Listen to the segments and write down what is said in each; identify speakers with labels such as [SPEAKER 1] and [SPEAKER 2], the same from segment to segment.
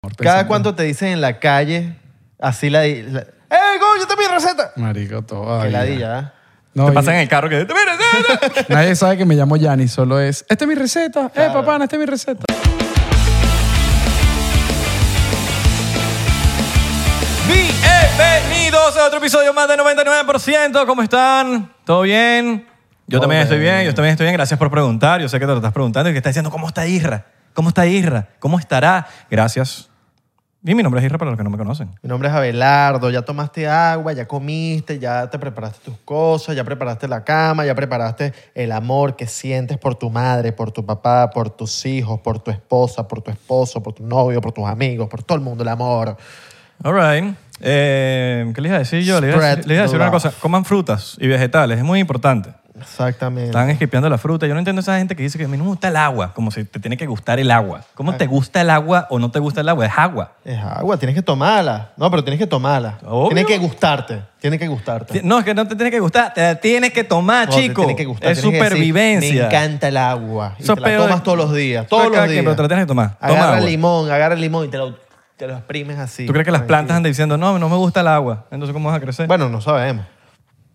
[SPEAKER 1] corteza.
[SPEAKER 2] Cada cuánto te dicen en la calle, así la... la ¡Ey, coño, te mi receta!
[SPEAKER 1] Marico, todo.
[SPEAKER 2] Que ladilla, ¿ah?
[SPEAKER 1] No,
[SPEAKER 3] te
[SPEAKER 1] y-
[SPEAKER 3] pasan en el carro que te mira,
[SPEAKER 1] Nadie sabe que me llamo Yanni, solo es. Esta es mi receta. Eh, papá, esta es mi receta.
[SPEAKER 3] Bienvenidos a otro episodio más de 99%. ¿Cómo están? ¿Todo bien? Yo
[SPEAKER 1] Todo
[SPEAKER 3] también estoy
[SPEAKER 1] bien.
[SPEAKER 3] bien, yo también estoy bien. Gracias por preguntar. Yo sé que te lo estás preguntando y que estás diciendo, ¿cómo está Isra? ¿Cómo está Isra? ¿Cómo estará? Gracias. Y mi nombre es Isra para los que no me conocen.
[SPEAKER 2] Mi nombre es Abelardo, ya tomaste agua, ya comiste, ya te preparaste tus cosas, ya preparaste la cama, ya preparaste el amor que sientes por tu madre, por tu papá, por tus hijos, por tu esposa, por tu esposo, por tu novio, por tus amigos, por todo el mundo, el amor.
[SPEAKER 3] All right. Eh, ¿Qué les iba a decir yo? Les iba a
[SPEAKER 2] Spread
[SPEAKER 3] decir, les iba a decir
[SPEAKER 2] the
[SPEAKER 3] una
[SPEAKER 2] love.
[SPEAKER 3] cosa. Coman frutas y vegetales. Es muy importante.
[SPEAKER 2] Exactamente.
[SPEAKER 3] Están esquipeando la fruta. Yo no entiendo esa gente que dice que a mí no me gusta el agua. Como si te tiene que gustar el agua.
[SPEAKER 2] Ah.
[SPEAKER 3] ¿Cómo te gusta el agua o no te gusta el agua? Es agua.
[SPEAKER 2] Es agua, tienes que tomarla. No, pero tienes que tomarla.
[SPEAKER 3] Obvio.
[SPEAKER 2] Tiene que gustarte, tiene que
[SPEAKER 3] Ti-
[SPEAKER 2] gustarte.
[SPEAKER 3] No, es que no te tiene que gustar. Te la tienes que tomar,
[SPEAKER 2] No, te
[SPEAKER 3] Ah, chico.
[SPEAKER 2] tiene que gustar,
[SPEAKER 3] es
[SPEAKER 2] tienes que decir,
[SPEAKER 3] supervivencia.
[SPEAKER 2] me encanta el agua. Y
[SPEAKER 3] Eso
[SPEAKER 2] te
[SPEAKER 3] es
[SPEAKER 2] la
[SPEAKER 3] peor de-
[SPEAKER 2] tomas todos los días,
[SPEAKER 3] Eso es
[SPEAKER 2] todos
[SPEAKER 3] cada
[SPEAKER 2] los
[SPEAKER 3] quien,
[SPEAKER 2] días.
[SPEAKER 3] pero te la tienes que tomar. Toma
[SPEAKER 2] Agarra
[SPEAKER 3] agua.
[SPEAKER 2] limón, agarra el limón y te lo, te lo exprimes así.
[SPEAKER 3] ¿Tú crees que las plantas andan diciendo, no, no me gusta el agua? Entonces, ¿cómo vas a crecer?
[SPEAKER 2] Bueno, no sabemos.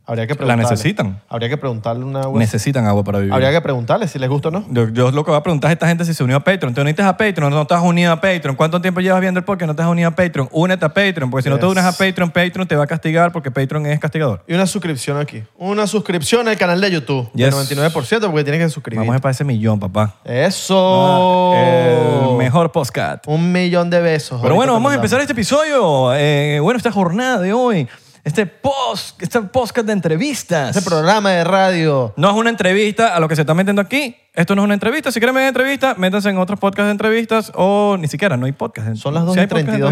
[SPEAKER 2] Habría que preguntarle.
[SPEAKER 3] necesitan.
[SPEAKER 2] Habría que preguntarle una agua.
[SPEAKER 3] Necesitan agua para vivir.
[SPEAKER 2] pues, Habría que preguntarle si les gusta o no.
[SPEAKER 3] Yo, yo lo que voy a preguntar es a esta gente si se unió a Patreon. ¿Te uniste a Patreon? ¿No te has unido a Patreon? ¿Cuánto tiempo llevas viendo el podcast? ¿No te has unido a Patreon? Únete a Patreon, porque si no te
[SPEAKER 2] Yes.
[SPEAKER 3] unes a Patreon, Patreon te va a castigar porque Patreon es castigador.
[SPEAKER 2] Y una suscripción aquí. Una suscripción al canal de YouTube.
[SPEAKER 3] Yes.
[SPEAKER 2] De 99% porque tienes que suscribir.
[SPEAKER 3] Vamos a para ese millón, papá. Ah,
[SPEAKER 2] Eso.
[SPEAKER 3] El mejor podcast.
[SPEAKER 2] Un millón de besos.
[SPEAKER 3] Pero
[SPEAKER 2] Ahorita
[SPEAKER 3] bueno,
[SPEAKER 2] te
[SPEAKER 3] vamos a
[SPEAKER 2] mandamos.
[SPEAKER 3] empezar este episodio. eh, bueno, esta jornada de hoy. Este post, este podcast de entrevistas.
[SPEAKER 2] Este programa de radio.
[SPEAKER 3] No es una entrevista a lo que se está metiendo aquí. Esto no es una entrevista. Si quieren ver entrevistas, métanse en otros podcasts de entrevistas o ni siquiera, no hay podcast.
[SPEAKER 2] Son las 2
[SPEAKER 3] Si hay
[SPEAKER 2] y
[SPEAKER 3] podcast pues. de
[SPEAKER 2] 32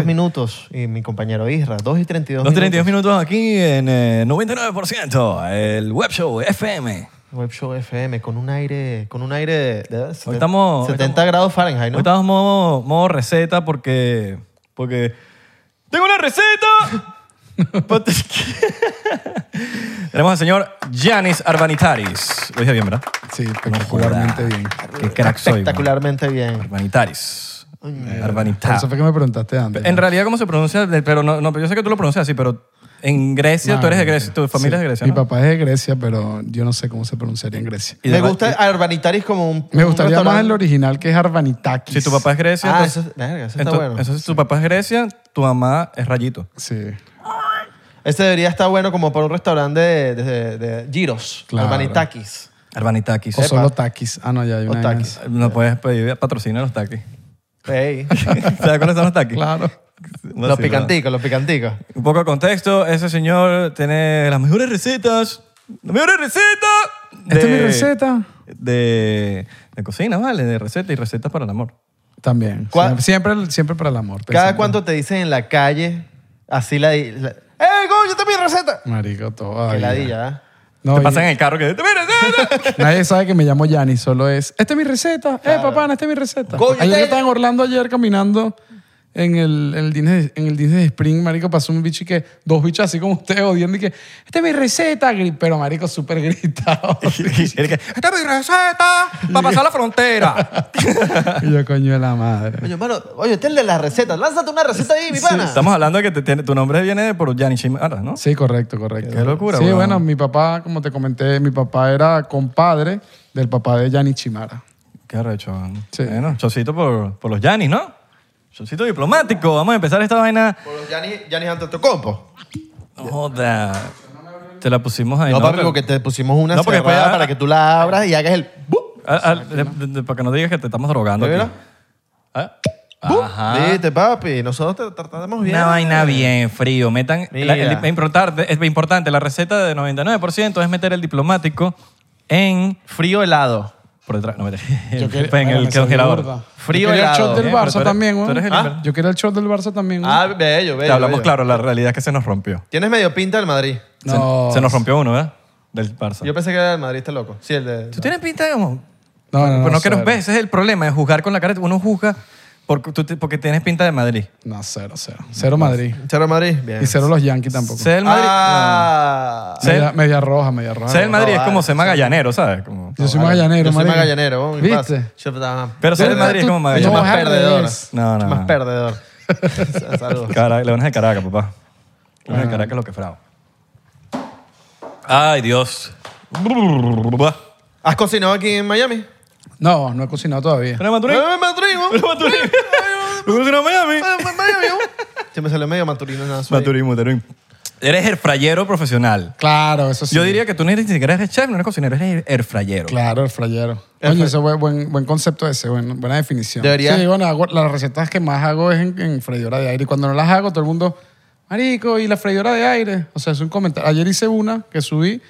[SPEAKER 2] minutos.
[SPEAKER 3] entrevistas.
[SPEAKER 2] Y mi compañero Isra, 2 y 32
[SPEAKER 3] Los 32 minutos aquí en eh, 99%, el web show FM.
[SPEAKER 2] Web Show FM con un aire, con un aire de, de seten-
[SPEAKER 3] Hoy estamos-
[SPEAKER 2] 70
[SPEAKER 3] hoy estamos-
[SPEAKER 2] grados Fahrenheit,
[SPEAKER 3] Hoy
[SPEAKER 2] ¿no?
[SPEAKER 3] estamos modo, modo receta porque, porque... ¡Tengo una receta! Pa- Tenemos al señor Yanis Arvanitaris. Lo dije bien, ¿verdad?
[SPEAKER 1] Sí, particularmente bien.
[SPEAKER 3] Qué crack soy. man.
[SPEAKER 2] Espectacularmente bien.
[SPEAKER 3] Arvanitaris.
[SPEAKER 1] Por eso
[SPEAKER 3] Arvanitaris.
[SPEAKER 1] fue que me preguntaste antes.
[SPEAKER 3] En realidad, ¿cómo se pronuncia? Pero no, no, yo sé que tú lo pronuncias así, pero en Grecia,
[SPEAKER 1] No,
[SPEAKER 3] tú eres de
[SPEAKER 1] no,
[SPEAKER 3] Grecia, tu familia es de
[SPEAKER 1] sí.
[SPEAKER 3] Grecia,
[SPEAKER 1] Mi
[SPEAKER 3] ¿no?
[SPEAKER 1] papá es de Grecia, pero yo no sé cómo se pronunciaría en Grecia.
[SPEAKER 3] Y
[SPEAKER 2] Me
[SPEAKER 3] de-
[SPEAKER 2] gusta Arvanitaris como un.
[SPEAKER 1] Me
[SPEAKER 2] un
[SPEAKER 1] gustaría más
[SPEAKER 2] restaurante.
[SPEAKER 1] el original que es Arvanitakis.
[SPEAKER 3] Si tu papá es Grecia,
[SPEAKER 2] Ah,
[SPEAKER 3] entonces-
[SPEAKER 2] eso, es- verga, eso está
[SPEAKER 3] Entonces,
[SPEAKER 2] bueno.
[SPEAKER 3] entonces, tu papá es Grecia, tu mamá es Rayito.
[SPEAKER 1] Sí.
[SPEAKER 2] Ese Este debería estar bueno como para un restaurante de, de- de giros,
[SPEAKER 1] Claro.
[SPEAKER 2] Arvanitakis.
[SPEAKER 3] Arbanitakis.
[SPEAKER 1] O solo Takis. Ah, no, ya hay
[SPEAKER 2] O
[SPEAKER 1] una.
[SPEAKER 2] Takis.
[SPEAKER 3] No puedes pedir patrocinio a los taquis.
[SPEAKER 2] Ey.
[SPEAKER 3] ¿Sabes cuáles son los taquis?
[SPEAKER 1] Claro.
[SPEAKER 2] los picanticos, los picanticos.
[SPEAKER 3] Un poco de contexto. Ese señor tiene las mejores recetas. ¡Las mejores recetas!
[SPEAKER 1] ¿Esta es
[SPEAKER 3] de-
[SPEAKER 1] mi receta?
[SPEAKER 3] De, de cocina, ¿vale? De recetas y recetas para el amor.
[SPEAKER 1] También.
[SPEAKER 2] ¿Cuál-
[SPEAKER 1] Siempre, siempre para el amor.
[SPEAKER 2] Cada
[SPEAKER 1] pensando.
[SPEAKER 2] cuánto te dicen en la calle, así la. la ¡Ey, coño, te mi receta!
[SPEAKER 1] Marico, todo.
[SPEAKER 2] Que
[SPEAKER 1] ahí.
[SPEAKER 2] ladilla, ¿ah?
[SPEAKER 1] No,
[SPEAKER 3] Te
[SPEAKER 1] y-
[SPEAKER 3] pasan en el carro que... ¡Mira, mira!
[SPEAKER 1] Nadie sabe que me llamo Yanni, solo es. Esta es mi receta. Eh, papá, esta es mi receta.
[SPEAKER 2] Goyo,
[SPEAKER 1] ayer
[SPEAKER 3] este-
[SPEAKER 2] te-
[SPEAKER 1] yo estaba en Orlando ayer caminando en el, en el, Disney, en el Disney Spring, marico, pasó un bicho y que dos bichos así como ustedes odiando y que, esta es mi receta, gri- pero marico, súper gritado.
[SPEAKER 3] Y el que, ¡Esta es mi receta para pasar la frontera!
[SPEAKER 1] y yo, coño de la madre.
[SPEAKER 2] Oye, hermano, oye, tenle las recetas. Lánzate una receta ahí, mi pana.
[SPEAKER 3] Estamos hablando de que te tiene- tu nombre viene de por Gianni Shimara, ¿no?
[SPEAKER 1] Sí, correcto, correcto.
[SPEAKER 3] Qué locura,
[SPEAKER 1] Sí,
[SPEAKER 3] weón.
[SPEAKER 1] bueno, mi papá, como te comenté, mi papá era compadre del papá de Yanni Chimara.
[SPEAKER 3] Qué arrecho. man.
[SPEAKER 1] Sí.
[SPEAKER 3] Bueno, chocito por, por los Yanis, ¿no? Chocito diplomático. Vamos a empezar esta vaina.
[SPEAKER 2] Por los Gianni- Gianni Antetokounmpo.
[SPEAKER 3] No Joda. Te la pusimos ahí.
[SPEAKER 2] No, papi,
[SPEAKER 3] Pero-
[SPEAKER 2] porque te pusimos una
[SPEAKER 3] No, porque
[SPEAKER 2] cerrada
[SPEAKER 3] después-
[SPEAKER 2] para que tú la abras y hagas el... ¡bu!
[SPEAKER 3] Ah, ah, de- de- de- para que no digas que te estamos drogando.
[SPEAKER 2] ¿De
[SPEAKER 3] aquí.
[SPEAKER 2] veras?
[SPEAKER 3] ¿Ah?
[SPEAKER 2] ¡bu!
[SPEAKER 3] Ajá.
[SPEAKER 2] Viste, papi, nosotros te tratamos bien.
[SPEAKER 3] Una vaina bien frío. Metan,
[SPEAKER 2] Mira.
[SPEAKER 3] la- el- es, importante, es importante, la receta de 99% es meter el diplomático en...
[SPEAKER 2] Frío helado.
[SPEAKER 3] Por detrás, no, meter-
[SPEAKER 1] Yo quería-
[SPEAKER 3] en
[SPEAKER 1] Bueno, me
[SPEAKER 3] el
[SPEAKER 1] salió
[SPEAKER 3] congelador.
[SPEAKER 1] burda.
[SPEAKER 2] Frío
[SPEAKER 1] Yo quería el
[SPEAKER 2] helado.
[SPEAKER 1] shot del
[SPEAKER 3] Bien, pero tú
[SPEAKER 1] Barça
[SPEAKER 3] eres-
[SPEAKER 1] también,
[SPEAKER 3] tú
[SPEAKER 1] güey.
[SPEAKER 3] eres el
[SPEAKER 1] Ah,
[SPEAKER 3] inver-
[SPEAKER 1] Yo quería el shot del Barça también, güey.
[SPEAKER 2] Ah, bello, bello.
[SPEAKER 3] Te hablamos
[SPEAKER 2] bello.
[SPEAKER 3] claro, la realidad es que se nos rompió.
[SPEAKER 2] Tienes medio pinta del Madrid.
[SPEAKER 3] Se-
[SPEAKER 1] No.
[SPEAKER 3] Se, nos rompió uno, ¿verdad? Del Barça.
[SPEAKER 2] Yo pensé que era del Madrid, este loco. Sí, el de...
[SPEAKER 3] Tú tienes pinta de como...
[SPEAKER 1] No, no, no,
[SPEAKER 3] Pues no que nos
[SPEAKER 1] cero.
[SPEAKER 3] ves, ese es el problema, es juzgar con la cara. Uno juzga porque, tú te- porque tienes pinta de Madrid.
[SPEAKER 1] No, cero, cero. Cero Madrid.
[SPEAKER 2] Cero Madrid, bien.
[SPEAKER 1] Y cero los Yankees tampoco.
[SPEAKER 3] Sé del Madrid,
[SPEAKER 2] Ah,
[SPEAKER 3] Sí.
[SPEAKER 1] Media, media roja, media roja.
[SPEAKER 3] ser del Madrid es
[SPEAKER 2] vale,
[SPEAKER 3] como ser magallanero, ¿sabes? Como-
[SPEAKER 1] Yo soy magallanero,
[SPEAKER 2] yo soy
[SPEAKER 1] marico.
[SPEAKER 2] magallanero. vamos, ¿qué
[SPEAKER 1] ¿Viste?
[SPEAKER 2] pasa? Yo- ah,
[SPEAKER 3] Pero ser del
[SPEAKER 1] Pero
[SPEAKER 3] Madrid es
[SPEAKER 1] tú-
[SPEAKER 3] como
[SPEAKER 2] Yo
[SPEAKER 1] No,
[SPEAKER 2] más
[SPEAKER 3] magallanero.
[SPEAKER 1] ojalá
[SPEAKER 2] perdedor.
[SPEAKER 1] es.
[SPEAKER 3] No, no,
[SPEAKER 2] Más
[SPEAKER 3] no.
[SPEAKER 2] perdedor. Saludos.
[SPEAKER 3] Cara- Leones de Caracas, papá. Leones de Caracas lo que frao. Ay, Dios. Pero
[SPEAKER 2] ¿Has cocinado aquí en Miami?
[SPEAKER 1] No, no he cocinado todavía.
[SPEAKER 3] Maturín.
[SPEAKER 2] Eh, Maturín, ¿no?
[SPEAKER 3] Pero Maturín. Ah, ¿Tú conoces a Miami?
[SPEAKER 2] Miami, ¿no? Se me salió medio maturino nada más.
[SPEAKER 3] Maturín, Maturín. Eres el frayero profesional.
[SPEAKER 1] Claro, eso sí.
[SPEAKER 3] Yo diría que tú no eres ni siquiera eres chef, no eres cocinero, eres el frayero.
[SPEAKER 1] Claro, el frayero. Coño, ese buen, buen, buen concepto ese, buen- buena definición.
[SPEAKER 2] Debería-
[SPEAKER 1] Sí, bueno, hago- las recetas que más hago es en, en freidora de aire. Y cuando no las hago, todo el mundo, marico, ¿y la freidora de aire? O sea, es un comentario. Ayer hice una que subí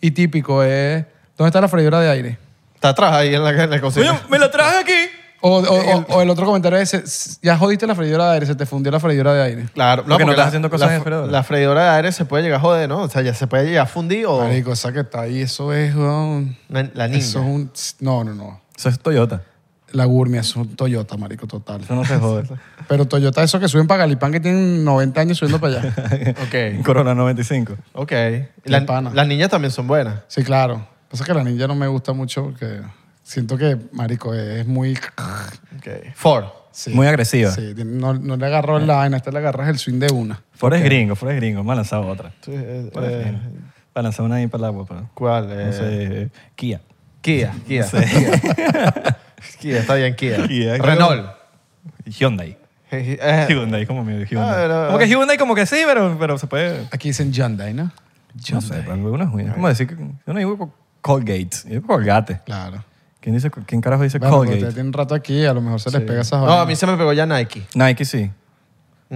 [SPEAKER 1] y típico es, ¿dónde está la freidora de aire?
[SPEAKER 2] Está atrás ahí en la, en la
[SPEAKER 3] Oye,
[SPEAKER 2] cocina.
[SPEAKER 3] me lo traje aquí.
[SPEAKER 1] O, o- o- o el otro comentario es, "S- ya jodiste la freidora de aire, se te fundió la freidora de aire.
[SPEAKER 2] Claro,
[SPEAKER 3] Porque no estás
[SPEAKER 2] la-
[SPEAKER 3] haciendo cosas
[SPEAKER 2] la,
[SPEAKER 3] en freidora.
[SPEAKER 2] La freidora de aire se puede llegar a joder, ¿no? O sea, ya se puede llegar a fundir o
[SPEAKER 1] Marico, esa que está ahí, eso es, weón,
[SPEAKER 2] la, la niña.
[SPEAKER 1] eso es un, no, no, no.
[SPEAKER 3] Eso es Toyota.
[SPEAKER 1] La gourmet es un Toyota, marico, total.
[SPEAKER 3] Eso no se jode.
[SPEAKER 1] Pero Toyota, esos que suben para Galipán, que tienen 90 años subiendo para allá.
[SPEAKER 2] Ok,
[SPEAKER 3] Corona 95.
[SPEAKER 2] ok. La-
[SPEAKER 1] pana.
[SPEAKER 2] las niñas también son buenas.
[SPEAKER 1] Sí, claro. Pasa que la ninja no me gusta mucho porque siento que, marico, es muy...
[SPEAKER 2] Okay. Ford.
[SPEAKER 1] Sí.
[SPEAKER 3] Muy agresiva.
[SPEAKER 1] Sí, no, no le agarró la vaina, a esta le agarras el swing de una.
[SPEAKER 3] Forrest gringo, Forrest gringo. Me ha lanzado otra.
[SPEAKER 2] Sí, eh,
[SPEAKER 3] Forrest
[SPEAKER 2] eh,
[SPEAKER 3] gringo. Me ha lanzado una ahí para el agua. Pero,
[SPEAKER 2] ¿Cuál? Eh,
[SPEAKER 3] no sé, eh, Kia.
[SPEAKER 2] Kia, Kia. Kia, está bien, Kia.
[SPEAKER 3] Kia, creo.
[SPEAKER 2] Renault.
[SPEAKER 3] Hyundai.
[SPEAKER 2] Eh, eh,
[SPEAKER 3] Hyundai, como medio
[SPEAKER 2] Ah,
[SPEAKER 3] Hyundai.
[SPEAKER 2] pero-
[SPEAKER 3] como que Hyundai como que sí, pero, pero se puede...
[SPEAKER 1] Aquí dicen Hyundai, ¿no?
[SPEAKER 3] No sé, para algunos es como decir que... Yo no digo Colgate, yo digo Colgate.
[SPEAKER 1] Claro.
[SPEAKER 3] ¿Quién, dice, ¿Quién carajo dice
[SPEAKER 1] Bueno, pero
[SPEAKER 3] Colgate?
[SPEAKER 1] ustedes tienen un rato aquí, a lo mejor se les pega esas
[SPEAKER 2] No,
[SPEAKER 1] vainas.
[SPEAKER 2] a mí se me pegó ya Nike.
[SPEAKER 3] Nike sí.
[SPEAKER 2] Nike.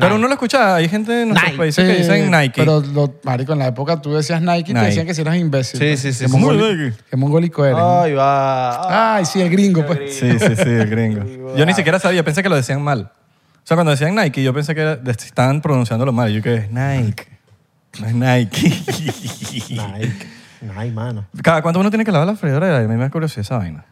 [SPEAKER 3] Pero uno lo escucha, hay gente en nuestros
[SPEAKER 2] Nike.
[SPEAKER 3] países que dicen Nike.
[SPEAKER 1] Pero, lo- marico, en la época tú decías Nike y te
[SPEAKER 3] Nike.
[SPEAKER 1] decían que si eras imbécil. pues.
[SPEAKER 2] Sí, sí, sí,
[SPEAKER 1] Qué
[SPEAKER 2] sí.
[SPEAKER 1] mongoli-
[SPEAKER 3] Muy Nike.
[SPEAKER 1] Qué mongólico eres. ¿no?
[SPEAKER 2] Ay,
[SPEAKER 3] Ah,
[SPEAKER 2] va.
[SPEAKER 1] Ay, sí, el gringo, pues.
[SPEAKER 3] Sí, sí, sí, el gringo. Yo ni siquiera sabía, pensé que lo decían mal. O sea, cuando decían Nike, yo pensé que era- estaban pronunciándolo mal. Yo que es Nike. No es Nike.
[SPEAKER 2] Nike. Nike, mano.
[SPEAKER 3] Cada cuánto uno tiene que lavar la freidora de aire, a mí me da curiosidad esa vaina.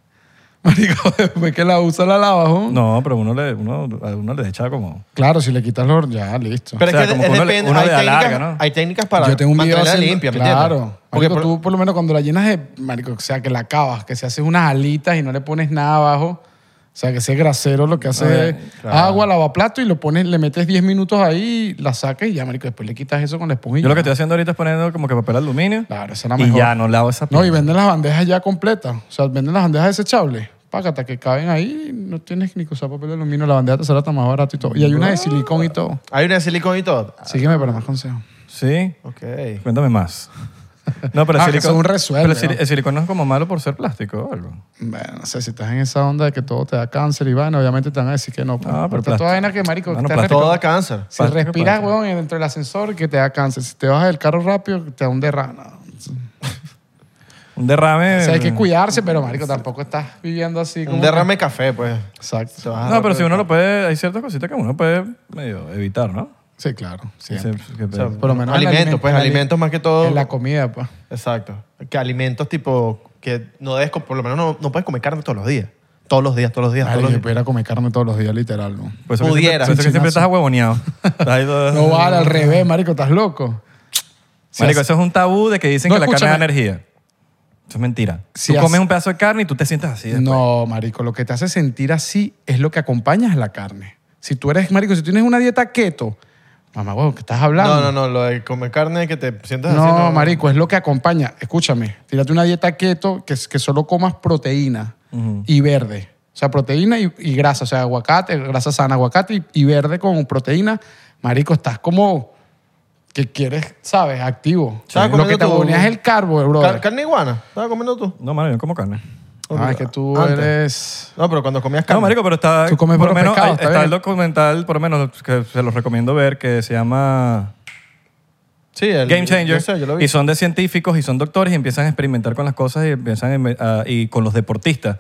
[SPEAKER 1] Marico, después que la usa la lava, ¿no?
[SPEAKER 3] No, pero uno le, uno, a uno le echa como.
[SPEAKER 1] Claro, si le quitas los... Ya, listo.
[SPEAKER 2] Pero
[SPEAKER 3] O sea,
[SPEAKER 2] es que
[SPEAKER 3] como
[SPEAKER 2] es
[SPEAKER 3] que uno le-
[SPEAKER 2] depende.
[SPEAKER 3] uno
[SPEAKER 2] hay,
[SPEAKER 3] le
[SPEAKER 2] técnicas,
[SPEAKER 3] alarga, ¿no?
[SPEAKER 2] hay técnicas para
[SPEAKER 1] yo tengo un video
[SPEAKER 2] mantenerla
[SPEAKER 1] haciendo-
[SPEAKER 2] limpia, ¿me entiendes?
[SPEAKER 1] claro porque
[SPEAKER 2] Porque por-
[SPEAKER 1] tú por lo menos cuando la llenas de marico o sea que la acabas que se hace unas alitas y no le pones nada abajo o sea que ese grasero lo que hace
[SPEAKER 3] Oye,
[SPEAKER 1] es
[SPEAKER 3] claro.
[SPEAKER 1] agua lavaplato y lo pones le metes 10 minutos ahí la sacas y ya marico después le quitas eso con la esponjilla
[SPEAKER 3] Yo lo que estoy haciendo ahorita es poniendo como que papel aluminio.
[SPEAKER 1] claro esa es la
[SPEAKER 3] y
[SPEAKER 1] Ah, mejor
[SPEAKER 3] ya no lavo esa
[SPEAKER 1] no y venden las bandejas ya completas o sea venden las bandejas desechables págata que caben ahí no tienes ni que usar papel de aluminio la bandeja te sale hasta más barato y todo y hay una de silicón y todo
[SPEAKER 2] Hay una de silicón y todo.
[SPEAKER 1] sígueme para más consejos
[SPEAKER 3] Sí.
[SPEAKER 2] Ok.
[SPEAKER 3] Cuéntame más. No, pero el
[SPEAKER 1] Ah, que
[SPEAKER 3] silicón.
[SPEAKER 1] son un resuelve,
[SPEAKER 3] pero el, sili-
[SPEAKER 1] ¿no?
[SPEAKER 3] el silicón no es como malo por ser plástico o algo.
[SPEAKER 1] Bueno, no sé, si estás en esa onda de que todo te da cáncer y vaina, obviamente te van a decir que no. pues.
[SPEAKER 3] Ah, pero
[SPEAKER 1] Está
[SPEAKER 3] plástico.
[SPEAKER 1] toda vaina que, marico,
[SPEAKER 3] Bueno,
[SPEAKER 1] te
[SPEAKER 3] plástico.
[SPEAKER 2] Todo da cáncer.
[SPEAKER 1] Si
[SPEAKER 3] plástico,
[SPEAKER 1] respiras,
[SPEAKER 3] plástico.
[SPEAKER 1] huevón, dentro del ascensor, que te da cáncer. Si te bajas del carro rápido, te da un derrame.
[SPEAKER 3] Un derrame. mm,
[SPEAKER 1] O sea, hay que cuidarse, pero, marico, tampoco estás viviendo así como...
[SPEAKER 2] Un derrame de café, pues. Se
[SPEAKER 1] Exacto.
[SPEAKER 2] va.
[SPEAKER 3] No, pero si uno lo puede. Hay ciertas cositas que uno puede medio evitar, ¿no?
[SPEAKER 1] Sí, claro. sí.
[SPEAKER 3] Se- que-
[SPEAKER 2] O sea,
[SPEAKER 1] Por lo menos en
[SPEAKER 2] alimentos, pues
[SPEAKER 1] en la-
[SPEAKER 2] alimentos más que todo.
[SPEAKER 1] En la comida, pues.
[SPEAKER 2] Exacto. Que alimentos tipo que no debes, co- por lo menos no, no puedes comer carne todos los días. Todos los días, todos los días, todos
[SPEAKER 1] Marico,
[SPEAKER 2] los
[SPEAKER 1] yo
[SPEAKER 2] días.
[SPEAKER 1] pudiera comer carne todos los días, literal, ¿no?
[SPEAKER 3] por eso
[SPEAKER 2] Pudiera.
[SPEAKER 3] que siempre- por eso que siempre
[SPEAKER 1] Chichinazo.
[SPEAKER 3] estás ahuevoneado. Estás ahí todo-
[SPEAKER 1] No vale, al revés, marico, estás loco.
[SPEAKER 3] Marico, eso es un tabú de que dicen
[SPEAKER 1] No,
[SPEAKER 3] que la carne da
[SPEAKER 1] escúchame.
[SPEAKER 3] energía. Eso es mentira.
[SPEAKER 1] Si
[SPEAKER 3] tú
[SPEAKER 1] hace-
[SPEAKER 3] comes un pedazo de carne y tú te sientas así. después.
[SPEAKER 1] No, marico, lo que te hace sentir así es lo que acompañas la carne. Si tú eres, marico, si tú tienes una dieta keto, mamá, huevo, ¿qué estás hablando?
[SPEAKER 2] No, no, no. Lo de comer carne que te sientas
[SPEAKER 1] No,
[SPEAKER 2] así.
[SPEAKER 1] marico, es lo que acompaña. Escúchame, tírate una dieta keto que, es- que solo comas proteína y verde. O sea, proteína y, y grasa. O sea, aguacate, grasa sana, aguacate y, y verde con proteína. Marico, estás como que quieres, ¿sabes? Activo.
[SPEAKER 2] Estaba
[SPEAKER 1] Lo que
[SPEAKER 2] comiendo
[SPEAKER 1] te
[SPEAKER 2] tu-
[SPEAKER 1] aboneas es el carbo, bro.
[SPEAKER 2] Car- carne iguana. ¿Estabas comiendo tú?
[SPEAKER 3] No, mano, yo no como carne.
[SPEAKER 1] Ah, es que tú
[SPEAKER 2] Antes.
[SPEAKER 1] eres...
[SPEAKER 2] No, pero cuando comías carne.
[SPEAKER 3] No, marico, pero está...
[SPEAKER 1] Tú comes
[SPEAKER 3] por lo
[SPEAKER 1] puro
[SPEAKER 3] menos
[SPEAKER 1] pescado,
[SPEAKER 3] hay-
[SPEAKER 1] está
[SPEAKER 3] está,
[SPEAKER 1] bien.
[SPEAKER 3] el documental, por lo menos, que se los recomiendo ver, que se llama
[SPEAKER 2] Sí, el-
[SPEAKER 3] Game Changer.
[SPEAKER 2] Yo sé, yo lo vi.
[SPEAKER 3] Y son de científicos y son doctores y empiezan a experimentar con las cosas y empiezan en- a- y con los deportistas.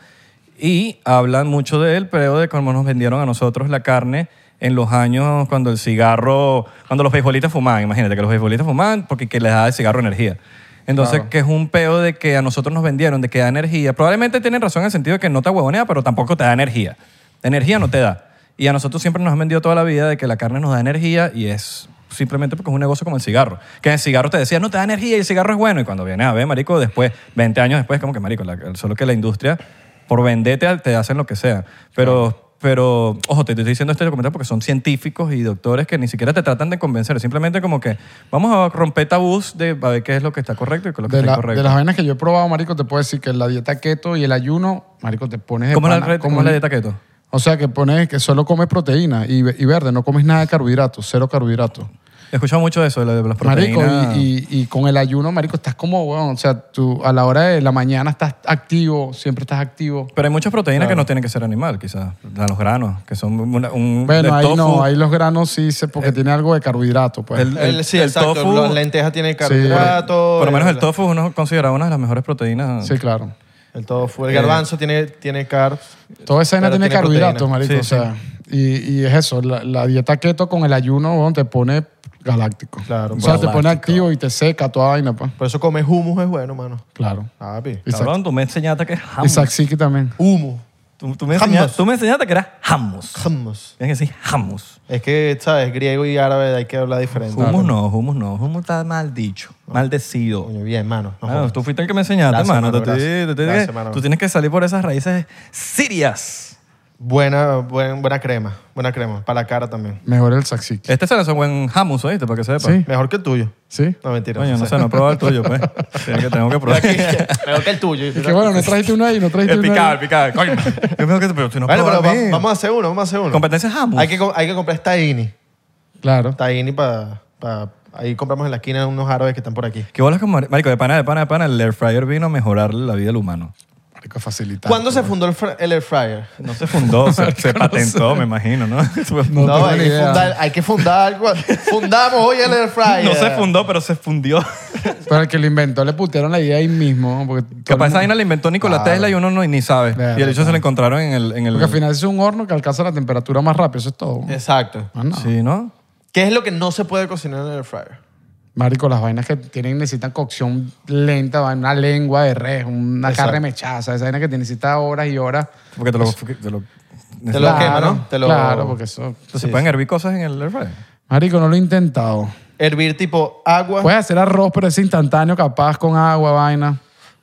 [SPEAKER 3] Y hablan mucho de él, pero de cómo nos vendieron a nosotros la carne en los años cuando el cigarro, cuando los beisbolistas fumaban, imagínate que los beisbolistas fumaban porque que les da el cigarro energía. Entonces, que es un peo de que a nosotros nos vendieron, de que da energía. Probablemente tienen razón en el sentido de que no te huevonea, pero tampoco te da energía. Energía no te da. Y a nosotros siempre nos han vendido toda la vida de que la carne nos da energía y es simplemente porque es un negocio como el cigarro. Que en el cigarro te decía, no te da energía y el cigarro es bueno. Y cuando vienes a ver, marico, después, 20 años después, como que, marico, la- solo que la industria, por venderte, te hacen lo que sea. Pero, Pero, ojo, te estoy diciendo este documental porque son científicos y doctores que ni siquiera te tratan de convencer. Simplemente como que vamos a romper tabús de a ver qué es lo que está correcto y qué es lo que
[SPEAKER 1] de, la-
[SPEAKER 3] está incorrecto.
[SPEAKER 1] de las vainas que yo he probado, marico, te puedo decir que la dieta keto y el ayuno, marico, te pones de
[SPEAKER 3] ¿Cómo, es la,
[SPEAKER 1] pana,
[SPEAKER 3] red-
[SPEAKER 1] como-
[SPEAKER 3] cómo es la dieta keto?
[SPEAKER 1] O sea, que pones que solo comes proteína y, ve- y verde, no comes nada de carbohidratos, cero carbohidratos.
[SPEAKER 3] He escuchado mucho de eso, de, la- de las
[SPEAKER 1] Marico,
[SPEAKER 3] proteínas.
[SPEAKER 1] y, y- y con el ayuno, marico, estás como, weón, o sea, tú a la hora de la mañana estás activo, siempre estás activo.
[SPEAKER 3] Pero hay muchas proteínas que no tienen que ser animal, quizás. A los granos, que son una- un.
[SPEAKER 1] Bueno,
[SPEAKER 3] el
[SPEAKER 1] ahí
[SPEAKER 3] tofu,
[SPEAKER 1] no, ahí los granos sí, se, porque tiene algo de carbohidrato, pues.
[SPEAKER 3] El, el-
[SPEAKER 2] El- sí,
[SPEAKER 3] el
[SPEAKER 2] exacto.
[SPEAKER 3] tofu.
[SPEAKER 2] Las lentejas tienen carbohidratos.
[SPEAKER 3] por lo menos el
[SPEAKER 2] el-
[SPEAKER 3] tofu es uno- considerado una de las mejores proteínas.
[SPEAKER 1] sí, claro.
[SPEAKER 2] El
[SPEAKER 3] Eh,
[SPEAKER 2] tofu. El garbanzo tiene, tiene carbs.
[SPEAKER 1] Toda esa vaina
[SPEAKER 2] Pero
[SPEAKER 1] tiene,
[SPEAKER 2] tiene
[SPEAKER 1] carbohidratos,
[SPEAKER 2] proteína.
[SPEAKER 1] marico,
[SPEAKER 3] Sí,
[SPEAKER 1] o sea, y, y es eso, la, la dieta keto con el ayuno, weón, te pone galáctico.
[SPEAKER 2] Claro.
[SPEAKER 1] O sea, te pone
[SPEAKER 3] Galáctico.
[SPEAKER 1] activo y te seca toda vaina, pues.
[SPEAKER 2] Por eso comer hummus es bueno, mano.
[SPEAKER 1] Claro.
[SPEAKER 2] Papi.
[SPEAKER 1] Y
[SPEAKER 3] Cabrón, tú me enseñaste que es
[SPEAKER 1] Y
[SPEAKER 3] hummus.
[SPEAKER 1] saxiki también.
[SPEAKER 2] Hummus.
[SPEAKER 3] Tú, tú me enseñaste,
[SPEAKER 2] Hummus.
[SPEAKER 3] tú me enseñaste que era hummus.
[SPEAKER 2] Hummus.
[SPEAKER 3] Tienes que decir hummus.
[SPEAKER 2] Es que, ¿sabes? Griego y árabe hay que hablar diferente.
[SPEAKER 3] Hummus no, hummus no. Hummus está mal dicho, maldecido.
[SPEAKER 2] Coño, bien, mano. No
[SPEAKER 3] Ah,
[SPEAKER 2] jodas.
[SPEAKER 3] tú fuiste el que me enseñaste,
[SPEAKER 2] Gracias, mano,
[SPEAKER 3] mano. Te estoy-
[SPEAKER 2] gracias.
[SPEAKER 3] te estoy-
[SPEAKER 2] Gracias, mano.
[SPEAKER 3] Tú tienes que salir por esas raíces sirias.
[SPEAKER 2] buena, buen- buena crema. Buena crema. Para la cara también.
[SPEAKER 1] Mejor el saxiki.
[SPEAKER 3] Este se lanzó buen hummus, ¿oíste? Para que sepas.
[SPEAKER 1] Sí.
[SPEAKER 2] Mejor que el tuyo.
[SPEAKER 1] ¿Sí?
[SPEAKER 2] No, mentira.
[SPEAKER 3] Coño,
[SPEAKER 2] no
[SPEAKER 3] no
[SPEAKER 2] sé.
[SPEAKER 3] sé, no he probado el tuyo, pues. Tengo que, tengo que probar.
[SPEAKER 2] Mejor que el tuyo.
[SPEAKER 1] Es que bueno, no trajiste uno ahí, no trajiste
[SPEAKER 3] el
[SPEAKER 1] uno ahí.
[SPEAKER 3] Eh, picado, el picado. Coño. Yo creo que pero tú no
[SPEAKER 2] Bueno, pero
[SPEAKER 3] probas
[SPEAKER 2] va-
[SPEAKER 3] bien.
[SPEAKER 2] vamos a hacer uno, vamos a hacer uno.
[SPEAKER 3] Competencia es hummus.
[SPEAKER 2] Hay que, com- hay que comprar esta INI.
[SPEAKER 1] Claro.
[SPEAKER 2] Está Ini para. ahí compramos en la esquina unos árabes que están por aquí.
[SPEAKER 3] ¿Qué bolas con Mar- Marico, de pana, de pana, de pana, el air fryer vino a mejorarle la vida al humano.
[SPEAKER 1] Marico, facilitar.
[SPEAKER 2] ¿Cuándo se fundó el, fr- el air fryer?
[SPEAKER 3] No se fundó, se, se patentó, me imagino, ¿no?
[SPEAKER 1] No
[SPEAKER 2] No,
[SPEAKER 1] tengo
[SPEAKER 2] hay,
[SPEAKER 1] ni
[SPEAKER 2] que
[SPEAKER 1] idea.
[SPEAKER 2] fundar, hay que fundar algo. Fundamos hoy el air fryer.
[SPEAKER 3] No se fundó, pero se fundió.
[SPEAKER 1] Pero el que lo inventó le putearon la idea ahí mismo. ¿no? Porque, todo el
[SPEAKER 3] Capaz esa
[SPEAKER 1] mundo-
[SPEAKER 3] vaina la inventó Nikola Tesla y uno no, ni sabe.
[SPEAKER 1] Claro,
[SPEAKER 3] y el hecho se lo encontraron en el... En el
[SPEAKER 1] porque al final es un horno que alcanza la temperatura más rápido. Eso es todo.
[SPEAKER 2] Exacto.
[SPEAKER 1] Ah, no.
[SPEAKER 3] Sí, ¿no?
[SPEAKER 2] ¿Qué es lo que no se puede cocinar en el air fryer?
[SPEAKER 1] Marico, las vainas que tienen necesitan cocción lenta, va, una lengua de res, una
[SPEAKER 2] Exacto.
[SPEAKER 1] carne mechaza, esa vaina que te necesita horas y horas.
[SPEAKER 3] Porque te lo... Te lo
[SPEAKER 2] Te lo quema, ¿no? Te lo-
[SPEAKER 1] Claro, porque eso...
[SPEAKER 3] Entonces, ¿se pueden hervir cosas en el air fryer?
[SPEAKER 1] Marico, no lo he intentado.
[SPEAKER 2] Hervir tipo agua.
[SPEAKER 1] Puedes hacer arroz, pero es instantáneo, capaz, con agua, vaina.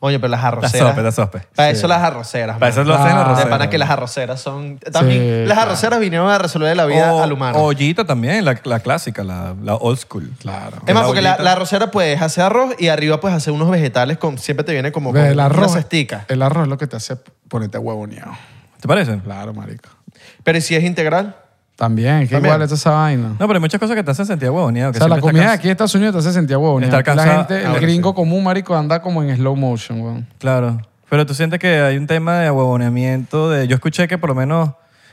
[SPEAKER 2] Oye, pero las
[SPEAKER 3] La
[SPEAKER 2] arroceras.
[SPEAKER 3] sopa, la sopa.
[SPEAKER 2] Para eso las arroceras.
[SPEAKER 3] Para eso lo hacen en la
[SPEAKER 1] Ah.
[SPEAKER 2] De
[SPEAKER 3] rosera.
[SPEAKER 2] pana que las arroceras son. También
[SPEAKER 1] Sí,
[SPEAKER 2] las
[SPEAKER 1] claro.
[SPEAKER 2] arroceras vinieron a resolver la vida
[SPEAKER 3] O-
[SPEAKER 2] al humano.
[SPEAKER 3] o Ollita también, la, la clásica, la, la old school.
[SPEAKER 1] Claro.
[SPEAKER 2] es más, porque la,
[SPEAKER 3] ollita.
[SPEAKER 2] la arrocera puedes hacer arroz y arriba puedes hacer unos vegetales con. Siempre te viene como con
[SPEAKER 1] Ve, el arroz.
[SPEAKER 2] una cestica.
[SPEAKER 1] El arroz es lo que te hace ponerte huevoneado.
[SPEAKER 3] ¿Te parece? No,
[SPEAKER 1] Claro, marico.
[SPEAKER 2] Pero ¿y si es integral.
[SPEAKER 1] También, que
[SPEAKER 2] También.
[SPEAKER 1] igual es esa vaina.
[SPEAKER 3] pero hay muchas cosas que te hacen sentir huevoneado.
[SPEAKER 1] o
[SPEAKER 3] que
[SPEAKER 1] sea, la
[SPEAKER 3] siempre
[SPEAKER 1] comida de
[SPEAKER 3] estás
[SPEAKER 1] aquí en Estados Unidos te hace sentir huevón. ¿eh?
[SPEAKER 3] Está Ah,
[SPEAKER 1] La
[SPEAKER 3] cansada-
[SPEAKER 1] gente, el
[SPEAKER 3] ahora
[SPEAKER 1] gringo común, marico, anda como en slow motion, weón.
[SPEAKER 3] cans- Claro. Pero tú sientes que hay un tema de huevoneamiento. De... Yo escuché que por lo menos...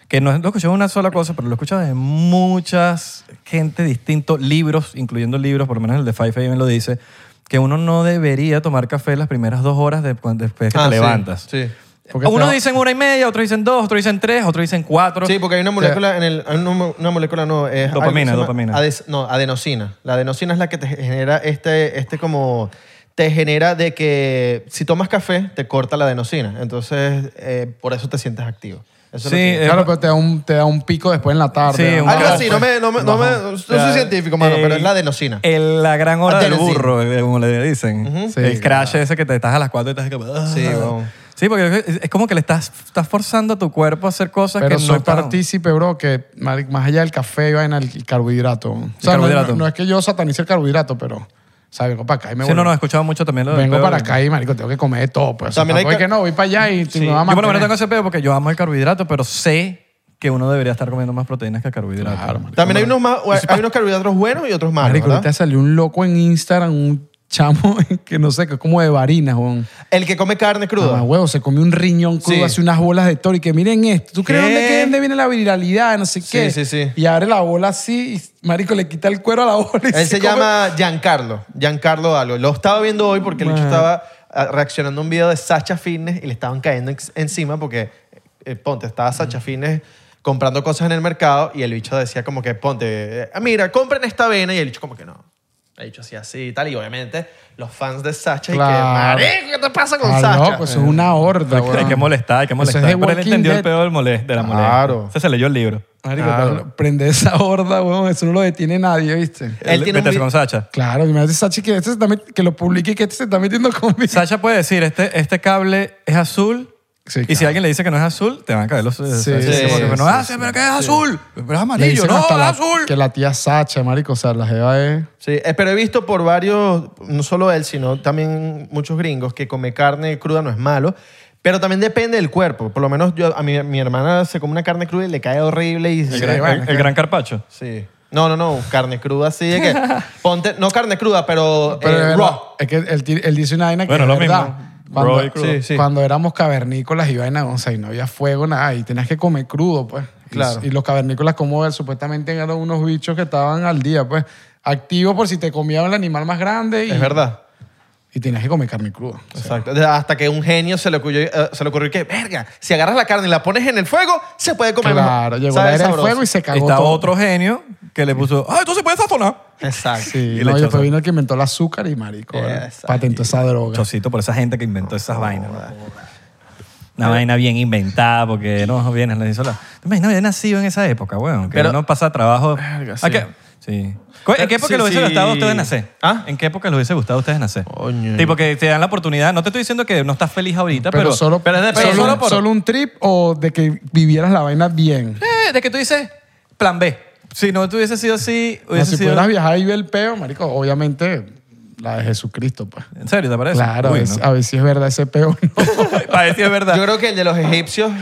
[SPEAKER 3] Que no lo escuché de una sola cosa, pero lo he escuchado de muchas gente distintos, libros, incluyendo libros, por lo menos el de 5 AM lo dice, que uno no debería tomar café las primeras dos horas de, cuan- después que
[SPEAKER 2] Ah,
[SPEAKER 3] te
[SPEAKER 2] sí,
[SPEAKER 3] levantas.
[SPEAKER 2] Sí.
[SPEAKER 1] Porque
[SPEAKER 3] Unos
[SPEAKER 1] te-
[SPEAKER 3] dicen una y media, otros dicen dos, otros dicen tres, otros dicen cuatro.
[SPEAKER 2] Sí, porque hay una molécula en el. hay Una, mo- una molécula no. Es algo que
[SPEAKER 3] Dopamina,
[SPEAKER 2] se llama
[SPEAKER 3] dopamina.
[SPEAKER 2] ades- no, adenosina. La adenosina es la que te genera este, este como. Te genera de que si tomas café, te corta la adenosina. Entonces, eh, por eso te sientes activo. Eso es
[SPEAKER 3] Sí,
[SPEAKER 2] lo que-
[SPEAKER 3] eh,
[SPEAKER 1] Claro, pero te da, un, te da un pico después en la tarde.
[SPEAKER 3] Sí,
[SPEAKER 1] ¿no?
[SPEAKER 3] un
[SPEAKER 2] Algo
[SPEAKER 3] café.
[SPEAKER 2] así, no me. No, me- no me- no soy
[SPEAKER 3] Claro.
[SPEAKER 2] científico, mano,
[SPEAKER 3] Eh,
[SPEAKER 2] pero es la adenosina.
[SPEAKER 3] el- la gran hora del
[SPEAKER 2] Adenosina.
[SPEAKER 3] burro, eh, como le dicen.
[SPEAKER 1] Sí,
[SPEAKER 3] el crash ese que te estás a las 4 y estás como... "Ah".
[SPEAKER 2] Sí, weón.
[SPEAKER 3] Sí, porque es- es como que le estás, estás forzando a tu cuerpo a hacer cosas
[SPEAKER 1] Pero
[SPEAKER 3] que
[SPEAKER 1] soy
[SPEAKER 3] no para-
[SPEAKER 1] partícipe, bro, que marico, más allá del café, vaina, el carbohidrato. O sea, no-
[SPEAKER 3] carbohidrato.
[SPEAKER 1] No, no es que yo satanice el carbohidrato, pero, ¿sabes? Vengo para acá y me
[SPEAKER 3] Sí, no,
[SPEAKER 1] vuelvo.
[SPEAKER 3] no, he escuchado mucho también lo del
[SPEAKER 1] Vengo
[SPEAKER 3] pedo
[SPEAKER 1] para
[SPEAKER 3] de-
[SPEAKER 1] acá y, marico, tengo que comer de todo. Pues.
[SPEAKER 2] También hay
[SPEAKER 1] También
[SPEAKER 2] ca-
[SPEAKER 1] que no, voy para allá y
[SPEAKER 2] Sí.
[SPEAKER 1] me va a
[SPEAKER 3] Yo por lo menos
[SPEAKER 1] mantener.
[SPEAKER 3] tengo ese pedo porque yo amo el carbohidrato, pero sé que uno debería estar comiendo más proteínas que el carbohidrato.
[SPEAKER 1] Claro, marico.
[SPEAKER 2] También hay unos, más, hay unos carbohidratos buenos y otros malos.
[SPEAKER 1] Marico,
[SPEAKER 2] ¿verdad?
[SPEAKER 1] ahorita salió un loco en Instagram, un chamo que no sé, que es como de varina, Juan.
[SPEAKER 2] El que come carne cruda.
[SPEAKER 1] Mamá Ah, huevo, se comió un riñón crudo,
[SPEAKER 2] Sí.
[SPEAKER 1] hace unas bolas de toro y que miren esto. ¿Tú crees
[SPEAKER 2] ¿Qué?
[SPEAKER 1] dónde, que- dónde viene la viralidad? No sé qué.
[SPEAKER 2] sí, sí.
[SPEAKER 1] Y abre la bola así y marico le quita el cuero a la bola. y
[SPEAKER 2] Él se
[SPEAKER 1] come-
[SPEAKER 2] llama Giancarlo. Giancarlo algo. Lo estaba viendo hoy porque el hecho estaba ah, reaccionando a un video de Sacha Fitness y le estaban cayendo ex- encima porque, eh, ponte, estaba
[SPEAKER 1] Mm.
[SPEAKER 2] Sacha Fitness comprando cosas en el mercado y el bicho decía como que, ponte, eh, ah, mira, compren esta avena y el bicho como que no. El bicho hacía así y tal. Y obviamente los fans de Sacha
[SPEAKER 1] Claro.
[SPEAKER 2] y que, marico, ¿qué te pasa con
[SPEAKER 1] Ah,
[SPEAKER 2] Sacha?
[SPEAKER 1] loco, eso es una horda,
[SPEAKER 3] Hay que- Hay
[SPEAKER 1] huevón.
[SPEAKER 3] que molestar, hay que
[SPEAKER 1] Eso es
[SPEAKER 3] molestar.
[SPEAKER 1] de
[SPEAKER 3] pero él
[SPEAKER 1] Walking
[SPEAKER 3] entendió el
[SPEAKER 1] Dead.
[SPEAKER 3] pedo del mole- de la molestia.
[SPEAKER 2] Claro.
[SPEAKER 3] Ese Se leyó el libro.
[SPEAKER 1] Marico,
[SPEAKER 2] Claro.
[SPEAKER 1] pero prende esa horda, weón. Eso no lo detiene nadie, ¿viste?
[SPEAKER 2] Él
[SPEAKER 3] El-
[SPEAKER 2] tiene un
[SPEAKER 3] Vete
[SPEAKER 2] vi-
[SPEAKER 3] con Sacha.
[SPEAKER 1] Claro, y me hace Sachi que, este se está met- que lo publique y que este se está metiendo conmigo.
[SPEAKER 3] Sasha puede decir, este, este cable es azul
[SPEAKER 1] Sí,
[SPEAKER 3] y si
[SPEAKER 1] claro.
[SPEAKER 3] alguien le dice que no es azul, te van a caer los... o sea,
[SPEAKER 1] sí,
[SPEAKER 3] como que,
[SPEAKER 2] sí,
[SPEAKER 3] pero no
[SPEAKER 2] sí,
[SPEAKER 3] es azul, pero que es azul. Pero es
[SPEAKER 1] Le
[SPEAKER 3] amarillo,
[SPEAKER 1] dicen
[SPEAKER 3] no, es
[SPEAKER 1] hasta la-
[SPEAKER 3] azul.
[SPEAKER 1] Que la tía Sacha, marico, o sea, la jeva es...
[SPEAKER 2] Sí, eh, pero he visto por varios, no solo él, sino también muchos gringos, que comer carne cruda no es malo. Pero también depende del cuerpo. Por lo menos yo, a mi, mi hermana se come una carne cruda y le cae horrible y...
[SPEAKER 3] El
[SPEAKER 2] Sí.
[SPEAKER 3] gran-
[SPEAKER 1] bueno,
[SPEAKER 3] el- el
[SPEAKER 1] claro.
[SPEAKER 3] gran carpacho.
[SPEAKER 2] No, no, no. Carne cruda así de que... Ponte, no carne cruda, pero,
[SPEAKER 1] Pero
[SPEAKER 2] eh,
[SPEAKER 1] es, verdad,
[SPEAKER 2] raw.
[SPEAKER 1] es que él, ti- él dice una vaina que
[SPEAKER 3] Bueno,
[SPEAKER 1] es
[SPEAKER 3] lo
[SPEAKER 1] verdad.
[SPEAKER 3] mismo.
[SPEAKER 1] Cuando,
[SPEAKER 3] Raw y crudo.
[SPEAKER 2] Sí, sí.
[SPEAKER 1] cuando éramos cavernícolas y vaina, o sea, y no había fuego, nada, y tenías que comer crudo, pues. Y-
[SPEAKER 2] Claro.
[SPEAKER 1] Y, los cavernícolas, como él, supuestamente eran unos bichos que estaban al día, pues, activos por si te comían el animal más grande y,
[SPEAKER 2] Es verdad.
[SPEAKER 1] y tenías que comer carne cruda.
[SPEAKER 2] Exacto. Hasta que un genio se le ocurrió, eh, se le ocurrió que, verga, si agarras la carne y la pones en el fuego, se puede comer
[SPEAKER 1] Claro,
[SPEAKER 2] mejor.
[SPEAKER 1] llegó
[SPEAKER 2] Sabe
[SPEAKER 1] la era del
[SPEAKER 2] sabroso.
[SPEAKER 1] fuego y se cagó
[SPEAKER 3] Está
[SPEAKER 1] todo.
[SPEAKER 3] otro genio que le puso, ah, entonces puedes sazonar.
[SPEAKER 2] Exacto.
[SPEAKER 1] Sí,
[SPEAKER 3] Y
[SPEAKER 1] no,
[SPEAKER 3] lechosa.
[SPEAKER 1] y después vino el que inventó el azúcar y marico, ¿verdad?
[SPEAKER 2] Exacto.
[SPEAKER 1] patentó esa droga.
[SPEAKER 3] Chocito por esa gente que inventó esas vainas. ¿no? Una vaina bien inventada, porque no vienes, le hizo la. ¿Te imaginas haber nacido en esa época, weón? Que
[SPEAKER 2] Pero-
[SPEAKER 3] uno pasa trabajo.
[SPEAKER 2] Verga,
[SPEAKER 3] ¿A
[SPEAKER 2] sí.
[SPEAKER 3] qué? Sí. ¿Cu- ¿En qué época
[SPEAKER 2] Sí,
[SPEAKER 3] les hubiese
[SPEAKER 2] sí.
[SPEAKER 3] gustado a ustedes nacer?
[SPEAKER 2] ¿Ah?
[SPEAKER 3] ¿En qué época les hubiese gustado a ustedes nacer?
[SPEAKER 2] Coño.
[SPEAKER 3] Tipo que te dan la oportunidad. No te estoy diciendo que no estás feliz ahorita, pero.
[SPEAKER 1] pero, solo,
[SPEAKER 2] pero es de-
[SPEAKER 1] solo,
[SPEAKER 2] pero
[SPEAKER 3] solo por-
[SPEAKER 1] solo un trip o de que vivieras la vaina bien.
[SPEAKER 3] Eh, de que tú dices plan B. Si no tuviese sido así,
[SPEAKER 1] O sea,
[SPEAKER 3] hubiese
[SPEAKER 1] si
[SPEAKER 3] sido.
[SPEAKER 1] pudieras viajar y ver el peo, marico, obviamente la de Jesucristo, pues.
[SPEAKER 3] ¿En serio te parece?
[SPEAKER 1] Claro,
[SPEAKER 3] Uy,
[SPEAKER 1] es-
[SPEAKER 3] ¿no?
[SPEAKER 1] a ver si es verdad ese peo. ¿no?
[SPEAKER 3] Para decir verdad.
[SPEAKER 2] Yo creo que el de los egipcios,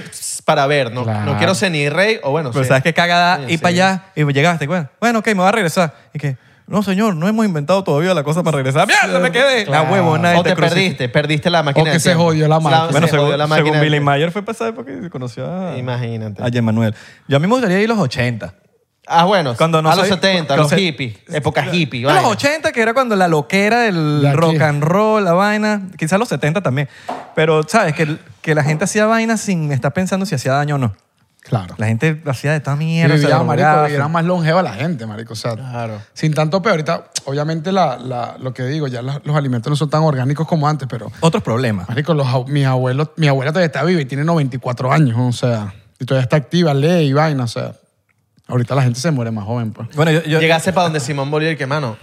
[SPEAKER 2] para ver, no,
[SPEAKER 1] Claro.
[SPEAKER 2] no quiero ser ni rey, o bueno,
[SPEAKER 3] Pero
[SPEAKER 2] sí.
[SPEAKER 3] sabes qué cagada
[SPEAKER 2] Sí,
[SPEAKER 3] ir
[SPEAKER 2] sí.
[SPEAKER 3] para allá y llegaste, güey. Bueno, ok, me va a regresar. Y que, no, señor, no hemos inventado todavía la cosa para regresar. ¡Mierda, me quedé! La
[SPEAKER 1] Claro.
[SPEAKER 3] huevona y
[SPEAKER 2] O te
[SPEAKER 3] crucifican.
[SPEAKER 2] perdiste, perdiste la máquina.
[SPEAKER 1] O que
[SPEAKER 2] del
[SPEAKER 1] se
[SPEAKER 2] tiempo.
[SPEAKER 1] jodió la máquina.
[SPEAKER 3] Bueno,
[SPEAKER 2] se jodió
[SPEAKER 3] según,
[SPEAKER 2] la máquina.
[SPEAKER 3] según
[SPEAKER 2] del
[SPEAKER 3] Billy
[SPEAKER 2] tiempo.
[SPEAKER 3] Mayer fue pasada porque conoció a,
[SPEAKER 2] Imagínate.
[SPEAKER 3] a Manuel. Yo a mí me gustaría ir a los 80.
[SPEAKER 2] Ah, bueno,
[SPEAKER 3] Cuando no
[SPEAKER 2] a los
[SPEAKER 3] soy-
[SPEAKER 2] 70, a
[SPEAKER 3] cuando
[SPEAKER 2] los
[SPEAKER 3] se-
[SPEAKER 2] hippies, época hippie.
[SPEAKER 3] A los
[SPEAKER 2] vaina.
[SPEAKER 3] 80, que era cuando la loquera del
[SPEAKER 1] De aquí.
[SPEAKER 3] rock and roll, la vaina. Quizás los 70 también. Pero, ¿sabes? Que, que la gente hacía vaina sin estar pensando si hacía daño o no.
[SPEAKER 1] claro.
[SPEAKER 3] La gente hacía de toda
[SPEAKER 1] Y
[SPEAKER 3] mierda. se
[SPEAKER 1] vivía,
[SPEAKER 3] drogaba,
[SPEAKER 1] marico, y era más longeva la gente, marico. O sea,
[SPEAKER 2] Claro.
[SPEAKER 1] sin tanto peo. Ahorita, obviamente, la, la- lo que digo, ya la- los alimentos no son tan orgánicos como antes, pero,
[SPEAKER 3] Otros problemas.
[SPEAKER 1] marico, los, au- mis abuelos, mi abuela todavía está viva y tiene 94 años, o sea, y todavía está activa, lee y vaina, o sea. Ahorita la gente se muere más joven, pues.
[SPEAKER 3] Bueno, yo, yo-
[SPEAKER 2] Llegaste para donde Simón Bolívar, que mano,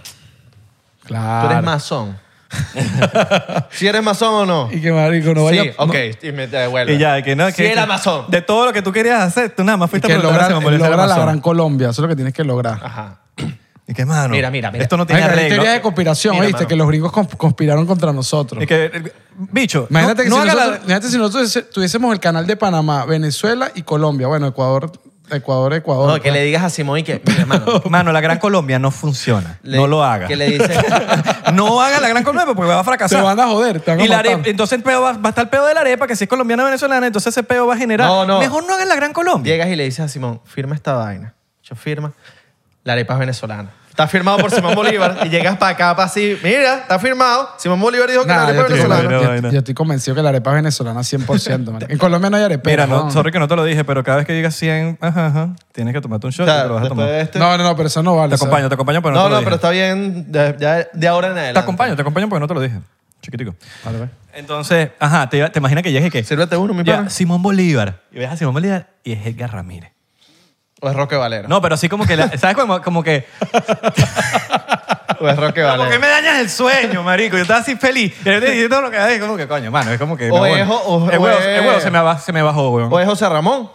[SPEAKER 2] tú
[SPEAKER 1] Claro.
[SPEAKER 2] eres masón. ¿Si eres masón o no?
[SPEAKER 1] Y que, marico, no vaya...
[SPEAKER 2] sí, ok, y me te devuelve.
[SPEAKER 3] Y ya, que no, que,
[SPEAKER 2] Si era masón.
[SPEAKER 3] De todo lo que tú querías hacer, tú nada más
[SPEAKER 1] Y
[SPEAKER 3] fuiste
[SPEAKER 1] que
[SPEAKER 3] a preguntar a
[SPEAKER 1] logra,
[SPEAKER 3] si me molestaba
[SPEAKER 1] logra la
[SPEAKER 3] masón.
[SPEAKER 1] Gran Colombia. Eso es lo que tienes que lograr.
[SPEAKER 2] Ajá.
[SPEAKER 3] Y que, mano,
[SPEAKER 2] Mira, mira, mira.
[SPEAKER 3] esto no tiene
[SPEAKER 1] Hay
[SPEAKER 3] arreglo.
[SPEAKER 1] teoría de conspiración,
[SPEAKER 2] Mira,
[SPEAKER 1] ¿viste?
[SPEAKER 2] mano.
[SPEAKER 1] Que los gringos consp- conspiraron contra nosotros.
[SPEAKER 3] Y que, eh, bicho,
[SPEAKER 1] Imagínate,
[SPEAKER 3] no,
[SPEAKER 1] que
[SPEAKER 3] no
[SPEAKER 1] si
[SPEAKER 3] haga
[SPEAKER 1] nosotros, imagínate si nosotros tuviese- tuviésemos el canal de Panamá, Venezuela y Colombia. Bueno, Ecuador, Ecuador, Ecuador.
[SPEAKER 2] No, que le digas a Simón y que, mira, mano.
[SPEAKER 3] la... Mano, la Gran Colombia no funciona.
[SPEAKER 2] le-
[SPEAKER 3] no lo haga.
[SPEAKER 2] Que le dices.
[SPEAKER 3] no haga la Gran Colombia porque va a
[SPEAKER 1] Se
[SPEAKER 3] fracasar.
[SPEAKER 1] van a joder, te van a
[SPEAKER 3] y la
[SPEAKER 1] matar.
[SPEAKER 3] arepa- entonces el peo va, va a estar el peo de la arepa, que si es colombiana o venezolana, entonces ese peo va a generar.
[SPEAKER 2] No, no.
[SPEAKER 3] Mejor no hagan la Gran Colombia.
[SPEAKER 2] Llegas y le dices a Simón, firma esta vaina. Yo firma. La arepa es venezolana. Está firmado por Simón Bolívar y llegas para acá, para así, mira, está firmado. Simón Bolívar dijo que
[SPEAKER 1] Nah, yo,
[SPEAKER 2] la arepa es
[SPEAKER 1] estoy,
[SPEAKER 2] venezolana.
[SPEAKER 3] Bueno,
[SPEAKER 1] yo-
[SPEAKER 3] bueno.
[SPEAKER 1] yo estoy convencido que la arepa es venezolana 100%. man. En Colombia no hay arepa.
[SPEAKER 3] Mira, no,
[SPEAKER 1] no,
[SPEAKER 3] sorry que no te lo dije, pero cada vez que digas 100, ajá, ajá, tienes que tomarte un shot
[SPEAKER 2] O
[SPEAKER 3] y
[SPEAKER 2] sea,
[SPEAKER 3] te lo vas a
[SPEAKER 2] después
[SPEAKER 3] tomar.
[SPEAKER 2] de este-
[SPEAKER 1] no, no, no, pero eso no vale.
[SPEAKER 3] Te
[SPEAKER 1] o sea,
[SPEAKER 3] acompaño, te acompaño, pero no,
[SPEAKER 2] No,
[SPEAKER 3] te lo
[SPEAKER 2] no,
[SPEAKER 3] dije.
[SPEAKER 2] pero está bien de, ya de ahora en adelante.
[SPEAKER 3] Te acompaño, te acompaño porque no te lo dije. Chiquitico.
[SPEAKER 1] vale, ve.
[SPEAKER 3] Entonces, ajá, te, te imaginas que llegues y que.
[SPEAKER 2] Sírvete este uno, mi
[SPEAKER 3] Ya,
[SPEAKER 2] pana.
[SPEAKER 3] Simón Bolívar. Y ves a Simón Bolívar y es Edgar Ramírez.
[SPEAKER 2] O es Roque Valero.
[SPEAKER 3] No, pero así como que. la- ¿Sabes? Como, como que.
[SPEAKER 2] O es Roque
[SPEAKER 3] Como que
[SPEAKER 2] Valero.
[SPEAKER 3] me dañas el sueño, marico. Yo estaba así feliz. Y yo te dije todo lo que. Es como que, coño, mano. Es como que.
[SPEAKER 2] O
[SPEAKER 3] no,
[SPEAKER 2] es-
[SPEAKER 3] bueno.
[SPEAKER 2] o-
[SPEAKER 3] el
[SPEAKER 2] o
[SPEAKER 3] huevo,
[SPEAKER 2] es-
[SPEAKER 3] el huevo se, me aba- se me bajó, weón.
[SPEAKER 2] O es José Ramón.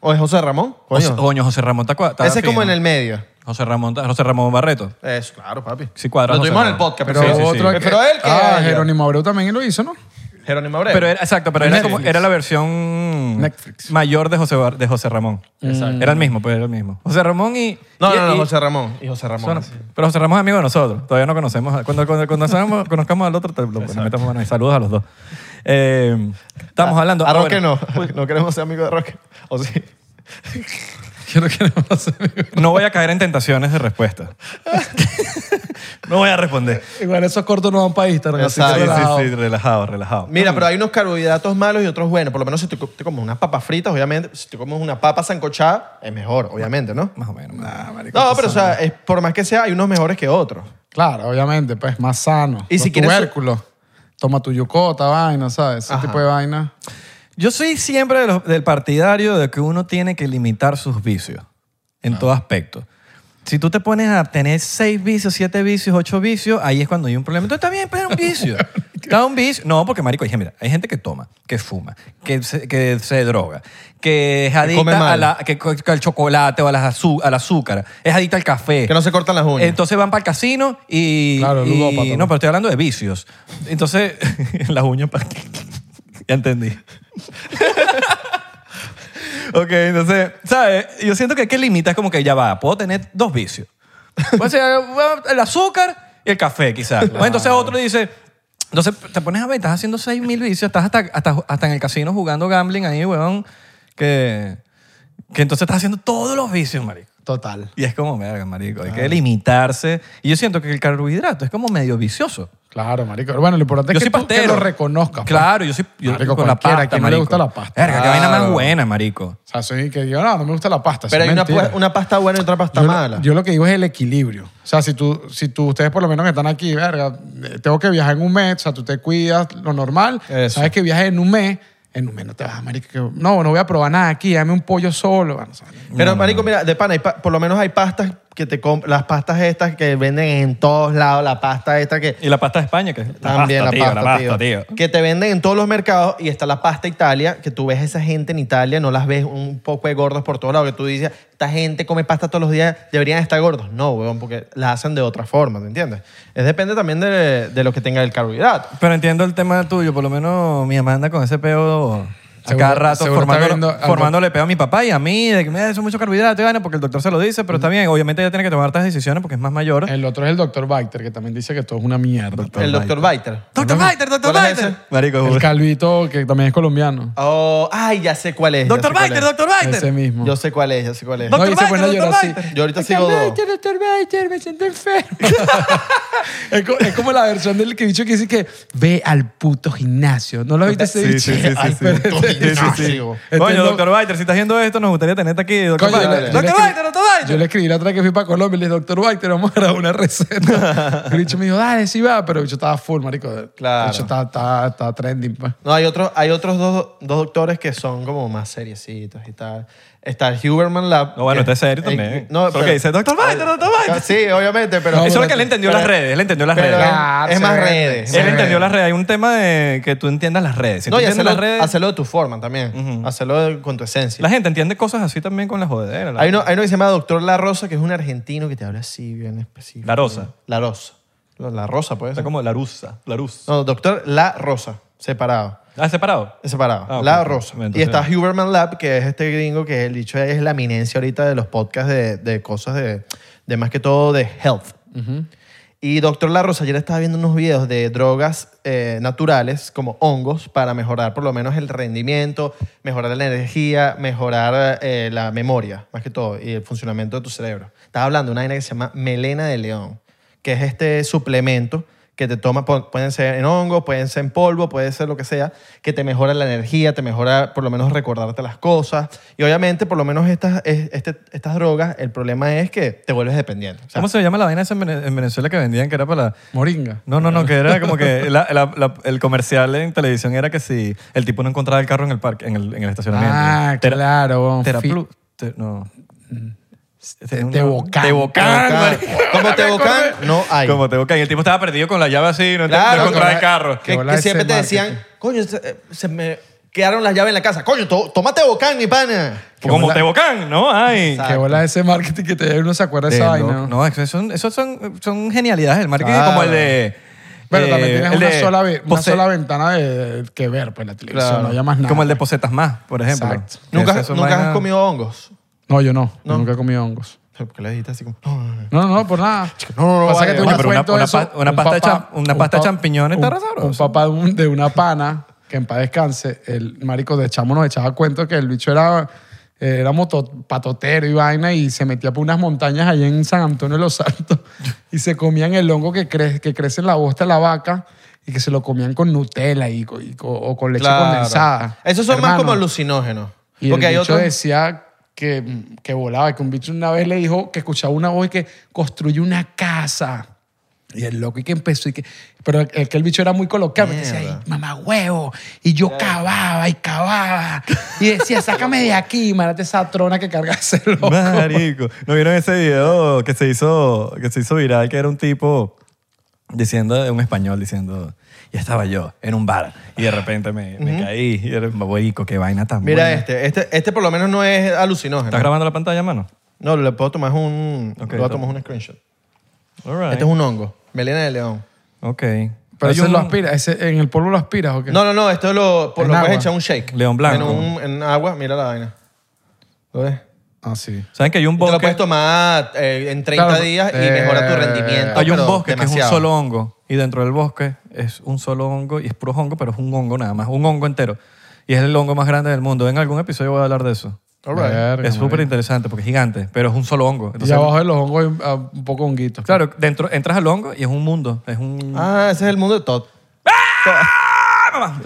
[SPEAKER 2] O es José Ramón.
[SPEAKER 3] José,
[SPEAKER 2] Coño.
[SPEAKER 3] coño, José Ramón está cua- está
[SPEAKER 2] Ese es como en
[SPEAKER 3] fino.
[SPEAKER 2] el medio.
[SPEAKER 3] José Ramón, está- José Ramón Barreto.
[SPEAKER 2] Eso, claro, papi.
[SPEAKER 3] Sí, cuadra.
[SPEAKER 2] Lo
[SPEAKER 3] José
[SPEAKER 2] tuvimos en el
[SPEAKER 3] Ramón.
[SPEAKER 2] podcast,
[SPEAKER 1] Pero,
[SPEAKER 2] sí, sí, sí.
[SPEAKER 1] otro que,
[SPEAKER 2] Pero él que-
[SPEAKER 1] Ah, Jerónimo Abreu también lo hizo, ¿no?
[SPEAKER 2] Jerónimo Abreu.
[SPEAKER 3] Pero era, exacto, pero era, como,
[SPEAKER 1] Netflix.
[SPEAKER 3] era la versión
[SPEAKER 1] Netflix.
[SPEAKER 3] mayor de José, Bar- de José Ramón. Exacto. Era el mismo, pues era el mismo. José Ramón y.
[SPEAKER 2] no,
[SPEAKER 3] y-
[SPEAKER 2] no, no,
[SPEAKER 3] y-
[SPEAKER 2] José Ramón. Y José
[SPEAKER 3] Son-
[SPEAKER 2] Ramón. sí.
[SPEAKER 3] pero José Ramón es amigo de nosotros. Todavía no conocemos. a- Cuando, cuando, cuando seamos- conozcamos al otro, te, lo- nos metemos mano ahí. Saludos a los dos. Eh, estamos hablando.
[SPEAKER 2] A
[SPEAKER 3] ah,
[SPEAKER 2] Roque
[SPEAKER 3] bueno,
[SPEAKER 2] no. No queremos ser amigos de Roque. O sí.
[SPEAKER 1] Yo no quiero hacer.
[SPEAKER 3] No voy a caer en tentaciones de respuesta. no voy a responder.
[SPEAKER 1] Igual esos cortos no van para Instagram. así que
[SPEAKER 2] Exacto.
[SPEAKER 3] Sí,
[SPEAKER 1] relajado.
[SPEAKER 3] sí, sí, relajado, relajado.
[SPEAKER 2] Mira, pero hay unos carbohidratos malos y otros buenos. Por lo menos si te, co- te comes unas papas fritas, obviamente. Si te comes una papa sancochada, es mejor, obviamente, ¿no?
[SPEAKER 3] Más o menos. Nah, marico.
[SPEAKER 2] No, pero o sea, es- por más que sea, hay unos mejores que otros.
[SPEAKER 1] Claro, obviamente, pues más sano.
[SPEAKER 2] Y
[SPEAKER 1] Los
[SPEAKER 2] si quieres-
[SPEAKER 1] tubérculos. Toma tu yucota, vaina, ¿sabes? Ese
[SPEAKER 2] Ajá.
[SPEAKER 1] tipo de vaina.
[SPEAKER 3] Yo soy siempre
[SPEAKER 2] Ah.
[SPEAKER 3] de los- del partidario de que uno tiene que limitar sus vicios en todo aspecto. Si tú te pones a tener seis vicios, siete vicios, ocho vicios, ahí es cuando hay un problema. Entonces está bien, pero un vicio. Está un vicio. No, porque marico, dije, mira, hay gente que toma, que fuma, que se, que se droga, que es adicta
[SPEAKER 2] come mal.
[SPEAKER 3] a la- que co- al chocolate o a las azu- al azúcar, es adicta al café.
[SPEAKER 2] Que no se cortan las uñas.
[SPEAKER 3] Entonces van para el casino y...
[SPEAKER 1] Claro,
[SPEAKER 3] y-
[SPEAKER 1] ludópata. pues.
[SPEAKER 3] No, pero estoy hablando de vicios. Entonces, las uñas para... ya entendí. Ok, entonces, ¿sabes? Yo siento que hay que limitar como que ya va, puedo tener dos vicios. Puede ser eh, el azúcar y el café, quizás. Bueno, entonces otro dice, entonces te pones a ver, estás haciendo seis mil vicios, estás hasta, hasta, hasta en el casino jugando gambling ahí, weón, que, que entonces estás haciendo todos los vicios, marico.
[SPEAKER 1] Total.
[SPEAKER 3] Y es como, verga, marico, hay que limitarse. Y yo siento que el carbohidrato es como medio vicioso.
[SPEAKER 1] Claro, marico. Bueno, lo importante
[SPEAKER 3] yo
[SPEAKER 1] es que,
[SPEAKER 3] soy
[SPEAKER 1] tú, que
[SPEAKER 3] pastero.
[SPEAKER 1] lo reconozcas. pues.
[SPEAKER 3] Claro, yo soy yo,
[SPEAKER 1] Marico,
[SPEAKER 3] con la
[SPEAKER 1] cualquiera,
[SPEAKER 3] pasta,
[SPEAKER 1] ¿a quién no le
[SPEAKER 3] marico.
[SPEAKER 1] gusta la pasta?
[SPEAKER 3] Verga, qué vaina más
[SPEAKER 2] Claro.
[SPEAKER 3] buena, marico.
[SPEAKER 1] O sea, soy que digo, no, no me gusta la pasta. Eso
[SPEAKER 2] Pero hay
[SPEAKER 1] es
[SPEAKER 2] una,
[SPEAKER 1] mentira.
[SPEAKER 2] pu- una pasta buena y otra pasta
[SPEAKER 1] yo, lo-
[SPEAKER 2] mala.
[SPEAKER 1] yo lo que digo es el equilibrio. O sea, si tú, si tú, ustedes por lo menos que están aquí, verga, eh, tengo que viajar en un mes, o sea, tú te cuidas lo normal.
[SPEAKER 2] Eso.
[SPEAKER 1] Sabes que viajes en un mes, en un mes no te vas a marico. que- No, no voy a probar nada aquí, dame un pollo solo. Bueno, o sea,
[SPEAKER 2] Pero, marico, mira, de pana, hay pa- por lo menos hay pastas que te comp- las pastas estas que venden en todos lados, la pasta esta que...
[SPEAKER 3] Y la pasta de España, que
[SPEAKER 2] También la
[SPEAKER 3] tío,
[SPEAKER 2] pasta,
[SPEAKER 3] la
[SPEAKER 2] tío.
[SPEAKER 3] pasta, tío.
[SPEAKER 2] Que te venden en todos los mercados y está la pasta Italia, que tú ves a esa gente en Italia, no las ves un poco de gordos por todos lados, que tú dices, esta gente come pasta todos los días, deberían estar gordos. No, weón, porque las hacen de otra forma, ¿te entiendes? Es depende también de, de lo que tenga el carbohidrato.
[SPEAKER 3] Pero entiendo el tema tuyo, por lo menos mi Amanda con ese peo a
[SPEAKER 1] Seguro-
[SPEAKER 3] cada rato
[SPEAKER 1] seguro está
[SPEAKER 3] formándolo-
[SPEAKER 1] viendo algo.
[SPEAKER 3] formándole peo a mi papá y a mí, de que me eso es mucho carbohidrato, y vaina, porque el doctor se lo dice, pero está bien, obviamente ella tiene que tomar otras decisiones porque es más mayor.
[SPEAKER 1] el otro es el doctor Bacter, que también dice que todo es una mierda.
[SPEAKER 2] el doctor Biter.
[SPEAKER 3] Doctor Biter, doctor
[SPEAKER 2] ¿Cuál es
[SPEAKER 3] Biter.
[SPEAKER 2] ese?
[SPEAKER 3] Marico,
[SPEAKER 1] El calvito, que también es colombiano.
[SPEAKER 2] Oh, ay, ya sé cuál es. ya
[SPEAKER 3] Doctor
[SPEAKER 2] sé cuál
[SPEAKER 3] Biter,
[SPEAKER 2] es.
[SPEAKER 3] doctor
[SPEAKER 1] Ese
[SPEAKER 3] Biter.
[SPEAKER 1] mismo.
[SPEAKER 2] Yo sé cuál es, ya sé cuál es.
[SPEAKER 1] No,
[SPEAKER 3] Doctor
[SPEAKER 1] y se pone a
[SPEAKER 3] Biter,
[SPEAKER 1] llorar
[SPEAKER 3] doctor
[SPEAKER 1] así.
[SPEAKER 3] Biter.
[SPEAKER 2] Yo ahorita
[SPEAKER 1] Doctor
[SPEAKER 2] sigo dos.
[SPEAKER 1] Biter, doctor Biter, me siento enfermo. es, co- es como la versión del que bicho que dice que ve al puto gimnasio. ¿No lo viste ese
[SPEAKER 3] Sí,
[SPEAKER 1] bicho?
[SPEAKER 3] sí, sí, sí,
[SPEAKER 1] Al
[SPEAKER 3] sí.
[SPEAKER 1] puto
[SPEAKER 2] Sí, sí, sí.
[SPEAKER 1] gimnasio.
[SPEAKER 3] Coño,
[SPEAKER 1] Entiendo-
[SPEAKER 3] doctor Biter, si estás viendo esto, nos gustaría tenerte aquí, doctor
[SPEAKER 1] Este Coño, yo le-
[SPEAKER 3] Biter.
[SPEAKER 1] yo le
[SPEAKER 3] Doctor
[SPEAKER 1] escribí-
[SPEAKER 3] Biter, doctor
[SPEAKER 1] Yo le
[SPEAKER 3] Biter.
[SPEAKER 1] escribí la otra vez que fui para Colombia y le dije, doctor Bacter, vamos a grabar una receta. el bicho me dijo, dale, sí va, pero el bicho estaba full, marico.
[SPEAKER 2] Claro.
[SPEAKER 1] El bicho estaba, estaba, estaba trending, pues.
[SPEAKER 2] No, hay, otro, hay otros dos, dos doctores que son como más seriecitos y tal. Está el Huberman Lab.
[SPEAKER 3] No, bueno,
[SPEAKER 2] que-
[SPEAKER 3] está serio
[SPEAKER 2] eh,
[SPEAKER 3] también.
[SPEAKER 2] no,
[SPEAKER 3] Solo
[SPEAKER 2] pero- Ah,
[SPEAKER 3] que dice, doctor Biter, doctor Biter.
[SPEAKER 2] Sí, obviamente, pero...
[SPEAKER 1] No,
[SPEAKER 3] Eso es lo
[SPEAKER 1] pero-
[SPEAKER 3] que él entendió las
[SPEAKER 2] pero-
[SPEAKER 3] redes, él entendió las
[SPEAKER 2] pero
[SPEAKER 3] redes.
[SPEAKER 1] Ah,
[SPEAKER 2] es, es más
[SPEAKER 1] se ve.
[SPEAKER 2] redes.
[SPEAKER 1] Se
[SPEAKER 2] es
[SPEAKER 3] Él
[SPEAKER 1] ve.
[SPEAKER 2] más
[SPEAKER 3] entendió
[SPEAKER 2] redes.
[SPEAKER 3] las redes. Hay un tema de que tú entiendas las redes. Si
[SPEAKER 2] No,
[SPEAKER 3] tú
[SPEAKER 2] y
[SPEAKER 3] entiendes
[SPEAKER 2] hacerlo,
[SPEAKER 3] las redes,
[SPEAKER 2] hacerlo de tu forma también. Hacerlo con tu esencia.
[SPEAKER 3] la gente entiende cosas así también con la jodedera. la-
[SPEAKER 2] Hay uno, hay uno que se llama Doctor La Rosa, que es un argentino que te habla así bien específico.
[SPEAKER 3] La Rosa.
[SPEAKER 2] La Rosa. No, La Rosa, puede
[SPEAKER 3] Está
[SPEAKER 2] ser.
[SPEAKER 3] como la rusa, la rusa.
[SPEAKER 2] No, Doctor La Rosa, separado.
[SPEAKER 3] Ah, separado.
[SPEAKER 2] Es separado.
[SPEAKER 3] Ah, ok.
[SPEAKER 2] La Rosa.
[SPEAKER 3] Entonces-
[SPEAKER 2] y está Huberman Lab, que es este gringo que el dicho es la eminencia ahorita de los podcasts de, de cosas de, de más que todo de health. Y doctor La Rosa, ayer estaba viendo unos videos de drogas eh, naturales como hongos para mejorar por lo menos el rendimiento, mejorar la energía, mejorar eh, la memoria, más que todo, y el funcionamiento de tu cerebro. Estaba hablando de una vaina que se llama melena de león, que es este suplemento que te toma, pon- pueden ser en hongo, pueden ser en polvo, puede ser lo que sea, que te mejora la energía, te mejora por lo menos recordarte las cosas. Y obviamente, por lo menos estas, es- este- estas drogas, el problema es que te vuelves dependiente. O sea,
[SPEAKER 3] ¿Cómo se llama la vaina esa en Vene- en Venezuela que vendían que era para la-
[SPEAKER 1] Moringa.
[SPEAKER 3] No, no, no, que era como que la- la- la- el comercial en televisión era que si el tipo no encontraba el carro en el parque, en el, en el estacionamiento.
[SPEAKER 1] Ah,
[SPEAKER 3] Tera-
[SPEAKER 1] claro.
[SPEAKER 3] Teraplu... te- no.
[SPEAKER 1] Mm. Tevocan.
[SPEAKER 3] Tevocan, marico.
[SPEAKER 2] como te bocan, no hay.
[SPEAKER 3] Como Tevocan. Y el tipo estaba perdido con la llave así, no,
[SPEAKER 2] Claro,
[SPEAKER 3] no encontraba el
[SPEAKER 1] que-
[SPEAKER 3] carro.
[SPEAKER 1] Qué
[SPEAKER 2] que,
[SPEAKER 1] bola
[SPEAKER 2] que
[SPEAKER 1] ese
[SPEAKER 2] siempre te decían,
[SPEAKER 1] marketing.
[SPEAKER 2] coño, se, eh, se me quedaron las llaves en la casa. Coño, to- tómate bocán, mi pana.
[SPEAKER 1] qué
[SPEAKER 3] Como
[SPEAKER 1] bola.
[SPEAKER 3] Tevocan, ¿no? Ay.
[SPEAKER 1] Que bola ese marketing que te uno se acuerda de esa
[SPEAKER 3] De
[SPEAKER 1] vaina.
[SPEAKER 3] lo- Eh, No, eso son, eso son, son genialidades del marketing,
[SPEAKER 2] Claro.
[SPEAKER 3] como el de.
[SPEAKER 1] Pero
[SPEAKER 3] eh,
[SPEAKER 1] también tienes
[SPEAKER 3] el
[SPEAKER 1] una,
[SPEAKER 3] de
[SPEAKER 1] sola, ve- una
[SPEAKER 3] pose-
[SPEAKER 1] sola ventana de, que ver, pues la televisión,
[SPEAKER 2] Claro.
[SPEAKER 1] no había más nada.
[SPEAKER 3] Como el de Posetas Más, por ejemplo.
[SPEAKER 1] Exacto.
[SPEAKER 3] Que
[SPEAKER 2] ¿Nunca,
[SPEAKER 3] esas son
[SPEAKER 2] nunca
[SPEAKER 3] vainas-
[SPEAKER 2] has comido hongos?
[SPEAKER 1] No, yo no, Yo nunca he comido hongos.
[SPEAKER 2] ¿Por qué le dijiste así como? "No, no, no"?
[SPEAKER 1] No, no, no, por nada.
[SPEAKER 2] No, no, no,
[SPEAKER 1] Pasa
[SPEAKER 2] vale.
[SPEAKER 1] que tengo
[SPEAKER 3] Oye,
[SPEAKER 1] un
[SPEAKER 3] pero una-
[SPEAKER 1] cuento
[SPEAKER 3] una
[SPEAKER 1] de eso,
[SPEAKER 3] pa- una
[SPEAKER 1] un
[SPEAKER 3] pasta de
[SPEAKER 1] papá-
[SPEAKER 3] cham- una
[SPEAKER 1] un
[SPEAKER 3] pasta de
[SPEAKER 1] pa-
[SPEAKER 3] champiñones
[SPEAKER 1] un-
[SPEAKER 3] está sabroso.
[SPEAKER 1] Un papá de, un- de una pana, que en paz descanse, el marico de chamo nos echaba cuento que el bicho era, eh, era motopatotero y vaina y se metía por unas montañas allá en San Antonio de los Santos y se comían el hongo que, crece que crece en la bosta de la vaca y que se lo comían con Nutella y, co- y co- o con leche
[SPEAKER 2] Claro.
[SPEAKER 1] condensada.
[SPEAKER 2] Esos son más
[SPEAKER 1] Hermano,
[SPEAKER 2] como alucinógenos.
[SPEAKER 1] y
[SPEAKER 2] porque
[SPEAKER 1] el
[SPEAKER 2] hay
[SPEAKER 1] bicho
[SPEAKER 2] otros.
[SPEAKER 1] decía que, que volaba, que un bicho una vez le dijo que escuchaba una voz y que construye una casa. Y el loco y que empezó y que... Pero el, el que el bicho era muy colocado. porque decía,
[SPEAKER 2] Mierda.
[SPEAKER 1] "Ay, mamá huevo. Y yo cavaba y cavaba. Y decía, sácame de aquí, márate esa trona que cargase loco.
[SPEAKER 3] Marico. ¿No vieron ese video que se hizo, que se hizo viral? Que era un tipo diciendo, un español diciendo, ya estaba yo en un bar y de repente me, me caí. Y era, marico, qué vaina tan
[SPEAKER 2] Mira
[SPEAKER 3] buena".
[SPEAKER 2] este, este, este por lo menos no es
[SPEAKER 3] ¿Estás
[SPEAKER 2] alucinógeno.
[SPEAKER 3] grabando la pantalla, mano?
[SPEAKER 2] No, le puedo tomar un,
[SPEAKER 3] Ok,
[SPEAKER 2] le voy a
[SPEAKER 3] to-
[SPEAKER 2] tomar un screenshot.
[SPEAKER 3] All right.
[SPEAKER 2] Este es un hongo, melena de león.
[SPEAKER 3] Ok.
[SPEAKER 1] Pero
[SPEAKER 3] Hay
[SPEAKER 1] ese
[SPEAKER 3] un-
[SPEAKER 1] lo aspira, ese, en el polvo lo aspiras o qué?
[SPEAKER 2] No, no, no, esto lo, por
[SPEAKER 1] En
[SPEAKER 2] lo puedes
[SPEAKER 1] agua.
[SPEAKER 2] echar un shake.
[SPEAKER 3] León blanco.
[SPEAKER 2] En, un- en agua, mira la vaina. ¿Lo ves?
[SPEAKER 1] Ah, sí.
[SPEAKER 3] ¿Saben que hay un
[SPEAKER 2] Y Te lo
[SPEAKER 3] bosque?
[SPEAKER 2] puedes tomar eh, en 30
[SPEAKER 1] Claro,
[SPEAKER 2] días y
[SPEAKER 1] eh,
[SPEAKER 2] mejora tu rendimiento.
[SPEAKER 3] Hay un
[SPEAKER 2] pero
[SPEAKER 3] bosque que es un
[SPEAKER 2] demasiado.
[SPEAKER 3] solo hongo y dentro del bosque es un solo hongo y es puro hongo, pero es un hongo nada más, un hongo entero. Y es el hongo más grande del mundo. En algún episodio voy a hablar de eso.
[SPEAKER 2] All right.
[SPEAKER 1] Verga,
[SPEAKER 3] es súper
[SPEAKER 1] marico.
[SPEAKER 3] interesante porque es gigante, pero es un solo hongo.
[SPEAKER 1] Y
[SPEAKER 3] Entonces,
[SPEAKER 1] abajo de los hongos hay ah, un poco honguitos.
[SPEAKER 3] claro, dentro, entras al hongo y es un mundo. Es un...
[SPEAKER 2] Ah, ese es el mundo de Todd.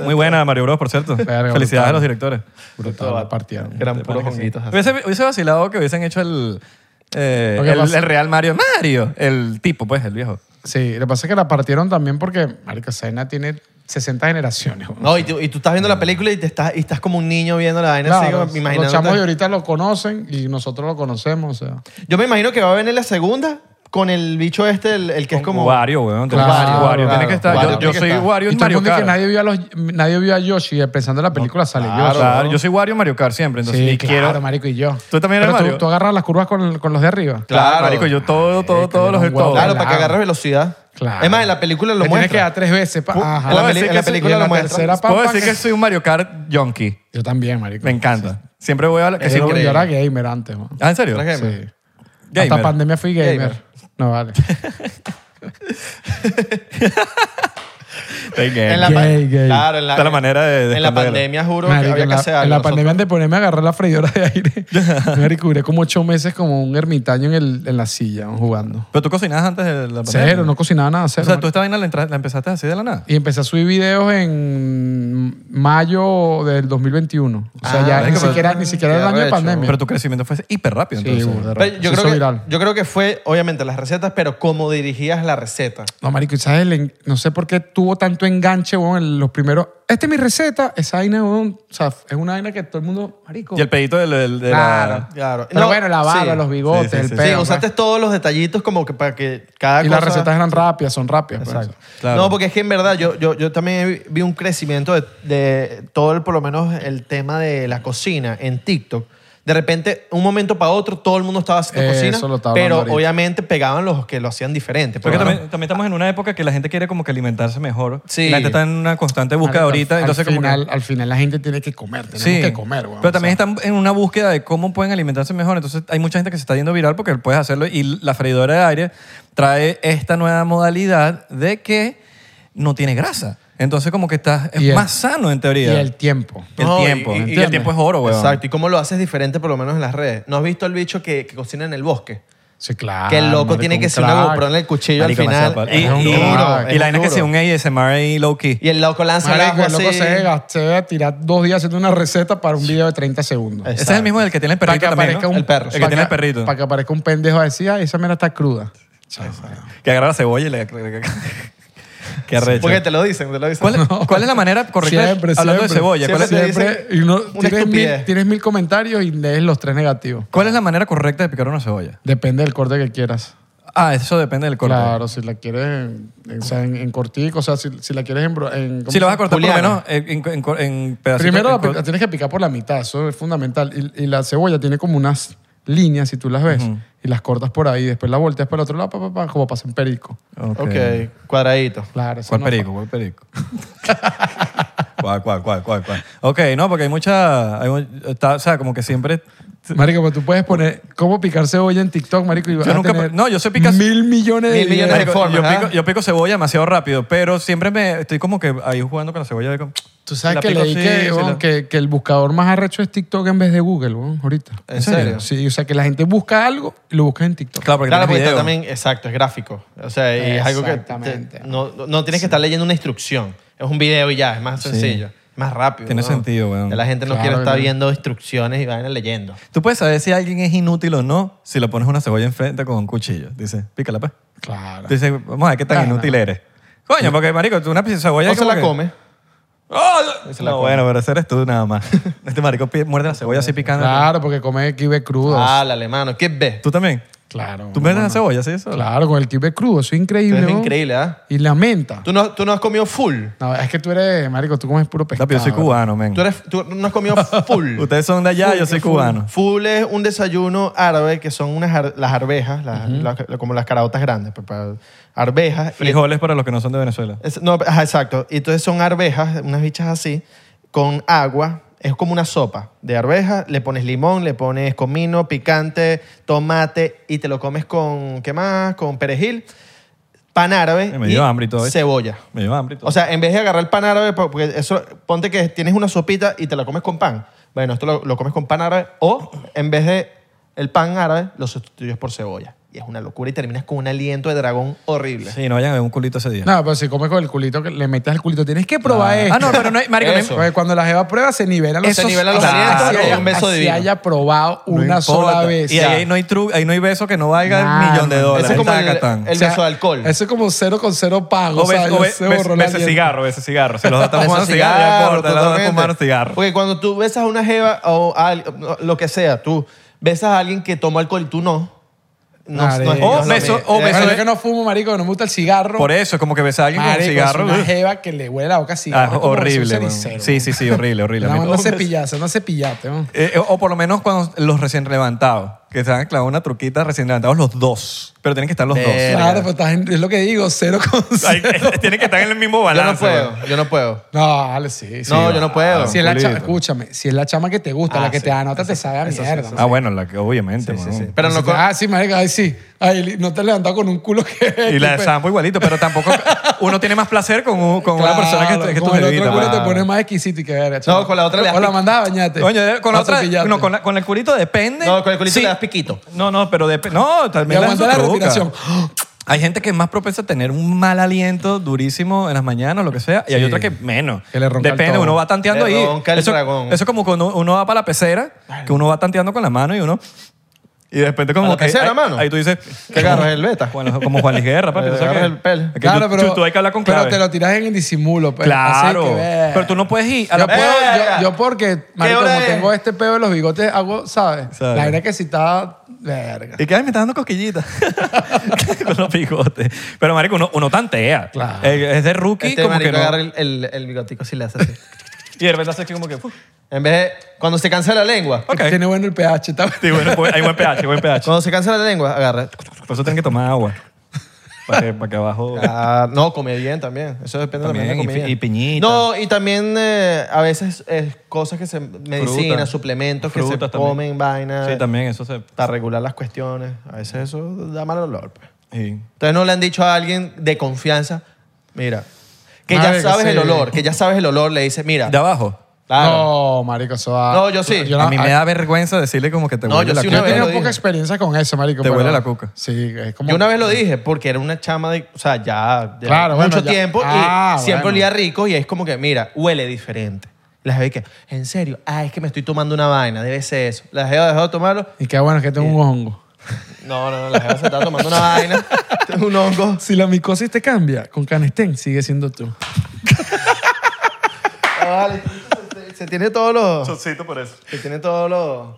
[SPEAKER 3] Muy buena Mario Bros, por cierto.
[SPEAKER 1] Verga,
[SPEAKER 3] Felicidades
[SPEAKER 1] brutal.
[SPEAKER 3] a los directores.
[SPEAKER 1] Brutal, la partieron.
[SPEAKER 2] Eran puros honguitos así.
[SPEAKER 3] Hubiese, hubiese vacilado que hubiesen hecho el, eh,
[SPEAKER 1] Lo que
[SPEAKER 3] el,
[SPEAKER 1] pasa-
[SPEAKER 3] el real Mario. Mario, el tipo, pues, el viejo.
[SPEAKER 1] Sí, lo que pasa es que la partieron también porque Marico Sena tiene 60 generaciones. güey.
[SPEAKER 2] No, y tú, y tú estás viendo la película y, te estás, y estás como un niño viendo la vaina así,
[SPEAKER 1] Claro,
[SPEAKER 2] como imaginándote.
[SPEAKER 1] los chamos de ahorita lo conocen y nosotros lo conocemos, o sea.
[SPEAKER 2] Yo me imagino que va a venir la segunda con el bicho este, el, el que es como...
[SPEAKER 3] Wario, weón.
[SPEAKER 1] Claro,
[SPEAKER 3] Wario, Wario.
[SPEAKER 1] claro,
[SPEAKER 3] tiene que estar.
[SPEAKER 2] Wario
[SPEAKER 3] yo
[SPEAKER 2] tiene
[SPEAKER 3] yo
[SPEAKER 2] que
[SPEAKER 3] soy
[SPEAKER 2] estar.
[SPEAKER 3] Wario
[SPEAKER 1] Y
[SPEAKER 3] y
[SPEAKER 1] todo el
[SPEAKER 3] Mario
[SPEAKER 1] mundo que
[SPEAKER 3] Kart.
[SPEAKER 1] nadie vio, a los, nadie vio a Yoshi y pensando en la película sale
[SPEAKER 3] Claro,
[SPEAKER 1] Yoshi.
[SPEAKER 3] claro, yo soy Wario Mario Kart siempre, entonces
[SPEAKER 1] sí,
[SPEAKER 3] y
[SPEAKER 1] claro,
[SPEAKER 3] quiero...
[SPEAKER 1] marico, y yo.
[SPEAKER 3] ¿Tú también eres
[SPEAKER 1] Pero
[SPEAKER 3] Mario?
[SPEAKER 1] Tú, tú agarras las curvas con, con los de arriba.
[SPEAKER 2] Claro.
[SPEAKER 3] Marico, yo todo, todo, todos los...
[SPEAKER 1] yo era un huevo.
[SPEAKER 3] todo.
[SPEAKER 2] Claro,
[SPEAKER 1] Claro.
[SPEAKER 2] para que agarres velocidad.
[SPEAKER 1] Claro.
[SPEAKER 2] Es más, en la película lo
[SPEAKER 1] Te tienes que
[SPEAKER 2] muestra.
[SPEAKER 1] dar tres veces. pa-
[SPEAKER 2] Pu-
[SPEAKER 1] Ajá.
[SPEAKER 2] en la, peli-
[SPEAKER 3] Puedo decir
[SPEAKER 2] en
[SPEAKER 3] que
[SPEAKER 2] la
[SPEAKER 3] sí,
[SPEAKER 1] Y
[SPEAKER 2] película
[SPEAKER 1] en
[SPEAKER 2] lo
[SPEAKER 1] la
[SPEAKER 2] muestra.
[SPEAKER 1] tercera, pam,
[SPEAKER 3] Puedo
[SPEAKER 1] pam,
[SPEAKER 3] decir que soy un Mario Kart junkie.
[SPEAKER 1] Yo también, marico.
[SPEAKER 3] Me encanta. Siempre voy a... la- Que
[SPEAKER 1] Que
[SPEAKER 3] sí,
[SPEAKER 1] yo,
[SPEAKER 2] increíble.
[SPEAKER 1] yo era gamer antes, man.
[SPEAKER 3] ah, ¿en serio?
[SPEAKER 2] Gamer.
[SPEAKER 1] Sí. Hasta
[SPEAKER 3] Gamer.
[SPEAKER 1] pandemia fui gamer.
[SPEAKER 2] Gamer.
[SPEAKER 1] No, vale.
[SPEAKER 3] Soy gamer.
[SPEAKER 2] En la pa-
[SPEAKER 1] Gay, gay.
[SPEAKER 2] Claro, en la,
[SPEAKER 3] Está la manera de- de
[SPEAKER 2] en la
[SPEAKER 3] esconderlo.
[SPEAKER 2] pandemia juro
[SPEAKER 1] Marico,
[SPEAKER 2] que había
[SPEAKER 1] en
[SPEAKER 2] que
[SPEAKER 1] la,
[SPEAKER 2] hacer
[SPEAKER 1] en
[SPEAKER 2] algo.
[SPEAKER 1] la
[SPEAKER 2] nosotros.
[SPEAKER 1] pandemia antes de ponerme a agarrar la freidora de aire, marico, duré como ocho meses como un ermitaño en, el, en la silla, man, jugando.
[SPEAKER 3] Pero tú cocinabas antes de la pandemia.
[SPEAKER 1] Cero, no cocinaba nada,
[SPEAKER 3] O
[SPEAKER 1] cero.
[SPEAKER 3] sea, tú
[SPEAKER 1] marico.
[SPEAKER 3] esta vaina la, entra- la empezaste así de la nada.
[SPEAKER 1] Y empecé a subir videos en mayo del 2021. O sea,
[SPEAKER 2] Ah,
[SPEAKER 1] ya
[SPEAKER 3] marico,
[SPEAKER 1] ni
[SPEAKER 3] pero-
[SPEAKER 1] siquiera, ni siquiera
[SPEAKER 2] qué
[SPEAKER 1] era el año de
[SPEAKER 2] arrecho.
[SPEAKER 1] pandemia.
[SPEAKER 3] Pero tu crecimiento fue hiper rápido.
[SPEAKER 1] Sí,
[SPEAKER 3] entonces.
[SPEAKER 1] burda,
[SPEAKER 2] Pero pues,
[SPEAKER 1] se
[SPEAKER 2] yo, creo
[SPEAKER 1] hizo
[SPEAKER 2] que,
[SPEAKER 1] viral.
[SPEAKER 2] yo creo que fue, obviamente, las recetas, pero cómo dirigías la receta.
[SPEAKER 1] No, marico, y ¿sabes? el en- No sé por qué tuvo tanto enganche, weón, en los primeros... Esta es mi receta. Esa vaina, weón, o sea, es una vaina que todo el mundo... Marico.
[SPEAKER 3] Y el pedito del... del- de la-
[SPEAKER 1] Claro,
[SPEAKER 2] Claro.
[SPEAKER 1] Pero
[SPEAKER 2] No,
[SPEAKER 1] bueno, la barba,
[SPEAKER 2] sí.
[SPEAKER 1] los bigotes,
[SPEAKER 3] Sí, sí,
[SPEAKER 1] el
[SPEAKER 3] sí,
[SPEAKER 1] pelo.
[SPEAKER 2] sí,
[SPEAKER 1] pues.
[SPEAKER 2] usaste todos los detallitos como que para que cada
[SPEAKER 1] y
[SPEAKER 2] cosa...
[SPEAKER 1] las recetas eran rápidas, son rápidas. pues.
[SPEAKER 2] Exacto.
[SPEAKER 3] Claro.
[SPEAKER 2] No, porque es que en verdad yo, yo, yo también vi un crecimiento de, de todo, el, por lo menos el tema de la cocina en TikTok. De repente, un momento para otro, todo el mundo estaba haciendo
[SPEAKER 1] Eh,
[SPEAKER 2] cocina,
[SPEAKER 1] eso lo estaba
[SPEAKER 2] pero
[SPEAKER 1] hablando ahorita.
[SPEAKER 2] obviamente pegaban los que lo hacían diferente. pues,
[SPEAKER 3] Porque
[SPEAKER 2] pero bueno.
[SPEAKER 3] también, también estamos en una época que la gente quiere como que alimentarse mejor.
[SPEAKER 2] Sí.
[SPEAKER 3] Y La gente está en una constante
[SPEAKER 1] Marico,
[SPEAKER 3] búsqueda ahorita.
[SPEAKER 1] al,
[SPEAKER 3] entonces
[SPEAKER 1] al
[SPEAKER 3] como que-
[SPEAKER 1] final, al final la gente tiene que comer, tenemos que comer, weón.
[SPEAKER 3] Pero también están en una búsqueda de cómo pueden alimentarse mejor. Entonces hay mucha gente que se está yendo viral porque puedes hacerlo. Y la freidora de aire trae esta nueva modalidad de que no tiene grasa. Entonces como que estás es
[SPEAKER 1] Y el-
[SPEAKER 3] más sano en
[SPEAKER 1] Y
[SPEAKER 3] teoría.
[SPEAKER 1] el tiempo.
[SPEAKER 3] El
[SPEAKER 2] No,
[SPEAKER 3] tiempo.
[SPEAKER 2] y- y-
[SPEAKER 3] Y,
[SPEAKER 1] ¿entiendes?
[SPEAKER 3] el tiempo es oro, weón.
[SPEAKER 2] Exacto, y cómo lo haces diferente por lo menos en las redes. ¿No has visto al bicho que, que cocina en el bosque?
[SPEAKER 1] Sí, claro.
[SPEAKER 3] Ah,
[SPEAKER 2] que el loco
[SPEAKER 1] marico,
[SPEAKER 2] tiene
[SPEAKER 1] un
[SPEAKER 2] que ser una
[SPEAKER 1] crack.
[SPEAKER 2] GoPro en el cuchillo
[SPEAKER 3] Marico,
[SPEAKER 2] al
[SPEAKER 3] demasiado
[SPEAKER 2] final.
[SPEAKER 3] padre. Y,
[SPEAKER 1] Es un
[SPEAKER 3] y-
[SPEAKER 1] duro,
[SPEAKER 3] y la vaina que
[SPEAKER 2] duro.
[SPEAKER 3] sea un ASMR ahí low key.
[SPEAKER 2] Y el loco lanza el
[SPEAKER 1] Marico,
[SPEAKER 2] ajo
[SPEAKER 1] el loco
[SPEAKER 2] así.
[SPEAKER 1] se debe gastar- se debe tirar dos días haciendo una receta para un video de 30 segundos.
[SPEAKER 2] Es
[SPEAKER 3] Ese es el mismo del que tiene el
[SPEAKER 1] Para
[SPEAKER 3] perrito
[SPEAKER 1] que
[SPEAKER 3] también,
[SPEAKER 1] aparezca
[SPEAKER 3] ¿no?
[SPEAKER 1] un
[SPEAKER 2] El perro.
[SPEAKER 3] El que
[SPEAKER 1] para
[SPEAKER 3] tiene el perrito.
[SPEAKER 1] Para que aparezca un pendejo decía, esa mera está cruda.
[SPEAKER 3] Que agarra la cebolla y le... Qué arrecho.
[SPEAKER 2] Porque te lo dicen, te lo dicen.
[SPEAKER 3] ¿Cuál, cuál es la manera correcta? de-
[SPEAKER 1] Siempre,
[SPEAKER 3] hablando de
[SPEAKER 1] siempre.
[SPEAKER 3] cebolla, ¿cuál es,
[SPEAKER 2] Siempre.
[SPEAKER 1] Siempre
[SPEAKER 2] Te
[SPEAKER 1] y
[SPEAKER 2] dicen
[SPEAKER 1] no-
[SPEAKER 2] una
[SPEAKER 1] tienes, mil,
[SPEAKER 2] estupidez.
[SPEAKER 1] tienes mil comentarios y lees los tres negativos.
[SPEAKER 3] cuál es la manera correcta de picar una cebolla?
[SPEAKER 1] Depende del corte que quieras.
[SPEAKER 3] Ah, eso depende del corte.
[SPEAKER 1] Claro, si la quieres en, en- o sea, en- en cortico, o sea, si, si la quieres en... bro- en- ¿cómo
[SPEAKER 3] Si lo vas a
[SPEAKER 1] se-
[SPEAKER 3] cortar
[SPEAKER 2] Juliana.
[SPEAKER 3] por lo menos en, en- en- en pedacitos.
[SPEAKER 1] Primero la,
[SPEAKER 3] en cor-
[SPEAKER 1] la tienes que picar por la mitad, eso es fundamental. Y, y la cebolla tiene como unas líneas, si tú las ves, y las cortas por ahí, después la volteas para el otro lado, pa, pa, pa, como pasa en perico.
[SPEAKER 3] Ok.
[SPEAKER 2] ok, cuadradito.
[SPEAKER 1] Claro, eso
[SPEAKER 3] ¿Cuál
[SPEAKER 1] no-
[SPEAKER 3] perico? ¿Cuál perico? ¿Cuál, cuál, cuál, cuál, cuál? Ok, no, porque hay mucha... hay mu- está- o sea, como que siempre...
[SPEAKER 1] Marico, pero tú puedes poner cómo picar cebolla en TikTok, marico, y vas
[SPEAKER 3] Yo
[SPEAKER 1] a
[SPEAKER 3] nunca-
[SPEAKER 1] tener
[SPEAKER 3] no, yo sé picar-
[SPEAKER 1] mil millones de
[SPEAKER 2] Mil millones
[SPEAKER 1] videos.
[SPEAKER 2] de- formas,
[SPEAKER 3] yo,
[SPEAKER 2] ¿ah?
[SPEAKER 3] pico, yo pico cebolla demasiado rápido, pero siempre me estoy como que ahí jugando con la cebolla. de como-
[SPEAKER 1] Tú sabes
[SPEAKER 3] la
[SPEAKER 1] que
[SPEAKER 3] pico
[SPEAKER 1] leí
[SPEAKER 3] así,
[SPEAKER 1] que,
[SPEAKER 3] se
[SPEAKER 1] weón,
[SPEAKER 3] la-
[SPEAKER 1] que, que el buscador más arrecho es TikTok en vez de Google, weón, ahorita.
[SPEAKER 2] ¿En serio?
[SPEAKER 1] Sí, o sea, que la gente busca algo y lo busca en TikTok.
[SPEAKER 3] Eh, Claro, porque,
[SPEAKER 2] Claro,
[SPEAKER 3] tienes
[SPEAKER 2] porque está
[SPEAKER 3] video.
[SPEAKER 2] también, exacto, es gráfico. O sea, y es algo que te-
[SPEAKER 1] Exactamente.
[SPEAKER 2] no, no tienes que estar leyendo una instrucción. Es un video y ya, es más sencillo. más rápido.
[SPEAKER 3] Tiene
[SPEAKER 2] ¿no?
[SPEAKER 3] sentido, weón.
[SPEAKER 2] Ya la gente no
[SPEAKER 1] Claro,
[SPEAKER 2] quiere estar
[SPEAKER 1] weón.
[SPEAKER 2] viendo instrucciones y vayan leyendo.
[SPEAKER 3] Tú puedes saber si alguien es inútil o no si le pones una cebolla enfrente con un cuchillo. Dice, pícala, pues.
[SPEAKER 1] Claro.
[SPEAKER 3] Dice, vamos a ver qué tan
[SPEAKER 1] Claro.
[SPEAKER 3] inútil eres. Coño, porque, marico, tú una pieza de cebolla...
[SPEAKER 2] O
[SPEAKER 3] es
[SPEAKER 2] se
[SPEAKER 3] como
[SPEAKER 2] Pues la
[SPEAKER 3] que-
[SPEAKER 2] come.
[SPEAKER 3] ¡Ah!
[SPEAKER 2] Se la
[SPEAKER 3] No,
[SPEAKER 2] come.
[SPEAKER 3] bueno, pero ese eres tú nada más. Este marico pi- muerde la cebolla así picando.
[SPEAKER 1] Claro, porque come kibe crudo.
[SPEAKER 2] Ah, el alemano. ¿Qué ves?
[SPEAKER 3] ¿Tú también?
[SPEAKER 1] Claro.
[SPEAKER 3] ¿Tú muerdes
[SPEAKER 1] no,
[SPEAKER 3] la
[SPEAKER 1] no.
[SPEAKER 3] cebolla así? Eso?
[SPEAKER 1] Claro, con el kibe crudo. Eso es
[SPEAKER 2] Tú
[SPEAKER 1] increíble.
[SPEAKER 2] eres
[SPEAKER 1] ¿no?
[SPEAKER 2] increíble, ¿ah?
[SPEAKER 1] Y la menta.
[SPEAKER 2] ¿Tú no, tú no has comido full.
[SPEAKER 1] No, es que tú eres, marico, tú comes puro pescado.
[SPEAKER 3] Papi, yo soy cubano, men.
[SPEAKER 2] Pues Tú, eres, tú no has comido full.
[SPEAKER 3] Ustedes son de allá, yo soy cubano.
[SPEAKER 2] Full es un desayuno árabe que son unas ar- las arvejas, las- las- como las caraotas grandes, pues, para- arvejas. y-
[SPEAKER 3] Frijoles para los que no son de Venezuela.
[SPEAKER 2] es- no, ajá, exacto. Y entonces son arvejas, unas bichas así, con agua. Es como una sopa de arvejas. Le pones limón, le pones comino, picante, tomate y te lo comes con, ¿qué más? Con perejil, pan árabe
[SPEAKER 3] Eh, me
[SPEAKER 2] y
[SPEAKER 3] dio hambre y todo, ¿eh?
[SPEAKER 2] cebolla.
[SPEAKER 3] Me lleva hambre y todo.
[SPEAKER 2] O sea, en vez de agarrar el pan árabe, po- porque eso, ponte que tienes una sopita y te la comes con pan. Bueno, esto lo, lo comes con pan árabe o en vez de el pan árabe, lo sustituyes por cebolla. Y es una locura y terminas con un aliento de dragón horrible.
[SPEAKER 3] sí, no vayan a ver un culito ese día.
[SPEAKER 1] No, pero si comes con el culito, que le metes el culito. Tienes que probar esto.
[SPEAKER 3] Ah, no, pero no hay, marico, no hay-
[SPEAKER 2] Eso.
[SPEAKER 1] Porque cuando la jeva prueba, se nivelan los
[SPEAKER 2] Se
[SPEAKER 1] esos-
[SPEAKER 2] nivelan los
[SPEAKER 1] así
[SPEAKER 3] alientos y
[SPEAKER 1] haya-
[SPEAKER 3] hay un
[SPEAKER 2] beso
[SPEAKER 1] así
[SPEAKER 2] divino.
[SPEAKER 1] haya probado
[SPEAKER 3] no
[SPEAKER 1] una
[SPEAKER 3] importa.
[SPEAKER 1] sola vez.
[SPEAKER 3] Y ahí no hay truco, ahí no hay beso que no valga
[SPEAKER 1] Nah,
[SPEAKER 3] un millón de
[SPEAKER 1] no.
[SPEAKER 3] dólares.
[SPEAKER 2] Ese es como el,
[SPEAKER 3] Tacatán.
[SPEAKER 2] el
[SPEAKER 1] O sea,
[SPEAKER 2] beso de alcohol.
[SPEAKER 1] Eso es como cero con cero pago.
[SPEAKER 3] O
[SPEAKER 1] o sea,
[SPEAKER 3] beso,
[SPEAKER 1] yo
[SPEAKER 3] o be-
[SPEAKER 1] sé
[SPEAKER 3] beso-
[SPEAKER 1] borrar
[SPEAKER 3] beso
[SPEAKER 1] el aliento.
[SPEAKER 3] cigarro, beso cigarro. Si los dos están
[SPEAKER 2] Beso
[SPEAKER 3] fumando
[SPEAKER 2] de
[SPEAKER 3] cigarro, ya importa, los dos
[SPEAKER 2] totalmente.
[SPEAKER 3] fumaron cigarro.
[SPEAKER 2] Porque cuando tú besas a una jeva o a al- lo que sea, tú besas a alguien que tomó alcohol y tú no. no,
[SPEAKER 1] Madre.
[SPEAKER 2] no es-
[SPEAKER 1] O
[SPEAKER 2] no es lo
[SPEAKER 3] beso-
[SPEAKER 2] mismo.
[SPEAKER 3] o
[SPEAKER 2] Eh,
[SPEAKER 1] Bueno,
[SPEAKER 3] beso
[SPEAKER 1] yo
[SPEAKER 3] de-
[SPEAKER 1] que no fumo, marico, que no me gusta el cigarro.
[SPEAKER 3] Por eso, es como que besar a alguien con un
[SPEAKER 1] Marico,
[SPEAKER 3] cigarro.
[SPEAKER 1] es una
[SPEAKER 3] Ah,
[SPEAKER 1] jeva que le huele la boca a cigarro. es como
[SPEAKER 3] horrible.
[SPEAKER 1] un
[SPEAKER 3] weón.
[SPEAKER 1] cenicero.
[SPEAKER 3] Sí, sí, sí, horrible, horrible. pues,
[SPEAKER 1] Nada
[SPEAKER 3] A mí
[SPEAKER 1] más
[SPEAKER 3] todo-
[SPEAKER 1] no cepillaste, no cepillaste. ¿no?
[SPEAKER 3] Eh, eh, o por lo menos cuando los recién levantados, que se han clavado una truquita recién levantados los dos. Pero tienen que estar los
[SPEAKER 2] Verga.
[SPEAKER 1] Claro, pues estás en- es lo que digo, cero con
[SPEAKER 3] dos. Ay, eh.
[SPEAKER 1] cero.
[SPEAKER 3] tienen que estar en el mismo
[SPEAKER 2] Yo no
[SPEAKER 3] balance. weón.
[SPEAKER 2] puedo, yo no puedo.
[SPEAKER 1] No, dale, sí. sí.
[SPEAKER 2] No, yo no puedo.
[SPEAKER 1] Si es la
[SPEAKER 3] Culito.
[SPEAKER 1] chama, escúchame, si es la chama que te gusta,
[SPEAKER 2] Ah,
[SPEAKER 1] la que
[SPEAKER 2] sí.
[SPEAKER 1] te anota, te sabe a
[SPEAKER 2] eso sí,
[SPEAKER 1] mierda.
[SPEAKER 2] eso
[SPEAKER 3] Ah, bueno, la que, obviamente.
[SPEAKER 2] Sí, sí,
[SPEAKER 3] weón.
[SPEAKER 2] sí. Pero no,
[SPEAKER 1] Entonces,
[SPEAKER 2] co-
[SPEAKER 1] ah, sí, marica, ay, sí. Ay, no te has levantado con un culo que...
[SPEAKER 3] Y la de
[SPEAKER 1] que-
[SPEAKER 3] Sampo igualito, pero tampoco uno tiene más placer con, un- con una
[SPEAKER 1] Claro,
[SPEAKER 3] persona que, que tu
[SPEAKER 1] con el
[SPEAKER 3] jevita,
[SPEAKER 1] otro culo
[SPEAKER 3] mano.
[SPEAKER 1] te pones más exquisito y que verga, chama.
[SPEAKER 2] con la otra le das
[SPEAKER 1] O la
[SPEAKER 2] pic-
[SPEAKER 1] mandaba a bañarte.
[SPEAKER 3] Coño, eh, con,
[SPEAKER 1] O
[SPEAKER 3] la otra,
[SPEAKER 1] cepillarte.
[SPEAKER 3] no, con, la- con el culito depende.
[SPEAKER 2] No, con el culito
[SPEAKER 3] Sí.
[SPEAKER 2] le das piquito.
[SPEAKER 3] No, no, pero depende. No,
[SPEAKER 1] Y
[SPEAKER 3] también
[SPEAKER 1] aguanta
[SPEAKER 3] su
[SPEAKER 1] la
[SPEAKER 3] truca.
[SPEAKER 1] respiración.
[SPEAKER 3] Hay gente que es más propensa a tener un mal aliento durísimo en las mañanas, lo que sea, y hay otra que menos.
[SPEAKER 1] Que le ronca el
[SPEAKER 3] Depende,
[SPEAKER 1] todo.
[SPEAKER 3] uno va tanteando
[SPEAKER 2] Le
[SPEAKER 3] ahí.
[SPEAKER 2] ronca el
[SPEAKER 3] eso,
[SPEAKER 2] dragón.
[SPEAKER 3] eso es como cuando uno va para la pecera, que uno va tanteando con la mano y uno. Y de repente, como
[SPEAKER 2] ¿A la
[SPEAKER 3] que.
[SPEAKER 2] pecera,
[SPEAKER 3] ahí,
[SPEAKER 2] mano?
[SPEAKER 3] ahí tú dices.
[SPEAKER 2] ¿Qué agarras, el beta?
[SPEAKER 3] Bueno, como Juan Luis Guerra, papi.
[SPEAKER 2] Le
[SPEAKER 3] ¿tú sabes
[SPEAKER 2] agarras
[SPEAKER 3] qué?
[SPEAKER 2] el pelo.
[SPEAKER 3] Es que
[SPEAKER 1] Claro,
[SPEAKER 3] tú-
[SPEAKER 1] pero,
[SPEAKER 3] tú- tú hay que hablar con
[SPEAKER 1] pero
[SPEAKER 3] clave.
[SPEAKER 1] te lo tiras en el disimulo. Pues.
[SPEAKER 3] Claro.
[SPEAKER 1] Así que, ve.
[SPEAKER 3] Pero tú no puedes ir a
[SPEAKER 1] Yo,
[SPEAKER 3] la
[SPEAKER 1] puedo-
[SPEAKER 2] verga.
[SPEAKER 1] yo, yo porque, marico,
[SPEAKER 2] hora
[SPEAKER 1] como
[SPEAKER 2] es?
[SPEAKER 1] tengo este peo de los bigotes, hago, ¿sabes?
[SPEAKER 3] ¿Sabes?
[SPEAKER 1] La verdad que si está... Verga.
[SPEAKER 3] Y que, ay, me está dando cosquillitas con los bigotes. Pero, marico, uno, uno tantea.
[SPEAKER 1] Claro.
[SPEAKER 3] Eh, Es de rookie
[SPEAKER 2] Este
[SPEAKER 3] como que
[SPEAKER 2] marico
[SPEAKER 3] no.
[SPEAKER 2] agarra el, el, el bigotico si le hace así.
[SPEAKER 3] Y de repente hace que como que... "Fu".
[SPEAKER 2] en vez de... Cuando se cansa la lengua.
[SPEAKER 3] Ok.
[SPEAKER 1] Tiene bueno el pH. Está bueno.
[SPEAKER 3] Sí, bueno, pues, hay buen pH, buen pH.
[SPEAKER 2] Cuando se cansa la lengua, agarra.
[SPEAKER 3] Por eso tienen que tomar agua. Para que, para que abajo...
[SPEAKER 2] Ah, no, come bien también. Eso depende
[SPEAKER 3] También,
[SPEAKER 2] también de la
[SPEAKER 3] y
[SPEAKER 2] comida.
[SPEAKER 3] pi- y piñita.
[SPEAKER 2] No, y también eh, a veces eh, cosas que se... Medicina,
[SPEAKER 3] Fruta.
[SPEAKER 2] suplementos que se
[SPEAKER 3] Frutas también.
[SPEAKER 2] comen, vainas.
[SPEAKER 3] Sí, también, eso se...
[SPEAKER 2] Para regular las cuestiones. A veces eso da mal olor. pues.
[SPEAKER 3] sí.
[SPEAKER 2] Entonces no le han dicho a alguien de confianza, mira, que
[SPEAKER 1] Madre,
[SPEAKER 2] ya sabes
[SPEAKER 1] sí.
[SPEAKER 2] el olor, que ya sabes el olor, le dice, mira.
[SPEAKER 3] ¿De abajo?
[SPEAKER 2] claro.
[SPEAKER 1] No, marico, eso da-
[SPEAKER 2] No, yo sí.
[SPEAKER 1] la-
[SPEAKER 3] a mí me da vergüenza decirle como que te
[SPEAKER 2] No,
[SPEAKER 3] huele
[SPEAKER 2] yo
[SPEAKER 3] la
[SPEAKER 2] sí
[SPEAKER 1] Yo
[SPEAKER 2] una
[SPEAKER 1] he
[SPEAKER 3] cuca.
[SPEAKER 2] vez
[SPEAKER 1] tenido
[SPEAKER 2] lo
[SPEAKER 1] poca
[SPEAKER 2] dije.
[SPEAKER 1] experiencia con eso, marico.
[SPEAKER 3] Te
[SPEAKER 1] pero-
[SPEAKER 3] huele la cuca.
[SPEAKER 1] Sí, es como...
[SPEAKER 2] Yo una vez lo dije porque era una chama de, o sea, ya de
[SPEAKER 1] Claro,
[SPEAKER 2] mucho
[SPEAKER 1] bueno, ya.
[SPEAKER 2] tiempo
[SPEAKER 1] Ah,
[SPEAKER 2] y siempre
[SPEAKER 1] bueno.
[SPEAKER 2] olía rico y es como que, mira, huele diferente. Las ve que, en serio, ah, es que me estoy tomando una vaina, debe ser eso. La jeva dejó de tomarlo.
[SPEAKER 1] Y qué bueno que tengo un hongo.
[SPEAKER 2] No, no, no, la jeva se está tomando una vaina, un hongo.
[SPEAKER 1] Si la micosis te cambia, con canestén sigue siendo tú.
[SPEAKER 2] Ah, vale, se- se- se tiene todos los
[SPEAKER 3] por eso.
[SPEAKER 2] se tiene todos los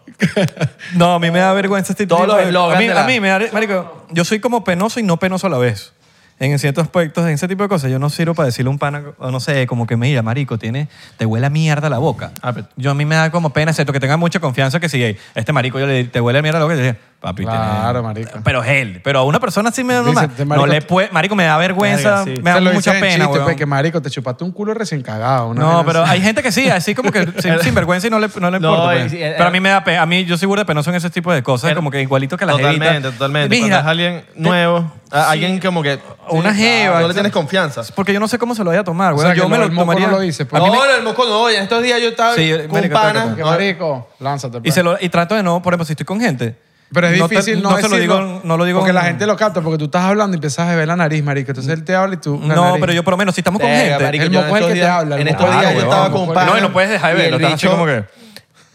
[SPEAKER 3] No, a mí me da vergüenza este
[SPEAKER 2] Todos
[SPEAKER 3] tipo
[SPEAKER 2] los
[SPEAKER 3] de-
[SPEAKER 2] eslogans
[SPEAKER 3] A mí,
[SPEAKER 2] de la-
[SPEAKER 3] a mí me da... Marico, yo soy como penoso y no penoso a la vez. En ciertos aspectos, en ese tipo de cosas, yo no sirvo para decirle a un pana, o no sé, como que mira, marico, tiene, te huele a mierda la boca.
[SPEAKER 2] Ah,
[SPEAKER 3] Yo a mí me da como pena, excepto que tenga mucha confianza que si hey, este marico yo le te huele a mierda la boca, yo le digo, papi,
[SPEAKER 1] Claro,
[SPEAKER 3] tenés-
[SPEAKER 1] marico.
[SPEAKER 3] Pero es él. Pero a una persona sí me da
[SPEAKER 1] Dice,
[SPEAKER 3] normal.
[SPEAKER 1] "Este marico
[SPEAKER 3] No le
[SPEAKER 1] te-
[SPEAKER 3] puede, marico, me da vergüenza,
[SPEAKER 2] Verga, sí.
[SPEAKER 3] me da
[SPEAKER 1] Te lo
[SPEAKER 3] mucha
[SPEAKER 1] dicen en
[SPEAKER 3] pena,
[SPEAKER 1] chiste,
[SPEAKER 3] weón.
[SPEAKER 1] pues, que marico, te chupaste un culo recién cagado. una
[SPEAKER 3] No,
[SPEAKER 1] vaina
[SPEAKER 3] pero
[SPEAKER 1] así.
[SPEAKER 3] hay gente que sí, así como que sin, sin vergüenza y no le, no le
[SPEAKER 2] No,
[SPEAKER 3] importa.
[SPEAKER 2] y-
[SPEAKER 3] pues.
[SPEAKER 2] y- eh,
[SPEAKER 3] pero a mí me da pena. A mí yo soy burda de penoso en ese tipo de cosas, como que igualito que la
[SPEAKER 2] Totalmente,
[SPEAKER 3] jevita.
[SPEAKER 2] totalmente.
[SPEAKER 3] Mira,
[SPEAKER 2] Cuando es alguien
[SPEAKER 3] te-
[SPEAKER 2] nuevo, a- alguien como que
[SPEAKER 3] Una
[SPEAKER 2] sí,
[SPEAKER 3] jeva,
[SPEAKER 2] ah, no
[SPEAKER 3] claro.
[SPEAKER 2] le tienes confianza.
[SPEAKER 3] Porque yo no sé cómo se lo vaya a tomar,
[SPEAKER 1] O
[SPEAKER 3] güey.
[SPEAKER 1] sea, que
[SPEAKER 3] yo me
[SPEAKER 1] lo
[SPEAKER 3] lo
[SPEAKER 1] del moco
[SPEAKER 3] tomaría.
[SPEAKER 1] no lo dice, pues.
[SPEAKER 3] A mí me-
[SPEAKER 2] No, el moco no. En estos días yo estaba
[SPEAKER 3] Sí,
[SPEAKER 2] con
[SPEAKER 3] marico,
[SPEAKER 2] un pana.
[SPEAKER 3] taca,
[SPEAKER 1] Que,
[SPEAKER 2] no,
[SPEAKER 1] marico, lánzate.
[SPEAKER 3] y,
[SPEAKER 1] pues.
[SPEAKER 3] se lo, y trato de no, por ejemplo, si estoy con gente,
[SPEAKER 1] Pero es
[SPEAKER 3] No te-
[SPEAKER 1] difícil no,
[SPEAKER 3] no se lo
[SPEAKER 1] decirlo,
[SPEAKER 3] digo- no lo digo-
[SPEAKER 1] Porque la gente lo capta, porque tú estás hablando y empiezas a beber la nariz, marico. Entonces él te habla y tú. la
[SPEAKER 3] No,
[SPEAKER 1] nariz.
[SPEAKER 3] pero yo por lo menos, si estamos con
[SPEAKER 2] Verga,
[SPEAKER 3] gente...
[SPEAKER 1] marica,
[SPEAKER 2] marico,
[SPEAKER 1] El
[SPEAKER 2] yo en
[SPEAKER 1] moco es el
[SPEAKER 2] estos
[SPEAKER 1] que te
[SPEAKER 2] días-
[SPEAKER 1] habla, el
[SPEAKER 2] En
[SPEAKER 1] moco.
[SPEAKER 2] estos días
[SPEAKER 1] Claro,
[SPEAKER 2] yo
[SPEAKER 1] huevón,
[SPEAKER 2] estaba
[SPEAKER 1] moco
[SPEAKER 2] con
[SPEAKER 1] es
[SPEAKER 2] un
[SPEAKER 1] el-
[SPEAKER 2] pana.
[SPEAKER 3] No, y no puedes dejar de
[SPEAKER 2] y
[SPEAKER 3] verlo,
[SPEAKER 2] el
[SPEAKER 3] estás así
[SPEAKER 2] bicho-
[SPEAKER 3] como que-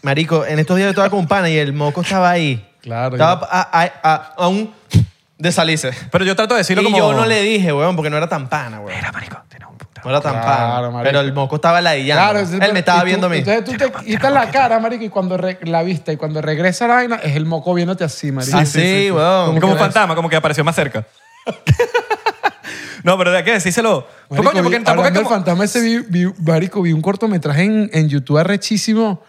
[SPEAKER 2] Marico, en estos días yo estaba con un pana y el moco estaba ahí.
[SPEAKER 1] Claro,
[SPEAKER 2] Estaba a, a- a- a un de salirse.
[SPEAKER 3] Pero yo trato de decirlo
[SPEAKER 2] y
[SPEAKER 3] como...
[SPEAKER 2] yo no le dije, weón, porque no era tan pana, weón.
[SPEAKER 3] Mira, marico, tiene un puta-
[SPEAKER 2] No era tan
[SPEAKER 1] Claro,
[SPEAKER 2] pana.
[SPEAKER 1] marico.
[SPEAKER 2] Pero el moco estaba ladillando.
[SPEAKER 1] Claro,
[SPEAKER 2] Él me estaba
[SPEAKER 1] y tú-
[SPEAKER 2] viendo a mí.
[SPEAKER 1] Entonces tú te quitas la cara, marico, y cuando re- la vista y cuando regresa la vaina, es el moco viéndote así, marico.
[SPEAKER 2] Así, weón.
[SPEAKER 3] Como, un fantasma, como que apareció más cerca. no, pero de qué decírselo. Pues,
[SPEAKER 1] Marico,
[SPEAKER 3] coño, porque
[SPEAKER 1] vi-
[SPEAKER 3] tampoco es
[SPEAKER 1] hablando del
[SPEAKER 3] como-
[SPEAKER 1] fantasma ese, vi, vi- marico, vi un cortometraje en, en YouTube arrechísimo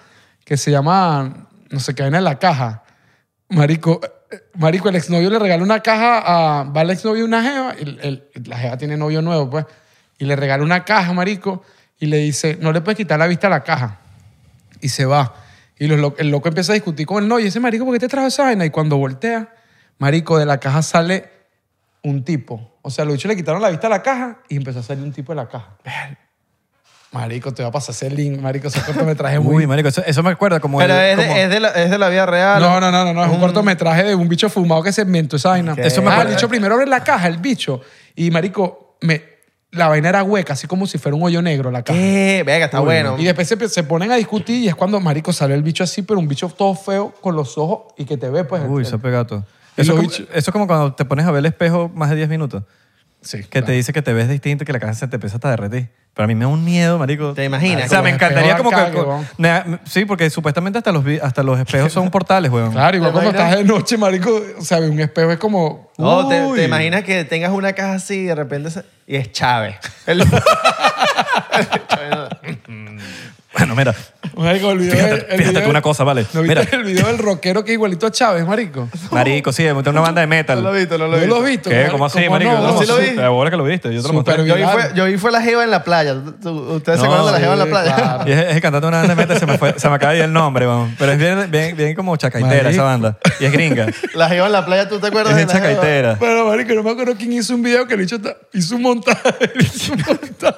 [SPEAKER 1] que se llama, no sé qué, vaina en la caja. Marico, eh, marico, el exnovio le regaló una caja a, va el exnovio a una jeva, el- el- la jeva tiene novio nuevo, pues, y le regaló una caja, marico, y le dice, no le puedes quitar la vista a la caja. Y se va. Y los lo- el loco empieza a discutir con el novio y dice, marico, ¿por qué te trajo esa vaina? Y cuando voltea, marico, de la caja sale un tipo. O sea, los bichos le quitaron la vista a la caja y empezó a salir un tipo de la caja. Marico, te va a pasar ese link, marico. Ese cortometraje es muy...
[SPEAKER 3] Uy, marico, eso, eso me recuerda como...
[SPEAKER 2] Pero
[SPEAKER 3] el-
[SPEAKER 2] es de,
[SPEAKER 3] como-
[SPEAKER 2] es de la, es de la vida real.
[SPEAKER 1] No, no, no, no, no. Es un cortometraje de un bicho fumado que se inventó esa vaina.
[SPEAKER 3] Eso me
[SPEAKER 1] ah, el
[SPEAKER 3] acuerdo.
[SPEAKER 1] bicho primero abre la caja, el bicho. Y, marico, me, la vaina era hueca, así como si fuera un hoyo negro la caja.
[SPEAKER 2] ¿Qué? Venga, está bueno.
[SPEAKER 1] Y después se, se ponen a discutir y es cuando, marico, sale el bicho así, pero un bicho todo feo con los ojos y que te ve, pues...
[SPEAKER 3] Uy,
[SPEAKER 1] el-
[SPEAKER 3] se ha pegado.
[SPEAKER 1] Y
[SPEAKER 3] Eso,
[SPEAKER 1] lo
[SPEAKER 3] como-
[SPEAKER 1] bicho-
[SPEAKER 3] eso es como cuando te pones a ver el espejo más de 10 minutos.
[SPEAKER 1] Sí,
[SPEAKER 3] Que te
[SPEAKER 1] claro.
[SPEAKER 3] dice que te ves distinto y que la cara se te empieza hasta a derretir. Pero a mí me da un miedo, marico.
[SPEAKER 2] ¿Te imaginas?
[SPEAKER 3] O sea,
[SPEAKER 1] Como
[SPEAKER 3] me
[SPEAKER 1] los
[SPEAKER 3] encantaría como
[SPEAKER 1] espejos
[SPEAKER 3] que...
[SPEAKER 1] arcade, weón.
[SPEAKER 3] Nea- sí, porque supuestamente hasta los, vi- hasta los espejos son portales, weón.
[SPEAKER 1] Claro, igual
[SPEAKER 2] ¿Te
[SPEAKER 1] cuando
[SPEAKER 2] imaginas?
[SPEAKER 1] estás de noche, marico, o sea, un espejo es como...
[SPEAKER 2] No, te,
[SPEAKER 3] Uy.
[SPEAKER 2] te imaginas que tengas una caja así y de repente se- y es Chávez. El-
[SPEAKER 3] Bueno, mira.
[SPEAKER 1] Marico, el video
[SPEAKER 3] Fíjate-
[SPEAKER 1] del- el
[SPEAKER 3] fíjate
[SPEAKER 1] video
[SPEAKER 3] tú una
[SPEAKER 1] del-
[SPEAKER 3] cosa, vale.
[SPEAKER 1] ¿No viste
[SPEAKER 3] Mira.
[SPEAKER 1] el video del rockero que es igualito a Chávez, marico?
[SPEAKER 3] Marico, sí, monté una banda de metal.
[SPEAKER 2] No lo he visto, no
[SPEAKER 1] ¿No
[SPEAKER 2] lo he
[SPEAKER 1] lo has visto?
[SPEAKER 2] visto.
[SPEAKER 3] ¿Qué?
[SPEAKER 1] marico?
[SPEAKER 3] ¿Cómo así,
[SPEAKER 1] ¿Cómo
[SPEAKER 3] marico?
[SPEAKER 1] no?
[SPEAKER 2] Yo sí lo vi.
[SPEAKER 3] Te acuerdo que lo viste. Yo te lo
[SPEAKER 1] Súper
[SPEAKER 3] mostré.
[SPEAKER 2] Yo vi,
[SPEAKER 1] viral.
[SPEAKER 2] fue, yo vi fue la jeva en la playa. Tú- tú- ¿Ustedes se
[SPEAKER 3] No,
[SPEAKER 2] acuerdan de la jeva en la
[SPEAKER 1] sí,
[SPEAKER 2] playa?
[SPEAKER 1] claro.
[SPEAKER 3] Y es, es el cantante de una banda de metal, se me, fue- se me acaba de ir el nombre, vamos. Pero es bien, bien, bien como chacaitera
[SPEAKER 1] Marico.
[SPEAKER 3] esa banda. Y es gringa. Es
[SPEAKER 2] La jeva en la playa, ¿tú te acuerdas
[SPEAKER 3] bien
[SPEAKER 2] de la jeva?
[SPEAKER 3] chacaitera.
[SPEAKER 1] Pero, marico, no me acuerdo quién hizo un video que el bicho ta- hizo un montaje. hizo un montaje.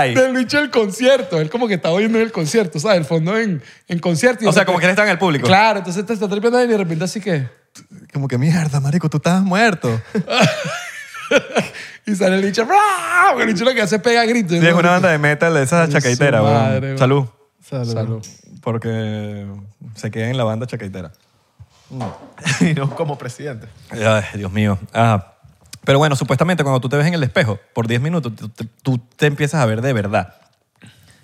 [SPEAKER 3] ahí.
[SPEAKER 1] Del bicho del concierto. Él como que estaba oyendo en el concierto, ¿sabes? El fondo en, en concierto. y de
[SPEAKER 3] O sea,
[SPEAKER 1] repente-
[SPEAKER 3] como que él está en el público.
[SPEAKER 1] Claro, entonces te está tripeando y de repente así que...
[SPEAKER 3] Como que mierda, marico, tú estabas muerto.
[SPEAKER 1] Y sale el bicho... ¡Bra! El bicho lo que hace es pegar gritos.
[SPEAKER 3] Sí, es
[SPEAKER 1] ¿no?
[SPEAKER 3] una banda de metal de esas
[SPEAKER 1] Su
[SPEAKER 3] chacaitera,
[SPEAKER 1] madre,
[SPEAKER 3] weón.
[SPEAKER 1] weón.
[SPEAKER 3] Salud.
[SPEAKER 1] Salud. Salud.
[SPEAKER 3] Porque se queda en la banda chacaitera.
[SPEAKER 2] Mm. Y no como presidente.
[SPEAKER 3] Ay, Dios mío. Ah, Pero bueno, supuestamente cuando tú te ves en el espejo por 10 minutos, tú te, tú te empiezas a ver de verdad.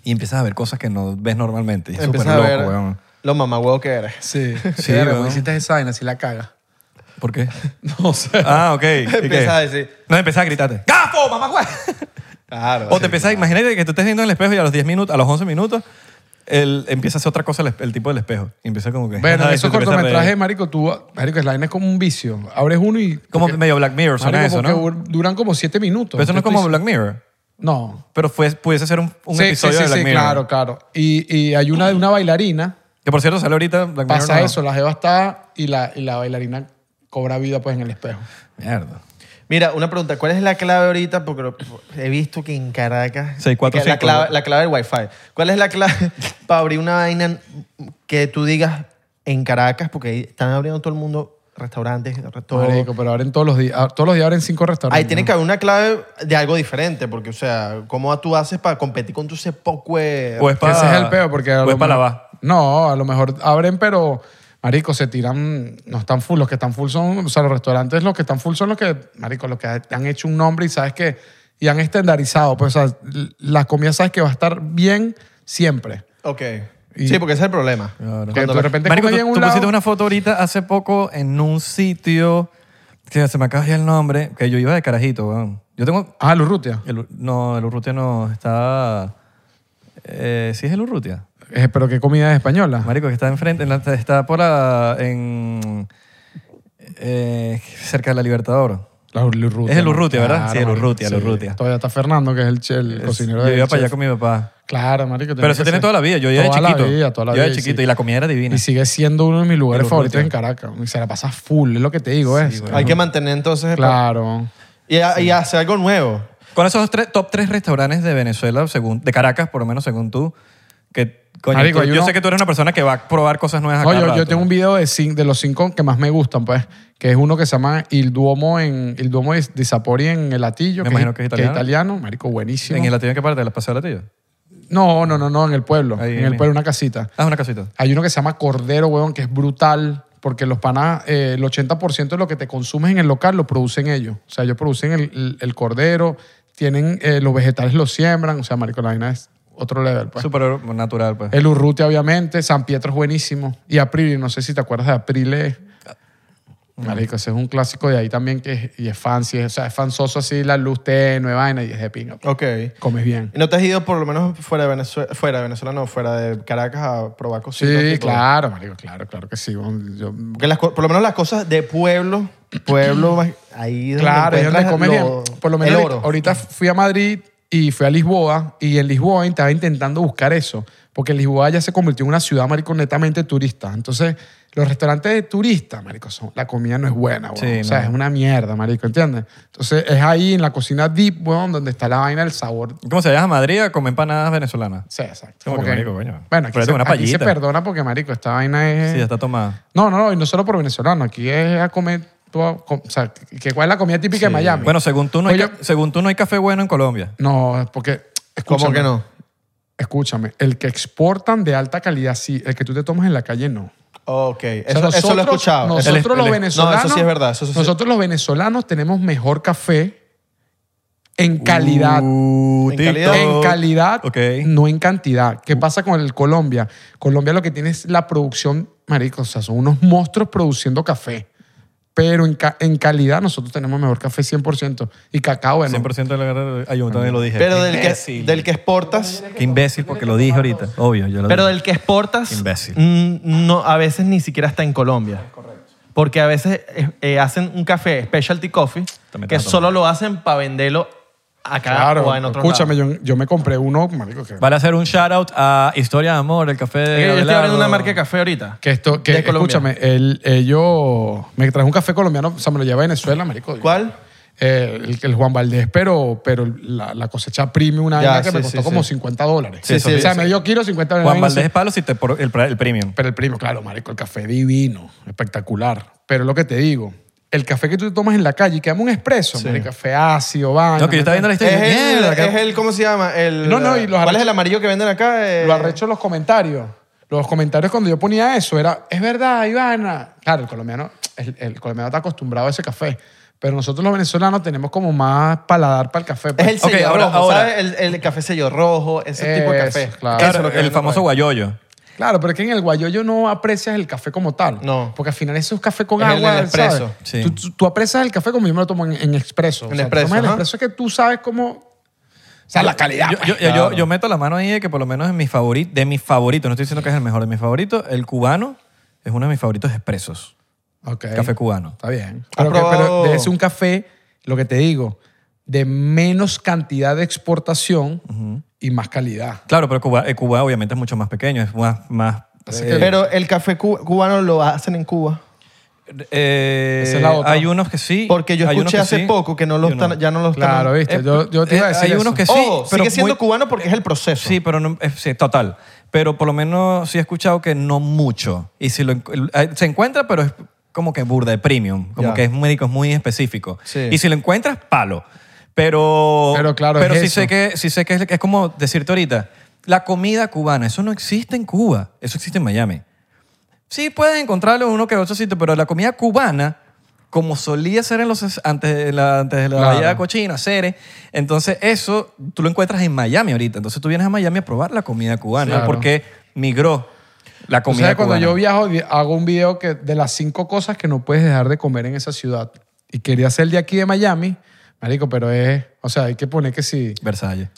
[SPEAKER 3] Y empiezas a ver cosas que no ves normalmente. Y es súper
[SPEAKER 2] Empiezas
[SPEAKER 3] loco,
[SPEAKER 2] a ver
[SPEAKER 3] weón.
[SPEAKER 2] lo mamagüeo que eres.
[SPEAKER 1] Sí.
[SPEAKER 3] Sí,
[SPEAKER 1] Verga,
[SPEAKER 3] weón.
[SPEAKER 1] ¿cómo hiciste esa vaina si la caga.
[SPEAKER 3] ¿Por qué?
[SPEAKER 1] No sé.
[SPEAKER 3] Ah, ok. ¿Y qué?
[SPEAKER 2] Empiezas a decir-
[SPEAKER 3] No, empiezas a gritarte. ¡Gafo, mamá,
[SPEAKER 2] Claro.
[SPEAKER 3] O te empiezas a imagínate que tú estés viendo en el espejo y a los 10 minutos, a los 11 minutos, el, empieza a hacer otra cosa el, el tipo del espejo. Y empieza como que...
[SPEAKER 1] Bueno,
[SPEAKER 3] Ay,
[SPEAKER 1] esos
[SPEAKER 3] se te empieza a reír.
[SPEAKER 1] cortometrajes, marico, tú... Marico, es la vaina es como un vicio. Abres uno y...
[SPEAKER 3] Como
[SPEAKER 1] porque-
[SPEAKER 3] medio Black Mirror suena
[SPEAKER 1] marico,
[SPEAKER 3] eso,
[SPEAKER 1] porque
[SPEAKER 3] ¿no?
[SPEAKER 1] dur- duran como siete minutos.
[SPEAKER 3] Pero eso no es
[SPEAKER 1] Yo
[SPEAKER 3] como
[SPEAKER 1] estoy-
[SPEAKER 3] Black Mirror.
[SPEAKER 1] No.
[SPEAKER 3] Pero fue, pudiese ser un, un
[SPEAKER 1] Sí, sí,
[SPEAKER 3] episodio
[SPEAKER 1] sí,
[SPEAKER 3] de Black
[SPEAKER 1] sí,
[SPEAKER 3] Mirror.
[SPEAKER 1] claro, claro. Y, y hay una de una bailarina.
[SPEAKER 3] Que por cierto sale ahorita Black Mirror.
[SPEAKER 1] Pasa
[SPEAKER 3] nuevo.
[SPEAKER 1] eso, la jeva está y la, y la bailarina cobra vida pues en el espejo.
[SPEAKER 3] Mierda.
[SPEAKER 2] Mira, una pregunta. ¿Cuál es la clave ahorita? Porque lo- he visto que en Caracas...
[SPEAKER 3] Seis, cuatro,
[SPEAKER 2] que la,
[SPEAKER 3] cinco.
[SPEAKER 2] clave, la clave del Wi-Fi. ¿Cuál es la clave para abrir una vaina que tú digas en Caracas? Porque ahí están abriendo todo el mundo restaurantes, todo.
[SPEAKER 1] Marico, pero abren todos los días. ah, Todos los días abren cinco restaurantes.
[SPEAKER 2] Ahí tiene que haber una clave de algo diferente. Porque, o sea, ¿cómo tú haces para competir con tu poco
[SPEAKER 3] O es
[SPEAKER 1] Que
[SPEAKER 3] para...
[SPEAKER 1] ese es el peo porque... a
[SPEAKER 3] o
[SPEAKER 1] lo
[SPEAKER 3] es para la
[SPEAKER 1] mejor-
[SPEAKER 3] va.
[SPEAKER 1] No, a lo mejor abren, pero... Marico, se tiran, no están full. Los que están full son, o sea, los restaurantes, los que están full son los que, marico, los que han hecho un nombre y sabes que, y han estandarizado. Pues, o sea, l- la comida sabes que va a estar bien siempre.
[SPEAKER 2] Ok.
[SPEAKER 1] Y-
[SPEAKER 2] Sí, porque ese es el problema.
[SPEAKER 3] Claro.
[SPEAKER 1] Que
[SPEAKER 2] Cuando
[SPEAKER 1] de
[SPEAKER 2] la-
[SPEAKER 1] repente
[SPEAKER 3] Marico,
[SPEAKER 1] comes
[SPEAKER 3] tú,
[SPEAKER 1] bien
[SPEAKER 3] tú
[SPEAKER 1] un lado-
[SPEAKER 3] pusiste una foto ahorita hace poco en un sitio... Que se me acaba ya el nombre. Que yo iba de carajito, weón. Yo tengo...
[SPEAKER 1] Ah, Lurrutia.
[SPEAKER 3] el- no, el Urrutia no. Está... Eh, ¿Sí es el Urrutia?
[SPEAKER 1] Eh, pero qué comida es española.
[SPEAKER 3] Marico, que está enfrente, en la- está por la, en, eh, cerca de la Libertador.
[SPEAKER 1] La Urrutia,
[SPEAKER 3] Es el Urrutia,
[SPEAKER 1] ¿no?
[SPEAKER 3] ¿verdad?
[SPEAKER 1] Claro,
[SPEAKER 3] Sí, el
[SPEAKER 1] marico,
[SPEAKER 3] Urrutia, el Urrutia.
[SPEAKER 1] Todavía está Fernando, que es el, che- el
[SPEAKER 3] Es-
[SPEAKER 1] cocinero
[SPEAKER 3] Yo
[SPEAKER 1] de
[SPEAKER 3] iba para allá con mi papá.
[SPEAKER 1] Claro, marico.
[SPEAKER 3] Pero eso
[SPEAKER 1] que
[SPEAKER 3] tiene
[SPEAKER 1] ser.
[SPEAKER 3] toda la vida. Yo iba de
[SPEAKER 1] Toda la
[SPEAKER 3] chiquito.
[SPEAKER 1] vida, toda la
[SPEAKER 3] yo iba de
[SPEAKER 1] vida,
[SPEAKER 3] chiquito
[SPEAKER 1] sí.
[SPEAKER 3] y la comida era divina.
[SPEAKER 1] Y sigue siendo uno de mis lugares
[SPEAKER 3] El
[SPEAKER 1] favoritos en
[SPEAKER 3] Urrutia.
[SPEAKER 1] Caracas. Y se la pasa full, es lo que te digo, es.
[SPEAKER 2] Hay que mantener entonces... el-
[SPEAKER 1] Claro.
[SPEAKER 2] Y, a- y hacer algo nuevo.
[SPEAKER 3] ¿Cuáles son los tres- top tres restaurantes de Venezuela, según, de Caracas, por lo menos según tú, Que, coño,
[SPEAKER 1] Marico,
[SPEAKER 3] tú-
[SPEAKER 1] hay
[SPEAKER 3] yo
[SPEAKER 1] uno-
[SPEAKER 3] sé que tú eres una persona que va a probar cosas nuevas a
[SPEAKER 1] No,
[SPEAKER 3] Ah, cada
[SPEAKER 1] yo, yo
[SPEAKER 3] rato.
[SPEAKER 1] tengo un video de, cin- de los cinco que más me gustan, pues, que es uno que se llama Il Duomo en Il Duomo di di Sapori en el latillo,
[SPEAKER 3] Me imagino que es italiano.
[SPEAKER 1] marico, buenísimo.
[SPEAKER 3] ¿En el latín en qué parte? ¿La pasada latillo?
[SPEAKER 1] No, no, no, no, en el pueblo,
[SPEAKER 3] Ahí,
[SPEAKER 1] en el
[SPEAKER 3] ahí.
[SPEAKER 1] pueblo una casita.
[SPEAKER 3] Ah, es una casita.
[SPEAKER 1] Hay uno que se llama Cordero, weón, que es brutal, porque los panas, eh, el 80% de lo que te consumes en el local lo producen ellos. O sea, ellos producen el, el- el cordero, tienen eh, los vegetales los siembran, o sea, marico, la vaina es otro level, pues.
[SPEAKER 3] Súper natural, pues.
[SPEAKER 1] El Urrutia, obviamente. San Pietro es buenísimo. Y Aprile, no sé si te acuerdas de Aprile. Marico, ese es un clásico de ahí también que es, y es fancy. O sea, es fanzoso así, la luz tenue, vaina, y es de pinga. pues.
[SPEAKER 2] Ok.
[SPEAKER 1] Comes bien.
[SPEAKER 2] ¿Y no te has ido por lo menos fuera de Venezuela, fuera de Venezuela, no, fuera de Caracas a probar
[SPEAKER 1] Sí,
[SPEAKER 2] cositas? tipo-
[SPEAKER 1] claro, marico, claro, claro que sí. weón. Yo-
[SPEAKER 2] Porque las co- por lo menos las cosas de pueblo, pueblo, más- ahí es donde
[SPEAKER 1] claro, es donde
[SPEAKER 2] encuentras
[SPEAKER 1] comes
[SPEAKER 2] lo-
[SPEAKER 1] bien. Por lo
[SPEAKER 2] el
[SPEAKER 1] menos
[SPEAKER 2] oro.
[SPEAKER 1] ahorita, ahorita fui a Madrid y fui a Lisboa, y en Lisboa estaba intentando buscar eso, porque Lisboa ya se convirtió en una ciudad, marico, netamente turista. Entonces, los restaurantes de turistas, marico, son, la comida no es buena, weón.
[SPEAKER 3] Sí,
[SPEAKER 1] o sea,
[SPEAKER 3] no.
[SPEAKER 1] es una mierda, marico, ¿entiendes? Entonces, es ahí en la cocina deep, weón, donde está la vaina del sabor.
[SPEAKER 3] ¿Cómo se viaja a Madrid a comer empanadas venezolanas?
[SPEAKER 1] Sí, exacto.
[SPEAKER 3] Como que,
[SPEAKER 1] Porque-
[SPEAKER 3] marico, coño,
[SPEAKER 1] Bueno, aquí
[SPEAKER 3] pero
[SPEAKER 1] se,
[SPEAKER 3] una
[SPEAKER 1] aquí se
[SPEAKER 3] payita.
[SPEAKER 1] perdona porque, marico, esta vaina es...
[SPEAKER 3] Sí, ya está tomada.
[SPEAKER 1] No, no, no, y no solo por venezolano, aquí es a comer... toda- com- o sea, que ¿cuál es la comida típica de Miami?
[SPEAKER 3] Bueno, según tú, no hay,
[SPEAKER 1] Oye,
[SPEAKER 3] ca- según tú no hay café bueno en Colombia.
[SPEAKER 1] No, porque. Escúchame,
[SPEAKER 2] ¿Cómo que no?
[SPEAKER 1] Escúchame, el que exportan de alta calidad sí, el que tú te tomas en la calle no.
[SPEAKER 2] Ok,
[SPEAKER 1] O sea,
[SPEAKER 2] eso, eso lo he
[SPEAKER 1] nosotros-
[SPEAKER 2] escuchado. Eso-
[SPEAKER 1] Nosotros
[SPEAKER 3] El-
[SPEAKER 1] los
[SPEAKER 3] el-
[SPEAKER 1] venezolanos.
[SPEAKER 2] No, eso sí es verdad, eso sí-
[SPEAKER 1] Nosotros los venezolanos tenemos mejor café en calidad.
[SPEAKER 3] Uh,
[SPEAKER 2] En
[SPEAKER 3] TikTok.
[SPEAKER 2] calidad.
[SPEAKER 1] En calidad,
[SPEAKER 3] Ok.
[SPEAKER 1] no en cantidad. ¿Qué pasa con el Colombia? Colombia lo que tiene es la producción, marico, o sea, son unos monstruos produciendo café. Pero en, ca- en calidad nosotros tenemos mejor café 100%. Y cacao, bueno.
[SPEAKER 3] 100% de la guerra. Ay, yo también lo dije.
[SPEAKER 2] pero del que,
[SPEAKER 3] Imbécil.
[SPEAKER 2] del que exportas,
[SPEAKER 3] Qué imbécil, porque lo dije ahorita. Obvio, yo lo
[SPEAKER 2] pero
[SPEAKER 3] dije.
[SPEAKER 2] del que exportas,
[SPEAKER 3] Imbécil.
[SPEAKER 2] mm, no, a veces ni siquiera está en Colombia. Porque a veces eh, eh, hacen un café, specialty coffee,
[SPEAKER 3] También
[SPEAKER 2] que
[SPEAKER 3] está
[SPEAKER 2] solo lo hacen para venderlo acá o en
[SPEAKER 1] Claro,
[SPEAKER 2] otro Eh,
[SPEAKER 1] escúchame, yo, yo me compré uno, marico, que
[SPEAKER 3] Vale a hacer un shout out a Historia de Amor, el café de.
[SPEAKER 2] Yo Eh, estoy abriendo
[SPEAKER 3] Abelardo.
[SPEAKER 2] una marca de café ahorita.
[SPEAKER 1] Que esto, que
[SPEAKER 2] De Colombia.
[SPEAKER 1] escúchame, el, ellos me trajo un café colombiano, o sea, me lo llevé a Venezuela, marico.
[SPEAKER 2] ¿Cuál?
[SPEAKER 1] Eh, el, el Juan Valdés, pero, pero la, la cosecha premium, una
[SPEAKER 2] Ya,
[SPEAKER 1] vaina que
[SPEAKER 2] sí,
[SPEAKER 1] me
[SPEAKER 2] sí,
[SPEAKER 1] costó
[SPEAKER 2] sí.
[SPEAKER 1] como 50 dólares.
[SPEAKER 2] Sí, sí,
[SPEAKER 1] o sea,
[SPEAKER 2] sí.
[SPEAKER 1] medio kilo, 50 dólares.
[SPEAKER 3] Juan
[SPEAKER 1] Vaina así.
[SPEAKER 3] Valdés Palos y te por- el, pra- el premium.
[SPEAKER 1] Pero el premium, claro, marico, el café divino, espectacular. Pero lo que te digo, el café que tú te tomas en la calle, que llama un expreso, marico, café ácido, vaina.
[SPEAKER 3] No, que yo estaba viendo la
[SPEAKER 2] Es
[SPEAKER 3] historia. y yo,
[SPEAKER 2] el,
[SPEAKER 3] mierda, que-
[SPEAKER 2] es el- ¿cómo se llama? El,
[SPEAKER 1] No, no, y los
[SPEAKER 2] ¿Cuál es
[SPEAKER 1] arrechos-
[SPEAKER 2] el amarillo que venden acá? Eh,
[SPEAKER 1] Lo arrecho en los comentarios. Los comentarios cuando yo ponía eso era, es verdad, Ivana. Claro, el colombiano, el, el colombiano está acostumbrado a ese café. Pero nosotros los venezolanos tenemos como más paladar para el café. pues.
[SPEAKER 2] Es el sello
[SPEAKER 3] Ok, ahora-
[SPEAKER 2] rojo,
[SPEAKER 3] ahora.
[SPEAKER 2] ¿sabes? El, el café sello rojo, ese tipo de
[SPEAKER 1] Eso,
[SPEAKER 2] café.
[SPEAKER 1] claro.
[SPEAKER 2] Eso
[SPEAKER 3] Claro,
[SPEAKER 2] es lo que
[SPEAKER 3] el
[SPEAKER 2] venden por
[SPEAKER 3] famoso
[SPEAKER 2] ahí.
[SPEAKER 3] guayoyo.
[SPEAKER 1] Claro, pero es que en el guayoyo no aprecias el café como tal.
[SPEAKER 2] No.
[SPEAKER 1] Porque al final eso es café con
[SPEAKER 2] Es el
[SPEAKER 1] agua.
[SPEAKER 2] del
[SPEAKER 1] ¿sabes?
[SPEAKER 2] expreso.
[SPEAKER 3] Sí.
[SPEAKER 1] Tú, tú- tú aprecias el café como yo me lo tomo en, en expreso.
[SPEAKER 2] En
[SPEAKER 1] tú
[SPEAKER 2] expreso,
[SPEAKER 1] tomas el
[SPEAKER 2] ajá.
[SPEAKER 1] expreso es que tú sabes cómo. O sea, la calidad.
[SPEAKER 3] Yo,
[SPEAKER 1] pues.
[SPEAKER 3] yo- yo- yo- yo meto la mano ahí de que por lo menos en mi favori- de mis favoritos, no estoy diciendo que es el mejor, de mis favoritos, el cubano es uno de mis favoritos expresos.
[SPEAKER 1] Ok.
[SPEAKER 3] Café cubano.
[SPEAKER 1] Está bien. Pero, que,
[SPEAKER 2] probado-
[SPEAKER 1] pero debe ser un café, lo que te digo, de menos cantidad de exportación y más calidad.
[SPEAKER 3] Claro, pero Cuba, eh, Cuba obviamente es mucho más pequeño, es más... más
[SPEAKER 1] Así
[SPEAKER 3] eh,
[SPEAKER 2] Pero el café cu- cubano lo hacen en Cuba.
[SPEAKER 3] eh,
[SPEAKER 1] Esa es la otra.
[SPEAKER 3] hay unos que sí.
[SPEAKER 2] Porque yo
[SPEAKER 3] hay unos
[SPEAKER 2] escuché hace
[SPEAKER 3] sí,
[SPEAKER 2] poco que no lo
[SPEAKER 3] y unos-
[SPEAKER 2] están, ya no lo están.
[SPEAKER 1] Claro, viste.
[SPEAKER 3] Eh,
[SPEAKER 1] yo, yo te iba a
[SPEAKER 3] eh,
[SPEAKER 1] decir.
[SPEAKER 3] hay unos
[SPEAKER 1] eso.
[SPEAKER 3] que sí,
[SPEAKER 2] Ojo,
[SPEAKER 3] pero
[SPEAKER 2] sigue siendo
[SPEAKER 3] muy-
[SPEAKER 2] cubano porque es el proceso.
[SPEAKER 3] Sí, pero no, eh, sí, total. Pero por lo menos sí he escuchado que no mucho. Y si lo, encu- eh, se encuentra, pero es como que burda de premium. Como
[SPEAKER 2] Ya.
[SPEAKER 3] que es médico, es muy específico.
[SPEAKER 2] Sí.
[SPEAKER 3] Y si lo encuentras, palo. Pero,
[SPEAKER 1] Pero claro,
[SPEAKER 3] pero
[SPEAKER 1] es
[SPEAKER 3] sí
[SPEAKER 1] eso.
[SPEAKER 3] sé que, sí sé que es, es como decirte ahorita, la comida cubana, eso no existe en Cuba, eso existe en Miami. Sí puedes encontrarlo en uno que otro sitio, pero la comida cubana, como solía ser en los, ses- antes de la, antes de la
[SPEAKER 1] Claro.
[SPEAKER 3] Bahía Cochina, Ceres, entonces eso tú lo encuentras en Miami ahorita. Entonces tú vienes a Miami a probar la comida cubana
[SPEAKER 1] Claro.
[SPEAKER 3] porque migró la
[SPEAKER 1] Tú
[SPEAKER 3] comida
[SPEAKER 1] sabes, cuando
[SPEAKER 3] cubana.
[SPEAKER 1] yo viajo, vi- hago un video que de las cinco cosas que no puedes dejar de comer en esa ciudad. Y quería hacer el de aquí de Miami, marico, pero es... O sea, hay que poner que si...
[SPEAKER 3] Versalles.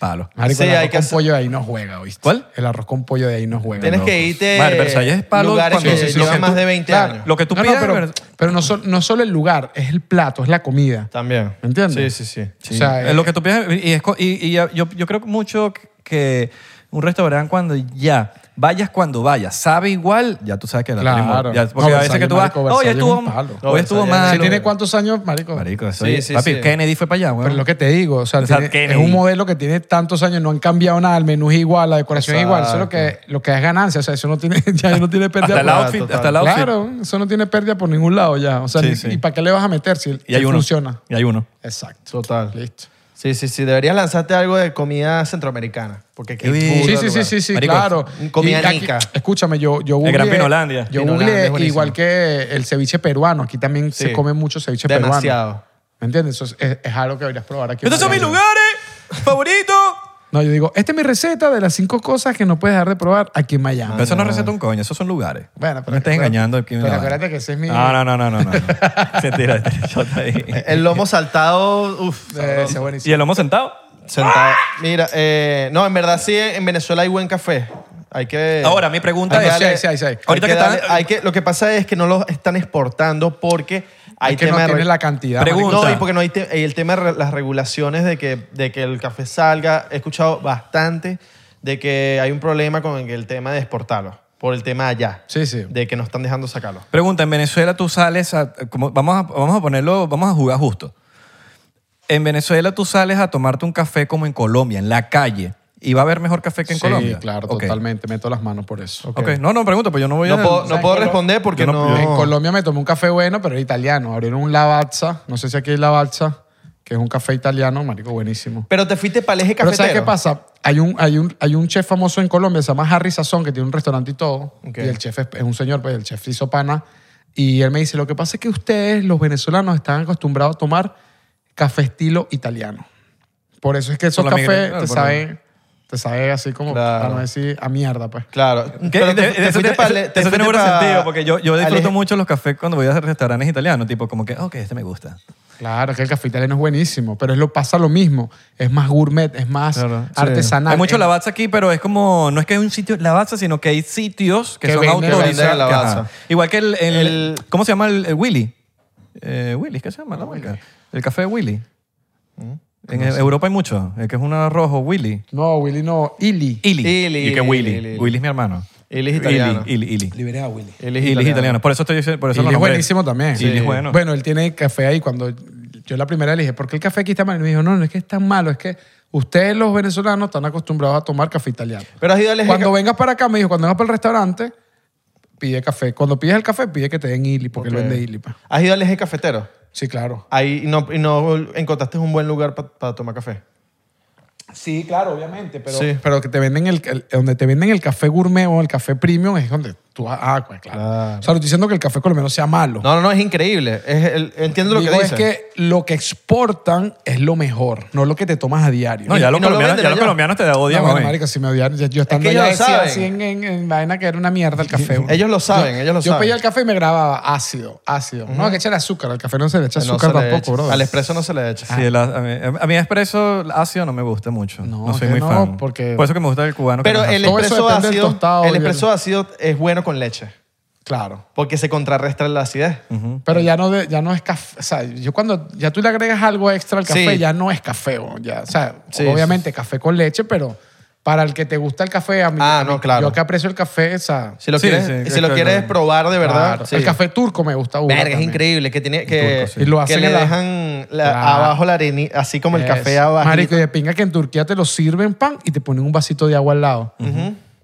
[SPEAKER 3] Palo.
[SPEAKER 1] Marico,
[SPEAKER 2] Sí,
[SPEAKER 1] el
[SPEAKER 2] hay
[SPEAKER 1] arroz
[SPEAKER 2] que
[SPEAKER 1] con
[SPEAKER 2] hacer-
[SPEAKER 1] pollo de ahí no juega, ¿viste?
[SPEAKER 3] ¿Cuál?
[SPEAKER 1] El arroz con pollo de ahí no juega.
[SPEAKER 2] Tienes
[SPEAKER 1] no.
[SPEAKER 2] que irte
[SPEAKER 3] Madre, Versalles es
[SPEAKER 2] a
[SPEAKER 3] palo
[SPEAKER 2] lugares
[SPEAKER 3] cuando-
[SPEAKER 2] que
[SPEAKER 3] sí, sí, sí,
[SPEAKER 2] llevan
[SPEAKER 3] lo que
[SPEAKER 2] más
[SPEAKER 3] tú-
[SPEAKER 2] de 20
[SPEAKER 1] Claro.
[SPEAKER 2] años.
[SPEAKER 3] Lo que tú
[SPEAKER 1] No, no,
[SPEAKER 3] pidas,
[SPEAKER 1] pero
[SPEAKER 3] ver-
[SPEAKER 1] pero no, sol- no solo el lugar, es el plato, es la comida.
[SPEAKER 2] También.
[SPEAKER 1] ¿Me entiendes?
[SPEAKER 2] Sí, sí, sí.
[SPEAKER 1] O sea,
[SPEAKER 3] Eh,
[SPEAKER 1] eh,
[SPEAKER 3] lo que tú piensas, y, es co- y- y ya- yo, yo creo mucho que un restaurante cuando ya Vayas cuando vayas. Sabe igual, ya tú sabes que la
[SPEAKER 1] Claro.
[SPEAKER 3] tenemos. Ya, porque
[SPEAKER 1] No,
[SPEAKER 3] a veces
[SPEAKER 1] Versalles,
[SPEAKER 3] que tú vas,
[SPEAKER 1] marico,
[SPEAKER 3] hoy
[SPEAKER 1] Versalles
[SPEAKER 3] estuvo,
[SPEAKER 1] es un palo.
[SPEAKER 3] hoy estuvo
[SPEAKER 2] Versalles es-
[SPEAKER 1] Si
[SPEAKER 3] mal.
[SPEAKER 1] tiene cuántos años, marico.
[SPEAKER 3] Marico, eso
[SPEAKER 4] Sí,
[SPEAKER 3] es-
[SPEAKER 4] sí,
[SPEAKER 3] papi,
[SPEAKER 4] sí.
[SPEAKER 3] Kennedy fue para allá, weón.
[SPEAKER 1] Pero es lo que te digo, o sea,
[SPEAKER 3] O sea,
[SPEAKER 1] tiene-
[SPEAKER 3] Kennedy.
[SPEAKER 1] es un modelo que tiene tantos años, no han cambiado nada, el menú es igual, la decoración es igual, eso es lo que, lo que es ganancia, o sea, eso no tiene, ya no tiene pérdida.
[SPEAKER 3] hasta el
[SPEAKER 1] por-
[SPEAKER 3] outfit,
[SPEAKER 2] total.
[SPEAKER 3] hasta el outfit.
[SPEAKER 1] Claro, eso no tiene pérdida por ningún lado ya, o sea,
[SPEAKER 3] Sí,
[SPEAKER 1] ni-
[SPEAKER 3] sí.
[SPEAKER 1] ¿y para qué le vas a meter si,
[SPEAKER 3] Y hay
[SPEAKER 1] si
[SPEAKER 3] uno.
[SPEAKER 1] funciona?
[SPEAKER 3] Y hay uno.
[SPEAKER 1] Exacto.
[SPEAKER 2] Total.
[SPEAKER 1] Listo.
[SPEAKER 2] Sí, sí, sí. Deberías lanzarte algo de comida centroamericana. Porque qué
[SPEAKER 3] Sí,
[SPEAKER 2] burda
[SPEAKER 1] Sí,
[SPEAKER 2] lugar.
[SPEAKER 1] sí, sí, sí, sí,
[SPEAKER 3] Marico,
[SPEAKER 1] claro.
[SPEAKER 2] un comida
[SPEAKER 1] Y aquí-
[SPEAKER 2] nica.
[SPEAKER 1] Escúchame, yo, yo
[SPEAKER 3] El
[SPEAKER 1] googleé,
[SPEAKER 3] Gran Pinolandia.
[SPEAKER 1] Yo
[SPEAKER 2] Pinolandia
[SPEAKER 1] googleé
[SPEAKER 2] es buenísimo.
[SPEAKER 1] igual que el ceviche peruano, aquí también
[SPEAKER 2] Sí.
[SPEAKER 1] se come mucho ceviche peruano.
[SPEAKER 2] Demasiado.
[SPEAKER 1] ¿Me entiendes? Eso es, es- es algo que deberías probar aquí. en
[SPEAKER 3] Estos son mis
[SPEAKER 1] Miami.
[SPEAKER 3] lugares favoritos.
[SPEAKER 1] No, yo digo, esta es mi receta de las cinco cosas que no puedes dejar de probar aquí en Miami.
[SPEAKER 3] Pero eso no receta un coño, esos son lugares.
[SPEAKER 1] Ah. Bueno,
[SPEAKER 3] no me estés engañando aquí. en
[SPEAKER 1] Pero
[SPEAKER 3] la
[SPEAKER 1] acuérdate
[SPEAKER 3] vaina.
[SPEAKER 1] que ese es mi.
[SPEAKER 3] No, no, no, no, no. no. Se tira, yo te dije.
[SPEAKER 2] El lomo saltado, uff.
[SPEAKER 1] Eh, ese es
[SPEAKER 3] ¿Y
[SPEAKER 1] buenísimo.
[SPEAKER 3] el lomo sentado?
[SPEAKER 2] Sentado. Mira, eh, no, en verdad sí, en Venezuela hay buen café. Hay que.
[SPEAKER 3] Ahora, mi pregunta
[SPEAKER 1] Hay que
[SPEAKER 3] es...
[SPEAKER 1] darle- sí, sí, sí.
[SPEAKER 3] Ahorita
[SPEAKER 2] hay
[SPEAKER 3] que
[SPEAKER 2] que
[SPEAKER 3] están...
[SPEAKER 2] darle- hay que, lo que pasa es que no los están exportando porque hay
[SPEAKER 1] Es que no
[SPEAKER 2] tema de
[SPEAKER 1] tiene
[SPEAKER 2] re-
[SPEAKER 1] la cantidad.
[SPEAKER 3] Pregunta.
[SPEAKER 1] marico.
[SPEAKER 2] No, y porque no hay te- el tema de re- las regulaciones de que, de que el café salga. He escuchado bastante de que hay un problema con el tema de exportarlo, por el tema de allá.
[SPEAKER 1] Sí, sí.
[SPEAKER 2] De que no están dejando sacarlo.
[SPEAKER 3] Pregunta, en Venezuela tú sales a... como- vamos, a vamos a ponerlo, vamos a jugar justo. En Venezuela tú sales a tomarte un café como en Colombia, en la calle, y va a haber mejor café que en
[SPEAKER 1] Sí,
[SPEAKER 3] Colombia.
[SPEAKER 1] claro,
[SPEAKER 3] Ok.
[SPEAKER 1] totalmente. Meto las manos por eso.
[SPEAKER 3] Ok, no, no, pregunto, pues yo no voy a...
[SPEAKER 2] No puedo, no
[SPEAKER 1] en
[SPEAKER 2] puedo
[SPEAKER 1] Colo-
[SPEAKER 2] responder porque
[SPEAKER 3] Yo
[SPEAKER 2] no.
[SPEAKER 3] no-
[SPEAKER 1] En Colombia me tomé un café bueno, pero era italiano. Abrieron un Lavazza. No sé si aquí hay Lavazza, que es un café italiano, marico, buenísimo.
[SPEAKER 2] Pero te fuiste para el eje
[SPEAKER 1] Pero
[SPEAKER 2] cafetero.
[SPEAKER 1] ¿sabes qué pasa? Hay un, hay, un, hay un chef famoso en Colombia, se llama Harry Sazón, que tiene un restaurante y todo.
[SPEAKER 2] Ok.
[SPEAKER 1] Y el chef es, es un señor, pues el chef hizo pana. Y él me dice, lo que pasa es que ustedes, los venezolanos, están acostumbrados a tomar café estilo italiano. Por eso es que esos
[SPEAKER 3] Por la
[SPEAKER 1] cafés
[SPEAKER 3] migra- claro,
[SPEAKER 1] te
[SPEAKER 3] por la-
[SPEAKER 1] saben te sabe así como,
[SPEAKER 2] Claro.
[SPEAKER 1] para no decir, a mierda, pues.
[SPEAKER 2] Claro.
[SPEAKER 3] ¿Qué?
[SPEAKER 2] Pero te-
[SPEAKER 3] De-
[SPEAKER 2] te
[SPEAKER 3] eso
[SPEAKER 2] fuiste
[SPEAKER 3] te-
[SPEAKER 2] pa'l- e-,
[SPEAKER 3] eso-
[SPEAKER 2] te
[SPEAKER 3] eso tiene
[SPEAKER 2] fuiste
[SPEAKER 3] buen
[SPEAKER 2] pa-
[SPEAKER 3] sentido, porque yo, yo
[SPEAKER 2] al
[SPEAKER 3] disfruto
[SPEAKER 2] eje-
[SPEAKER 3] mucho los cafés cuando voy a restaurantes italianos, tipo como que, ok, este me gusta.
[SPEAKER 1] Claro, que el café italiano es buenísimo, pero es lo, pasa lo mismo. Es más gourmet, es más
[SPEAKER 3] Claro, sí.
[SPEAKER 1] artesanal.
[SPEAKER 3] Hay mucho
[SPEAKER 1] Es-
[SPEAKER 3] lavazza aquí, pero es como, no es que hay un sitio lavazza, sino que hay sitios que,
[SPEAKER 1] Que
[SPEAKER 3] son
[SPEAKER 1] venden-
[SPEAKER 3] autorizados.
[SPEAKER 2] venden Lavazza.
[SPEAKER 3] Ajá. Igual que el, el-
[SPEAKER 2] El-
[SPEAKER 3] ¿cómo se llama el, el Willy? Eh, Willy, ¿qué se llama la marca? El café Willy.
[SPEAKER 2] Mm.
[SPEAKER 3] En Europa hay mucho, el que es un rojo, Willy.
[SPEAKER 1] No, Willy, no. Ili.
[SPEAKER 3] Ili.
[SPEAKER 2] Ili,
[SPEAKER 3] Y
[SPEAKER 2] Ili,
[SPEAKER 3] que Willy.
[SPEAKER 2] Ili.
[SPEAKER 3] Willy es mi hermano.
[SPEAKER 2] Ili es italiano.
[SPEAKER 3] Ili, Ili. Ili.
[SPEAKER 1] Liberé a Willy.
[SPEAKER 2] Él es
[SPEAKER 3] Ili es
[SPEAKER 2] italiano.
[SPEAKER 3] italiano. Por eso estoy diciendo- por eso
[SPEAKER 1] Ili
[SPEAKER 3] lo
[SPEAKER 1] es
[SPEAKER 3] nombré.
[SPEAKER 1] buenísimo también.
[SPEAKER 3] Ili es bueno.
[SPEAKER 1] Bueno, él tiene café ahí. Cuando yo la primera le dije, ¿por qué el café aquí está mal? Y me dijo, no, no es que es tan malo, es que ustedes los venezolanos están acostumbrados a tomar café italiano.
[SPEAKER 2] Pero has ido al eje
[SPEAKER 1] Cuando vengas para acá, me dijo, cuando vengas para el restaurante, pide café. Cuando pides el café, pide que te den Ili, porque lo vende Ili. pa.
[SPEAKER 2] ¿Has ido al eje cafetero?
[SPEAKER 1] Sí, claro.
[SPEAKER 2] Ahí y no, y no encontraste un buen lugar para tomar café.
[SPEAKER 1] Sí, claro, obviamente, pero,
[SPEAKER 2] Sí.
[SPEAKER 1] pero que te venden el, el- donde te venden el café gourmet o el café premium es donde tú ah, pues, claro.
[SPEAKER 2] Claro.
[SPEAKER 1] O sea, no estoy diciendo que el café colombiano sea malo.
[SPEAKER 2] No, no, no, es increíble. Es el- entiendo lo
[SPEAKER 1] Digo,
[SPEAKER 2] que
[SPEAKER 1] es
[SPEAKER 2] dices.
[SPEAKER 1] que lo que exportan es lo que exportan es lo mejor, no lo que te tomas a diario.
[SPEAKER 3] No, ya los
[SPEAKER 2] Y no lo
[SPEAKER 3] colombianos,
[SPEAKER 2] venden
[SPEAKER 3] ya los
[SPEAKER 2] allá.
[SPEAKER 3] colombianos te
[SPEAKER 1] No,
[SPEAKER 3] odian,
[SPEAKER 1] bueno,
[SPEAKER 3] mami.
[SPEAKER 1] marico, si me odiaron. Yo, yo estando
[SPEAKER 2] ellos
[SPEAKER 1] allá
[SPEAKER 2] lo
[SPEAKER 1] decía
[SPEAKER 2] saben.
[SPEAKER 1] así en, en- en vaina que era una mierda el café. bro.
[SPEAKER 2] Ellos lo saben,
[SPEAKER 1] Yo-
[SPEAKER 2] ellos lo
[SPEAKER 1] yo
[SPEAKER 2] saben.
[SPEAKER 1] pedía el café y me grababa ácido, ácido. No, que echarle azúcar. Al café no se le echa
[SPEAKER 2] No
[SPEAKER 1] azúcar
[SPEAKER 2] se le
[SPEAKER 1] tampoco, Ah,
[SPEAKER 2] echa.
[SPEAKER 1] bro.
[SPEAKER 2] Al expreso no se le echa.
[SPEAKER 3] Sí, el a, a mí, a mí expreso ácido no me gusta mucho. No,
[SPEAKER 1] No, que
[SPEAKER 3] soy muy
[SPEAKER 1] no,
[SPEAKER 3] fan.
[SPEAKER 1] porque-
[SPEAKER 3] Por eso que me gusta el cubano. que
[SPEAKER 2] Pero
[SPEAKER 3] no es
[SPEAKER 2] el
[SPEAKER 1] Todo eso
[SPEAKER 2] expreso
[SPEAKER 1] depende del
[SPEAKER 2] ácido,
[SPEAKER 1] tostado,
[SPEAKER 2] el
[SPEAKER 1] yo-
[SPEAKER 2] expreso ácido es bueno con leche,
[SPEAKER 1] Claro.
[SPEAKER 2] porque se contrarrestra la acidez.
[SPEAKER 1] Pero ya no, de- ya no es café. O sea, yo cuando ya tú le agregas algo extra al café,
[SPEAKER 2] Sí.
[SPEAKER 1] ya no es café. bro, Ya, o sea,
[SPEAKER 2] Sí,
[SPEAKER 1] obviamente café con leche, pero para el que te gusta el café, a mí,
[SPEAKER 2] Ah,
[SPEAKER 1] a mí-
[SPEAKER 2] no, claro.
[SPEAKER 1] yo que aprecio el café, o sea,
[SPEAKER 2] Si lo
[SPEAKER 3] Sí,
[SPEAKER 2] quieres,
[SPEAKER 3] sí,
[SPEAKER 2] si lo
[SPEAKER 3] claro.
[SPEAKER 2] quieres probar de verdad,
[SPEAKER 1] claro.
[SPEAKER 2] sí.
[SPEAKER 1] el café turco me gusta. uno
[SPEAKER 2] Verga, es
[SPEAKER 1] también.
[SPEAKER 2] increíble que tiene que,
[SPEAKER 3] turco, sí.
[SPEAKER 1] Y lo
[SPEAKER 2] que
[SPEAKER 1] hacen
[SPEAKER 2] le
[SPEAKER 1] en la-
[SPEAKER 2] dejan la-
[SPEAKER 1] Claro.
[SPEAKER 2] abajo la arenita, así como el
[SPEAKER 1] Eso.
[SPEAKER 2] café abajo.
[SPEAKER 1] Marico, y de pinga que en Turquía te lo sirven pan y te ponen un vasito de agua al lado.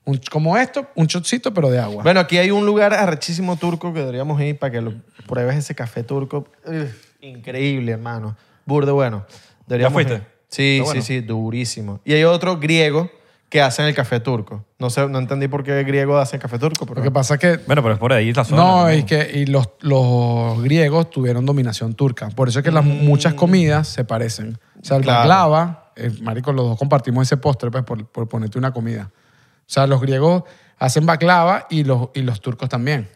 [SPEAKER 1] Un- como esto, un chocito, pero de agua.
[SPEAKER 2] Bueno, aquí hay un lugar arrechísimo turco que deberíamos ir para que lo pruebes ese café turco. Uf, increíble, hermano. Burdo bueno. Deberíamos
[SPEAKER 3] fuiste?
[SPEAKER 2] ir. Sí,
[SPEAKER 3] Está bueno.
[SPEAKER 2] sí, sí, durísimo. Y hay otro griego que hacen el café turco. No sé, no entendí por qué griego hacen café turco, pero
[SPEAKER 1] lo que pasa es que
[SPEAKER 3] Bueno, pero es por ahí la zona.
[SPEAKER 1] No, y que y los, los griegos tuvieron dominación turca. Por eso es que las muchas comidas se parecen. O sea, el
[SPEAKER 2] Claro.
[SPEAKER 1] baklava, eh, marico, los dos compartimos ese postre, pues, por, por ponerte una comida. O sea, los griegos hacen baklava y los, y los turcos también.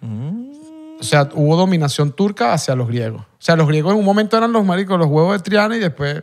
[SPEAKER 1] Mm. O sea, hubo dominación turca hacia los griegos. O sea, los griegos en un momento eran los maricos, los huevos de Triana y después...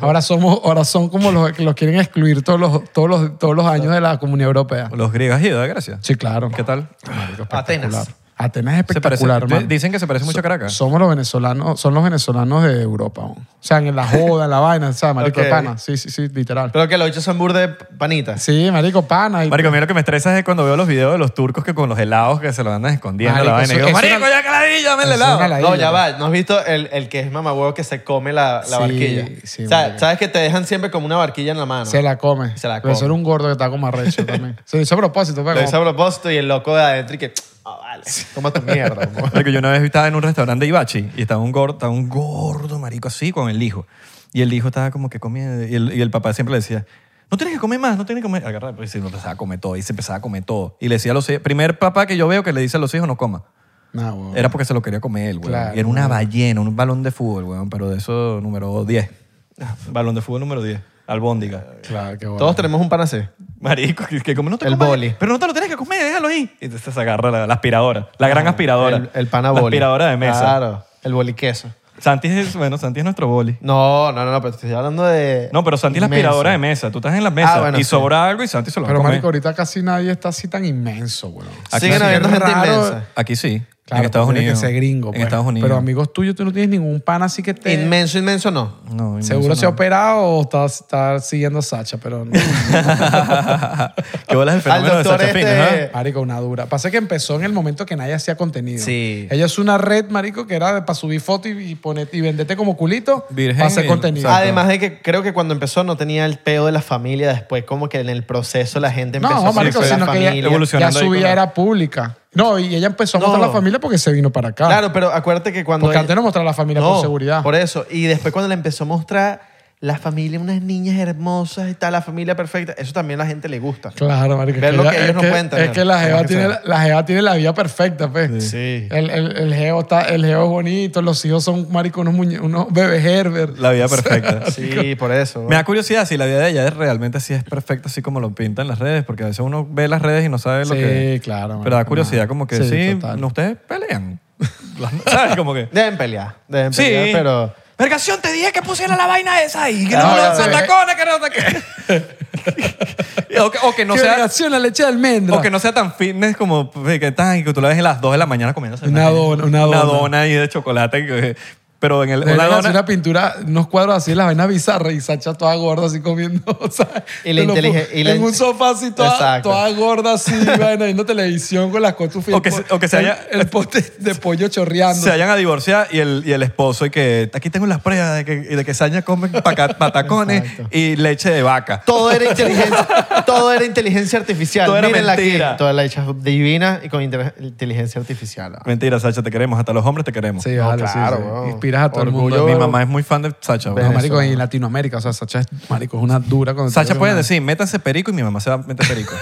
[SPEAKER 1] Ahora, somos, ahora son como los que los quieren excluir todos los, todos, los, todos los años de la comunidad europea.
[SPEAKER 3] Los griegos, y da gracias.
[SPEAKER 1] Sí, claro.
[SPEAKER 3] ¿Qué tal?
[SPEAKER 1] Marico, espectacular.
[SPEAKER 2] Atenas.
[SPEAKER 1] Atenas es
[SPEAKER 3] Se parece-
[SPEAKER 1] espectacular,
[SPEAKER 3] di-
[SPEAKER 1] man.
[SPEAKER 3] Dicen que se parece mucho a Caracas.
[SPEAKER 1] Somos los venezolanos, son los venezolanos de Europa. man. O sea, en la joda, en la vaina, ¿sabes? Marico de
[SPEAKER 2] Ok.
[SPEAKER 1] pana. Sí, sí, sí, literal.
[SPEAKER 2] Pero que los hechos son burde panitas.
[SPEAKER 1] Sí, marico, pana. Y
[SPEAKER 3] Marico, a mí lo que me estresa es cuando veo los videos de los turcos que con los helados que se los andan escondiendo.
[SPEAKER 1] Marico,
[SPEAKER 3] la
[SPEAKER 1] eso-
[SPEAKER 3] vaina. Y digo,
[SPEAKER 1] eso
[SPEAKER 3] Marico,
[SPEAKER 1] era-
[SPEAKER 3] ya que la di, llame el
[SPEAKER 1] eso
[SPEAKER 3] helado.
[SPEAKER 1] era la-
[SPEAKER 2] No, ya va. ¿No has visto el, el que es mamahuevo que se come la, la
[SPEAKER 1] Sí,
[SPEAKER 2] barquilla?
[SPEAKER 1] sí,
[SPEAKER 2] O sea,
[SPEAKER 1] marico.
[SPEAKER 2] ¿Sabes que te dejan siempre como una barquilla en la mano?
[SPEAKER 1] se la come.
[SPEAKER 2] Se la
[SPEAKER 1] Pero
[SPEAKER 2] come.
[SPEAKER 1] eso era un gordo que estaba como arrecho también. Se lo hizo a propósito, pero
[SPEAKER 2] Lo hizo
[SPEAKER 1] como-
[SPEAKER 2] a propósito y el loco de adentro y que... "Ah, vale, toma tu mierda. amor".
[SPEAKER 3] Marico, yo una vez estaba en un restaurante de Ibachi y estaba un gordo, estaba un gordo marico así con el hijo. Y el hijo estaba como que comiendo y el, y el papá siempre le decía, no tienes que comer más, no tienes que comer. Agarra, pues y se empezaba a comer todo y se empezaba a comer todo. Y le decía a los hijos, primer papá que yo veo que le dice a los hijos no coma.
[SPEAKER 1] Nah, weón.
[SPEAKER 3] Era porque se lo quería comer él, güey.
[SPEAKER 1] Claro,
[SPEAKER 3] y era una ballena, un balón de fútbol, güey, pero de eso número 10. balón de fútbol número 10. Albóndiga.
[SPEAKER 1] Claro, qué bueno.
[SPEAKER 2] Todos tenemos un pan así.
[SPEAKER 3] Marico, que, que como no te
[SPEAKER 2] El
[SPEAKER 3] comas,
[SPEAKER 2] boli.
[SPEAKER 3] Pero no te lo tienes que comer, déjalo ahí. Y entonces se agarra la, la aspiradora, la gran aspiradora.
[SPEAKER 2] Ah, El, el pana
[SPEAKER 3] La
[SPEAKER 2] boli.
[SPEAKER 3] aspiradora de mesa.
[SPEAKER 2] Claro, el boliqueso.
[SPEAKER 3] Santi es, bueno, Santi es nuestro boli.
[SPEAKER 2] No, no, no, no, pero te estoy hablando de...
[SPEAKER 3] No, pero Santi es la
[SPEAKER 2] inmenso.
[SPEAKER 3] aspiradora de mesa. Tú estás en la mesa
[SPEAKER 2] Ah, bueno,
[SPEAKER 3] y
[SPEAKER 2] sí.
[SPEAKER 3] sobra algo y Santi se lo va a
[SPEAKER 1] Pero,
[SPEAKER 3] comer.
[SPEAKER 1] marico, ahorita casi nadie está así tan inmenso, weón.
[SPEAKER 3] Aquí
[SPEAKER 2] Siguen
[SPEAKER 3] sí.
[SPEAKER 2] habiendo
[SPEAKER 1] Qué
[SPEAKER 2] gente
[SPEAKER 1] raro.
[SPEAKER 2] inmensa.
[SPEAKER 3] Aquí sí,
[SPEAKER 1] Claro,
[SPEAKER 3] en Estados
[SPEAKER 1] tiene
[SPEAKER 3] Unidos.
[SPEAKER 1] que ser gringo,
[SPEAKER 3] en
[SPEAKER 1] pues.
[SPEAKER 3] Estados Unidos.
[SPEAKER 1] Pero amigos tuyos, tú no tienes ningún pan así que te...
[SPEAKER 2] Inmenso, inmenso no.
[SPEAKER 3] No,
[SPEAKER 1] Seguro se ha operado o está, está siguiendo a Sacha, pero no.
[SPEAKER 3] ¿Qué bolas el
[SPEAKER 2] Al
[SPEAKER 3] fenómeno de
[SPEAKER 2] doctor
[SPEAKER 3] Sacha Fitness,
[SPEAKER 2] este-
[SPEAKER 3] ah?
[SPEAKER 1] Marico, una dura. Pasa que empezó en el momento que nadie hacía contenido.
[SPEAKER 2] Sí.
[SPEAKER 1] Ella es una red, marico, que era de- para subir fotos y, y ponerte- y venderte como culito
[SPEAKER 3] Virgen
[SPEAKER 1] para hacer
[SPEAKER 3] y-
[SPEAKER 1] contenido.
[SPEAKER 3] Exacto.
[SPEAKER 2] Además de que creo que cuando empezó no tenía el peo de la familia, después como que en el proceso la gente
[SPEAKER 1] No,
[SPEAKER 2] empezó a
[SPEAKER 1] marico,
[SPEAKER 2] conocer
[SPEAKER 1] sino
[SPEAKER 2] la
[SPEAKER 1] que ella,
[SPEAKER 2] familia.
[SPEAKER 1] ya
[SPEAKER 3] Evolucionando
[SPEAKER 1] su
[SPEAKER 3] ahí con
[SPEAKER 1] vida
[SPEAKER 3] la-
[SPEAKER 1] era pública. No, y ella empezó a mostrar
[SPEAKER 2] No.
[SPEAKER 1] la familia porque se vino para acá.
[SPEAKER 2] Claro, pero acuérdate que cuando...
[SPEAKER 1] Porque
[SPEAKER 2] ella-
[SPEAKER 1] antes no mostraba la familia
[SPEAKER 2] No,
[SPEAKER 1] por seguridad.
[SPEAKER 2] Por eso. Y después cuando le empezó a mostrar la familia, unas niñas hermosas y tal, la familia perfecta, eso también a la gente le gusta.
[SPEAKER 1] Claro, marico. es
[SPEAKER 2] Ver lo
[SPEAKER 1] ella-
[SPEAKER 2] que ellos
[SPEAKER 1] es
[SPEAKER 2] no pueden tener,
[SPEAKER 1] Es que la
[SPEAKER 2] por
[SPEAKER 1] jeva,
[SPEAKER 2] más que
[SPEAKER 1] tiene,
[SPEAKER 2] sea.
[SPEAKER 1] la jeva tiene la vida perfecta, pues.
[SPEAKER 2] Sí.
[SPEAKER 1] El, el, el geo está, el geo es bonito, los hijos son, marico, unos, muñe- unos bebés Herbert.
[SPEAKER 3] La vida perfecta.
[SPEAKER 2] Sí, por eso.
[SPEAKER 3] Me da curiosidad si la vida de ella es realmente así es perfecta, así como lo pintan las redes, porque a veces uno ve las redes y no sabe lo
[SPEAKER 1] Sí,
[SPEAKER 3] que
[SPEAKER 1] claro, marico,
[SPEAKER 3] Pero da curiosidad,
[SPEAKER 1] no.
[SPEAKER 3] como que
[SPEAKER 1] Sí,
[SPEAKER 3] sí,
[SPEAKER 1] total.
[SPEAKER 3] no, ustedes pelean. ¿Sabes? Como que.
[SPEAKER 2] Deben pelear, deben
[SPEAKER 3] Sí.
[SPEAKER 2] pelear, pero...
[SPEAKER 3] Vergación, te dije que pusiera la vaina esa ahí. Que
[SPEAKER 1] Ah,
[SPEAKER 3] no me
[SPEAKER 1] ya,
[SPEAKER 3] lanzan
[SPEAKER 1] ya.
[SPEAKER 3] tacones, que no sé qué. o, que, o que no
[SPEAKER 1] Que
[SPEAKER 3] sea,
[SPEAKER 1] relación a leche de almendra.
[SPEAKER 3] o que no sea tan fitness como eh, que, tan, que tú la ves a las 2 de la mañana comiendo
[SPEAKER 1] Una dona, una
[SPEAKER 3] Una
[SPEAKER 1] dona.
[SPEAKER 3] dona ahí de chocolate. que- pero en el. o
[SPEAKER 1] Deberían
[SPEAKER 3] la
[SPEAKER 1] hacer
[SPEAKER 3] dona-
[SPEAKER 1] una pintura, unos cuadros así, las vainas bizarras y Sacha toda gorda así comiendo, o sea,
[SPEAKER 2] Y la
[SPEAKER 1] te lo pu-
[SPEAKER 2] intelige- y la-
[SPEAKER 1] en un sofá así toda,
[SPEAKER 2] Exacto.
[SPEAKER 1] toda gorda así, vaina, viendo televisión con las cotufas. y
[SPEAKER 3] O
[SPEAKER 1] el
[SPEAKER 3] que
[SPEAKER 1] po-
[SPEAKER 3] se- o que se
[SPEAKER 1] el-
[SPEAKER 3] haya-
[SPEAKER 1] El pote de pollo chorreando.
[SPEAKER 3] se vayan a divorciar y el, y el esposo y que aquí tengo las pruebas de que, de que Saña come paca- patacones
[SPEAKER 2] Exacto.
[SPEAKER 3] y leche de vaca.
[SPEAKER 2] Todo era inteligencia, todo era inteligencia artificial.
[SPEAKER 3] Todo era
[SPEAKER 2] Mírenla aquí.
[SPEAKER 3] mentira.
[SPEAKER 2] Toda la hecha divina y con inter- inteligencia artificial. ah.
[SPEAKER 3] Mentira, Sacha, te queremos. Hasta los hombres te queremos. Pues
[SPEAKER 1] Sí,
[SPEAKER 2] No,
[SPEAKER 1] vale, sí,
[SPEAKER 2] claro,
[SPEAKER 1] sí.
[SPEAKER 2] weón.
[SPEAKER 1] Inspiras a todo
[SPEAKER 2] Orgullo.
[SPEAKER 1] el
[SPEAKER 3] Mi
[SPEAKER 1] mundo.
[SPEAKER 3] mamá es muy fan de Sacha.
[SPEAKER 1] No,
[SPEAKER 3] weón.
[SPEAKER 1] marico, en Latinoamérica, o sea, Sacha es, marico, es una dura cuando
[SPEAKER 3] Sacha
[SPEAKER 1] te-
[SPEAKER 3] puede decir, métanse perico y mi mamá se va a meter perico.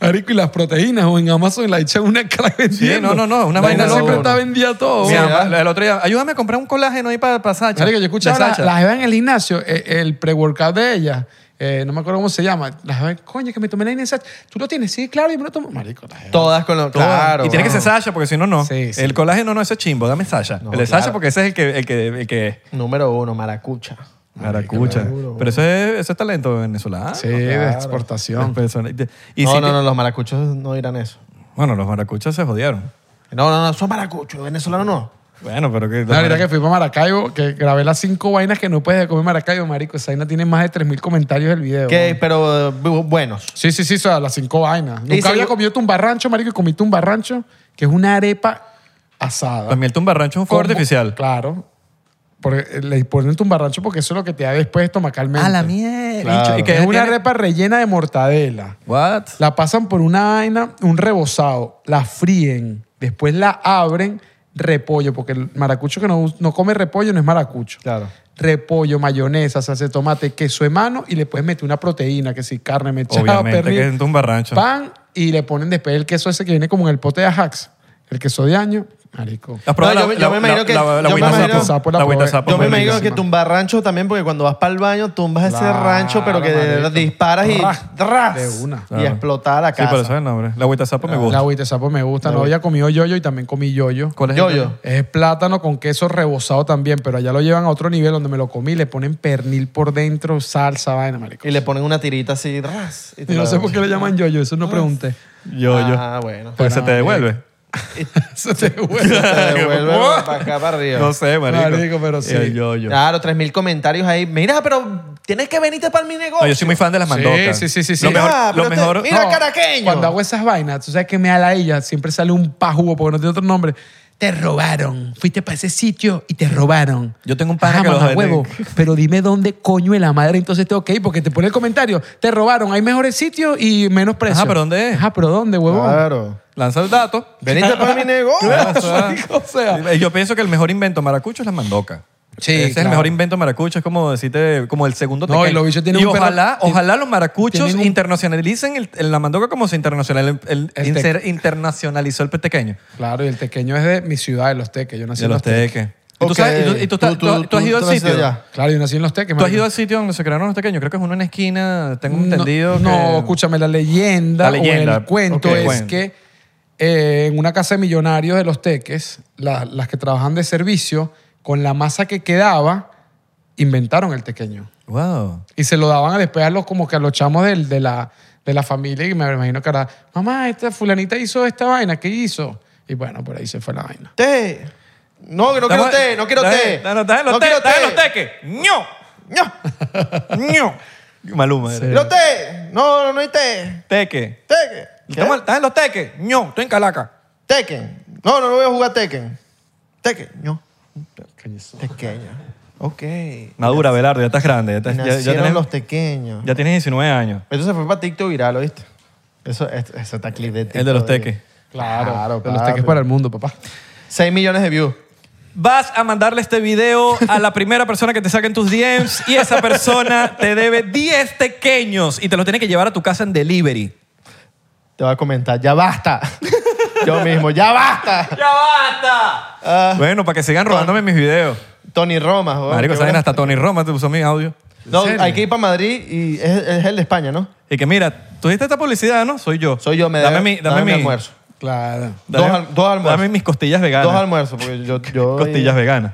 [SPEAKER 1] Marico, y las proteínas, o en Amazon la echan una crack vendiendo.
[SPEAKER 3] no, no, no, una
[SPEAKER 1] La
[SPEAKER 3] vaina
[SPEAKER 1] gente siempre
[SPEAKER 2] loca.
[SPEAKER 1] está vendida todo.
[SPEAKER 3] Mi
[SPEAKER 1] weón.
[SPEAKER 3] mamá, el otro día, ayúdame a comprar un colágeno ahí para Sacha.
[SPEAKER 1] Oh, Marico, yo escuchaba
[SPEAKER 3] De
[SPEAKER 1] la,
[SPEAKER 3] Sacha.
[SPEAKER 1] la jeva en el gimnasio, eh, el pre-workout de ella, eh, no me acuerdo cómo se llama, la jeva, coño, que me tomé la Inés Sacha. ¿Tú lo tienes? Sí, claro, y me lo tomo. Marico, la jeva.
[SPEAKER 2] Todas con lo
[SPEAKER 3] Todas.
[SPEAKER 2] claro.
[SPEAKER 3] y tiene que
[SPEAKER 2] weón.
[SPEAKER 3] ser Sacha porque si no, no.
[SPEAKER 1] Sí, sí.
[SPEAKER 3] El colágeno no, ese es chimbo, dame Sacha. el de Sacha porque ese es el que, el que, el que es.
[SPEAKER 2] Número uno, maracucha.
[SPEAKER 3] Maracucha. Pero eso es, eso es talento venezolano.
[SPEAKER 1] Sí, de exportación.
[SPEAKER 3] Persona- Y
[SPEAKER 2] no,
[SPEAKER 3] sí
[SPEAKER 2] no,
[SPEAKER 3] que-
[SPEAKER 2] no, los maracuchos no dirán eso.
[SPEAKER 3] Bueno, los maracuchas se jodieron.
[SPEAKER 2] No, no, no, son maracuchos, venezolanos no.
[SPEAKER 3] Bueno, pero que.
[SPEAKER 1] La verdad que fui para Maracaibo, que grabé las cinco vainas que no puedes comer en Maracaibo, marico. Esa vaina tiene más de 3.000 comentarios del video.
[SPEAKER 2] Que,
[SPEAKER 1] weón.
[SPEAKER 2] pero eh, bu- buenos.
[SPEAKER 1] Sí, sí, sí, o sea, las cinco vainas. Nunca
[SPEAKER 2] Dice-
[SPEAKER 1] había comido tumbarrancho, marico, y comí tumbarrancho, que es una arepa asada.
[SPEAKER 3] Para mí el tumbarrancho es un fuego
[SPEAKER 1] Como-
[SPEAKER 3] artificial.
[SPEAKER 1] Claro. Porque le ponen tumbarrancho porque eso es lo que te da después estomacalmente.
[SPEAKER 3] mierda.
[SPEAKER 2] Claro.
[SPEAKER 3] Y que
[SPEAKER 1] Que es una
[SPEAKER 3] tiene-
[SPEAKER 1] arepa rellena de mortadela.
[SPEAKER 3] What?
[SPEAKER 1] La pasan por una vaina, un rebozado, la fríen, después la abren, repollo, porque el maracucho que no, no come repollo no es maracucho.
[SPEAKER 2] Claro.
[SPEAKER 1] Repollo, mayonesa, salsa de tomate, queso de mano y le puedes meter una proteína, que si carne mechada,
[SPEAKER 3] Obviamente
[SPEAKER 1] perril,
[SPEAKER 3] que es un tumbarrancho.
[SPEAKER 1] pan y le ponen después el queso ese que viene como en el pote de Ajax, el queso de año, marico.
[SPEAKER 3] ¿Has probado
[SPEAKER 2] No,
[SPEAKER 3] la-
[SPEAKER 2] yo- yo
[SPEAKER 3] la-
[SPEAKER 2] me imagino
[SPEAKER 3] la-
[SPEAKER 2] que-
[SPEAKER 3] la- la
[SPEAKER 2] yo me
[SPEAKER 3] agüita
[SPEAKER 2] imagino-
[SPEAKER 3] sapo? La agüita sapo
[SPEAKER 2] Yo me
[SPEAKER 3] es
[SPEAKER 2] imagino que
[SPEAKER 1] buenísima.
[SPEAKER 2] tumbar rancho también, porque cuando vas para el baño, tumbas ese
[SPEAKER 1] Claro,
[SPEAKER 2] rancho, pero que
[SPEAKER 1] marico.
[SPEAKER 2] disparas y.
[SPEAKER 1] Ra,
[SPEAKER 2] ¡ras!
[SPEAKER 1] de una.
[SPEAKER 2] Y
[SPEAKER 3] Claro.
[SPEAKER 2] explotar la
[SPEAKER 3] Sí,
[SPEAKER 2] casa.
[SPEAKER 3] pero eso es el nombre. La agüita sapo me Ah, gusta.
[SPEAKER 1] La agüita de sapo me gusta. No había comido yoyo y también comí yoyo.
[SPEAKER 3] ¿Cuál es el
[SPEAKER 2] Yo,
[SPEAKER 3] nombre?
[SPEAKER 2] yo.
[SPEAKER 1] Es plátano con queso rebozado también, pero allá lo llevan a otro nivel donde me lo comí, le ponen pernil por dentro, salsa, vaina, marico.
[SPEAKER 2] Y le ponen una tirita así, ras. Y, te
[SPEAKER 1] Yo no
[SPEAKER 2] la-
[SPEAKER 1] sé por qué le llaman yoyo, eso no pregunté.
[SPEAKER 3] Yo, yo.
[SPEAKER 2] Ah, bueno.
[SPEAKER 3] Porque se te
[SPEAKER 1] Bueno,
[SPEAKER 3] devuelve.
[SPEAKER 1] Eso te
[SPEAKER 2] Se
[SPEAKER 1] devuelve.
[SPEAKER 2] devuelve
[SPEAKER 1] ¿Cómo?
[SPEAKER 2] para acá, para arriba.
[SPEAKER 3] No sé, marico.
[SPEAKER 1] Marico, pero sí.
[SPEAKER 3] El yo-yo.
[SPEAKER 2] Claro, 3.000 comentarios ahí. Mira, pero tienes que venirte para mi negocio.
[SPEAKER 3] No, yo soy muy fan de las
[SPEAKER 1] Sí,
[SPEAKER 3] mandocas.
[SPEAKER 1] sí, sí, sí, sí.
[SPEAKER 3] Lo mejor,
[SPEAKER 2] Ah,
[SPEAKER 3] lo
[SPEAKER 2] pero te-
[SPEAKER 3] mejor
[SPEAKER 2] mira, caraqueño.
[SPEAKER 1] Cuando hago esas vainas, tú sabes que me ella siempre sale un pajugo porque no tiene otro nombre. Te robaron. Fuiste para ese sitio y te robaron.
[SPEAKER 3] Yo tengo un pana que los
[SPEAKER 1] mamá
[SPEAKER 3] vende.
[SPEAKER 1] Ah, huevo. Pero dime dónde coño de la madre entonces tengo que ir porque te pone el comentario. Te robaron. Hay mejores sitios y menos precios.
[SPEAKER 3] Ajá, pero ¿dónde es?
[SPEAKER 1] Ajá, pero ¿dónde, huevo?
[SPEAKER 2] Claro.
[SPEAKER 3] lanza el dato.
[SPEAKER 2] Venirte para mi negocio.
[SPEAKER 3] O sea,
[SPEAKER 1] marico, o sea.
[SPEAKER 3] Eh, Yo pienso que el mejor invento maracucho es la mandoca.
[SPEAKER 1] Sí,
[SPEAKER 3] Ese es el
[SPEAKER 1] claro.
[SPEAKER 3] mejor invento maracucho, es como decirte, como el segundo
[SPEAKER 1] No,
[SPEAKER 3] tequeño.
[SPEAKER 1] y los bichos tienen un perro-
[SPEAKER 3] ojalá,
[SPEAKER 1] tien-
[SPEAKER 3] ojalá los maracuchos
[SPEAKER 1] tienen un-
[SPEAKER 3] internacionalicen el- el- la mandoca como se internacional, el, el-
[SPEAKER 1] El tec-
[SPEAKER 3] inter- internacionalizó el petequeño.
[SPEAKER 1] Claro, y el tequeño es de mi ciudad, de Los Teques. Yo nací
[SPEAKER 3] De
[SPEAKER 1] en
[SPEAKER 3] los
[SPEAKER 1] Los Teques.
[SPEAKER 3] teques. ¿Y tú,
[SPEAKER 2] Ok.
[SPEAKER 3] sabes- y tú- y tú estás-
[SPEAKER 2] Tú-
[SPEAKER 3] tú-
[SPEAKER 2] tú-
[SPEAKER 3] tú has ido
[SPEAKER 2] tú
[SPEAKER 3] al
[SPEAKER 2] has ido
[SPEAKER 3] sitio?
[SPEAKER 2] allá.
[SPEAKER 1] Claro, yo nací en Los Teques.
[SPEAKER 3] ¿Tú has
[SPEAKER 1] marico.
[SPEAKER 3] ido al sitio donde se crearon los tequeños? Creo que es uno en una esquina, tengo
[SPEAKER 1] No,
[SPEAKER 3] entendido.
[SPEAKER 1] No,
[SPEAKER 3] que-
[SPEAKER 1] escúchame, la leyenda,
[SPEAKER 3] La leyenda,
[SPEAKER 1] o el cuento
[SPEAKER 3] ok.
[SPEAKER 1] es
[SPEAKER 3] Cuento.
[SPEAKER 1] que eh, en una casa de millonarios de los teques, la- las que trabajan de servicio, con la masa que quedaba, inventaron el tequeño.
[SPEAKER 3] Wow.
[SPEAKER 1] Y se lo daban a después a los, como que a los chamos del- de, la, de la familia. Y me imagino que era, mamá, esta fulanita hizo esta vaina, ¿qué hizo? Y bueno, por ahí se fue la vaina.
[SPEAKER 2] Té. No, que no quiero té, no quiero té.
[SPEAKER 3] No, no,
[SPEAKER 2] quiero
[SPEAKER 3] no quiero té. los teques. ¡Ño!
[SPEAKER 2] No,
[SPEAKER 3] ¡Ño! Maluma. era.
[SPEAKER 2] quiero té. No, no, no hay té.
[SPEAKER 3] Teque.
[SPEAKER 2] Tekken.
[SPEAKER 3] Estamos- ¿Estás en los teques? ¡Ño! Estoy en Caracas.
[SPEAKER 2] Tekken. No, no, no voy a jugar Tekken. Tekken. No. Tequeño. Ok.
[SPEAKER 3] Madura, Velardo, ya estás grande. Ya, estás- ya- ya
[SPEAKER 2] Nacieron
[SPEAKER 3] tienes,
[SPEAKER 2] los tequeños.
[SPEAKER 3] ya tienes 19 años.
[SPEAKER 2] Entonces fue para TikTok viral, ¿oíste? Eso, es- eso está clip de TikTok.
[SPEAKER 3] de los
[SPEAKER 2] oye.
[SPEAKER 3] teques.
[SPEAKER 2] Claro,
[SPEAKER 1] de los teques para el mundo, papá.
[SPEAKER 2] 6 millones de views.
[SPEAKER 3] Vas a mandarle este video a la primera persona que te saque en tus DMs y esa persona te debe 10 tequeños y te los tiene que llevar a tu casa en delivery.
[SPEAKER 2] Te voy a comentar, ya basta. Yo mismo, ya basta.
[SPEAKER 3] ¡Ya basta!
[SPEAKER 2] Ah,
[SPEAKER 3] Bueno, para que sigan robándome mis videos.
[SPEAKER 2] Tony Roma. joder,
[SPEAKER 3] Marico,
[SPEAKER 2] qué
[SPEAKER 3] saben
[SPEAKER 2] buena-
[SPEAKER 3] hasta Tony Roma, te usó mi audio.
[SPEAKER 2] No,
[SPEAKER 1] ¿En serio?
[SPEAKER 2] hay que ir para Madrid y es, es el de España, ¿no?
[SPEAKER 3] Y que mira, tú diste esta publicidad, ¿no? Soy yo.
[SPEAKER 2] Soy yo, me
[SPEAKER 3] dame
[SPEAKER 2] debe-
[SPEAKER 3] mi, dame
[SPEAKER 2] dame mi
[SPEAKER 3] mi-
[SPEAKER 2] almuerzo.
[SPEAKER 1] Claro.
[SPEAKER 3] dame-
[SPEAKER 2] Dos al- dos almuerzos.
[SPEAKER 3] Dame mis costillas veganas.
[SPEAKER 2] Dos almuerzos, porque yo... yo
[SPEAKER 3] Costillas veganas.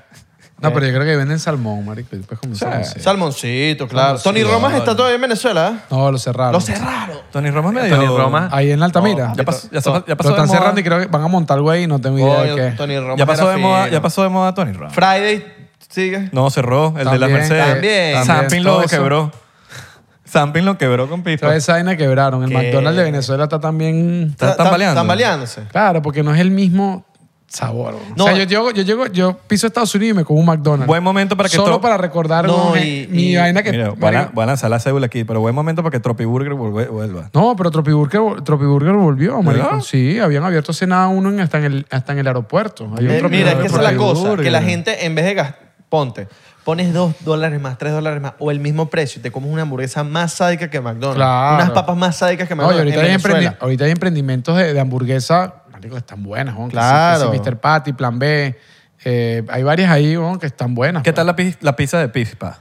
[SPEAKER 1] No, pero yo creo que venden salmón, marico. Y después comenzar
[SPEAKER 3] Eh. Sí.
[SPEAKER 2] Salmoncito, claro. Tony Romas está todavía en Venezuela, ¿eh?
[SPEAKER 1] No, lo cerraron.
[SPEAKER 2] Lo cerraron.
[SPEAKER 3] Tony Roma es medio...
[SPEAKER 4] Tony Roma.
[SPEAKER 1] Ahí en Altamira.
[SPEAKER 3] Ya pasó, ya pasó- ya
[SPEAKER 1] Lo
[SPEAKER 3] pasó de
[SPEAKER 1] están
[SPEAKER 3] moda.
[SPEAKER 1] cerrando y creo que van a montar algo ahí, no tengo idea de
[SPEAKER 2] Coño,
[SPEAKER 1] qué.
[SPEAKER 2] Tony Romas
[SPEAKER 3] Ya pasó,
[SPEAKER 2] era
[SPEAKER 3] de moda,
[SPEAKER 2] fino.
[SPEAKER 3] ya pasó de moda Tony Ramos.
[SPEAKER 2] Friday, sigue.
[SPEAKER 3] No, cerró. El de las
[SPEAKER 1] También,
[SPEAKER 3] Mercedes.
[SPEAKER 2] también.
[SPEAKER 3] Sampin lo
[SPEAKER 1] Todo eso.
[SPEAKER 3] quebró. Sampin lo quebró con
[SPEAKER 1] O sea,
[SPEAKER 3] pipa.
[SPEAKER 1] esa vaina quebraron. El
[SPEAKER 2] ¿Qué?
[SPEAKER 1] McDonald's de Venezuela está también.
[SPEAKER 3] Está tambaleando.
[SPEAKER 2] Tambaleándose.
[SPEAKER 1] Claro, porque no es el mismo sabor. bro.
[SPEAKER 2] No.
[SPEAKER 1] O sea, yo llego, yo llego, yo piso a Estados Unidos y me como un McDonald's.
[SPEAKER 3] Buen momento para que
[SPEAKER 1] Solo
[SPEAKER 3] todo-
[SPEAKER 1] para recordar
[SPEAKER 2] No,
[SPEAKER 1] bro,
[SPEAKER 2] y-
[SPEAKER 1] mi
[SPEAKER 2] y-
[SPEAKER 1] vaina que.
[SPEAKER 3] Mira, voy a,
[SPEAKER 1] marico,
[SPEAKER 3] la- voy a lanzar la cédula aquí, pero buen momento para que Tropi Burger vuelva. vuelva.
[SPEAKER 1] no, pero Tropi Burger, Tropi Burger volvió, marico.
[SPEAKER 3] ¿Verdad?
[SPEAKER 1] Sí, habían abierto hace nada uno en- hasta, en el, hasta en el aeropuerto. Hay un
[SPEAKER 2] Eh,
[SPEAKER 1] Tropi
[SPEAKER 2] mira, es que
[SPEAKER 1] Burger
[SPEAKER 2] esa
[SPEAKER 1] por
[SPEAKER 2] es la
[SPEAKER 1] ahí.
[SPEAKER 2] cosa, que la
[SPEAKER 1] eh.
[SPEAKER 2] gente en vez de gastar, ponte, pones dos dólares más, tres dólares más, o el mismo precio, y te comes una hamburguesa más sádica que McDonald's.
[SPEAKER 1] Claro.
[SPEAKER 2] Unas papas más sádicas que
[SPEAKER 1] No, y
[SPEAKER 2] McDonald's.
[SPEAKER 1] ahorita,
[SPEAKER 2] en
[SPEAKER 1] hay
[SPEAKER 2] Venezuela.
[SPEAKER 1] emprendi- ahorita hay emprendimientos de, de hamburguesa, marico, que están buenas, ¿no? Que sí,
[SPEAKER 2] Claro.
[SPEAKER 1] que sí, Mr. Patty, Plan B. eh, hay varias ahí, ¿no? que están buenas.
[SPEAKER 3] ¿Qué tal la, pi- la pizza de pispa?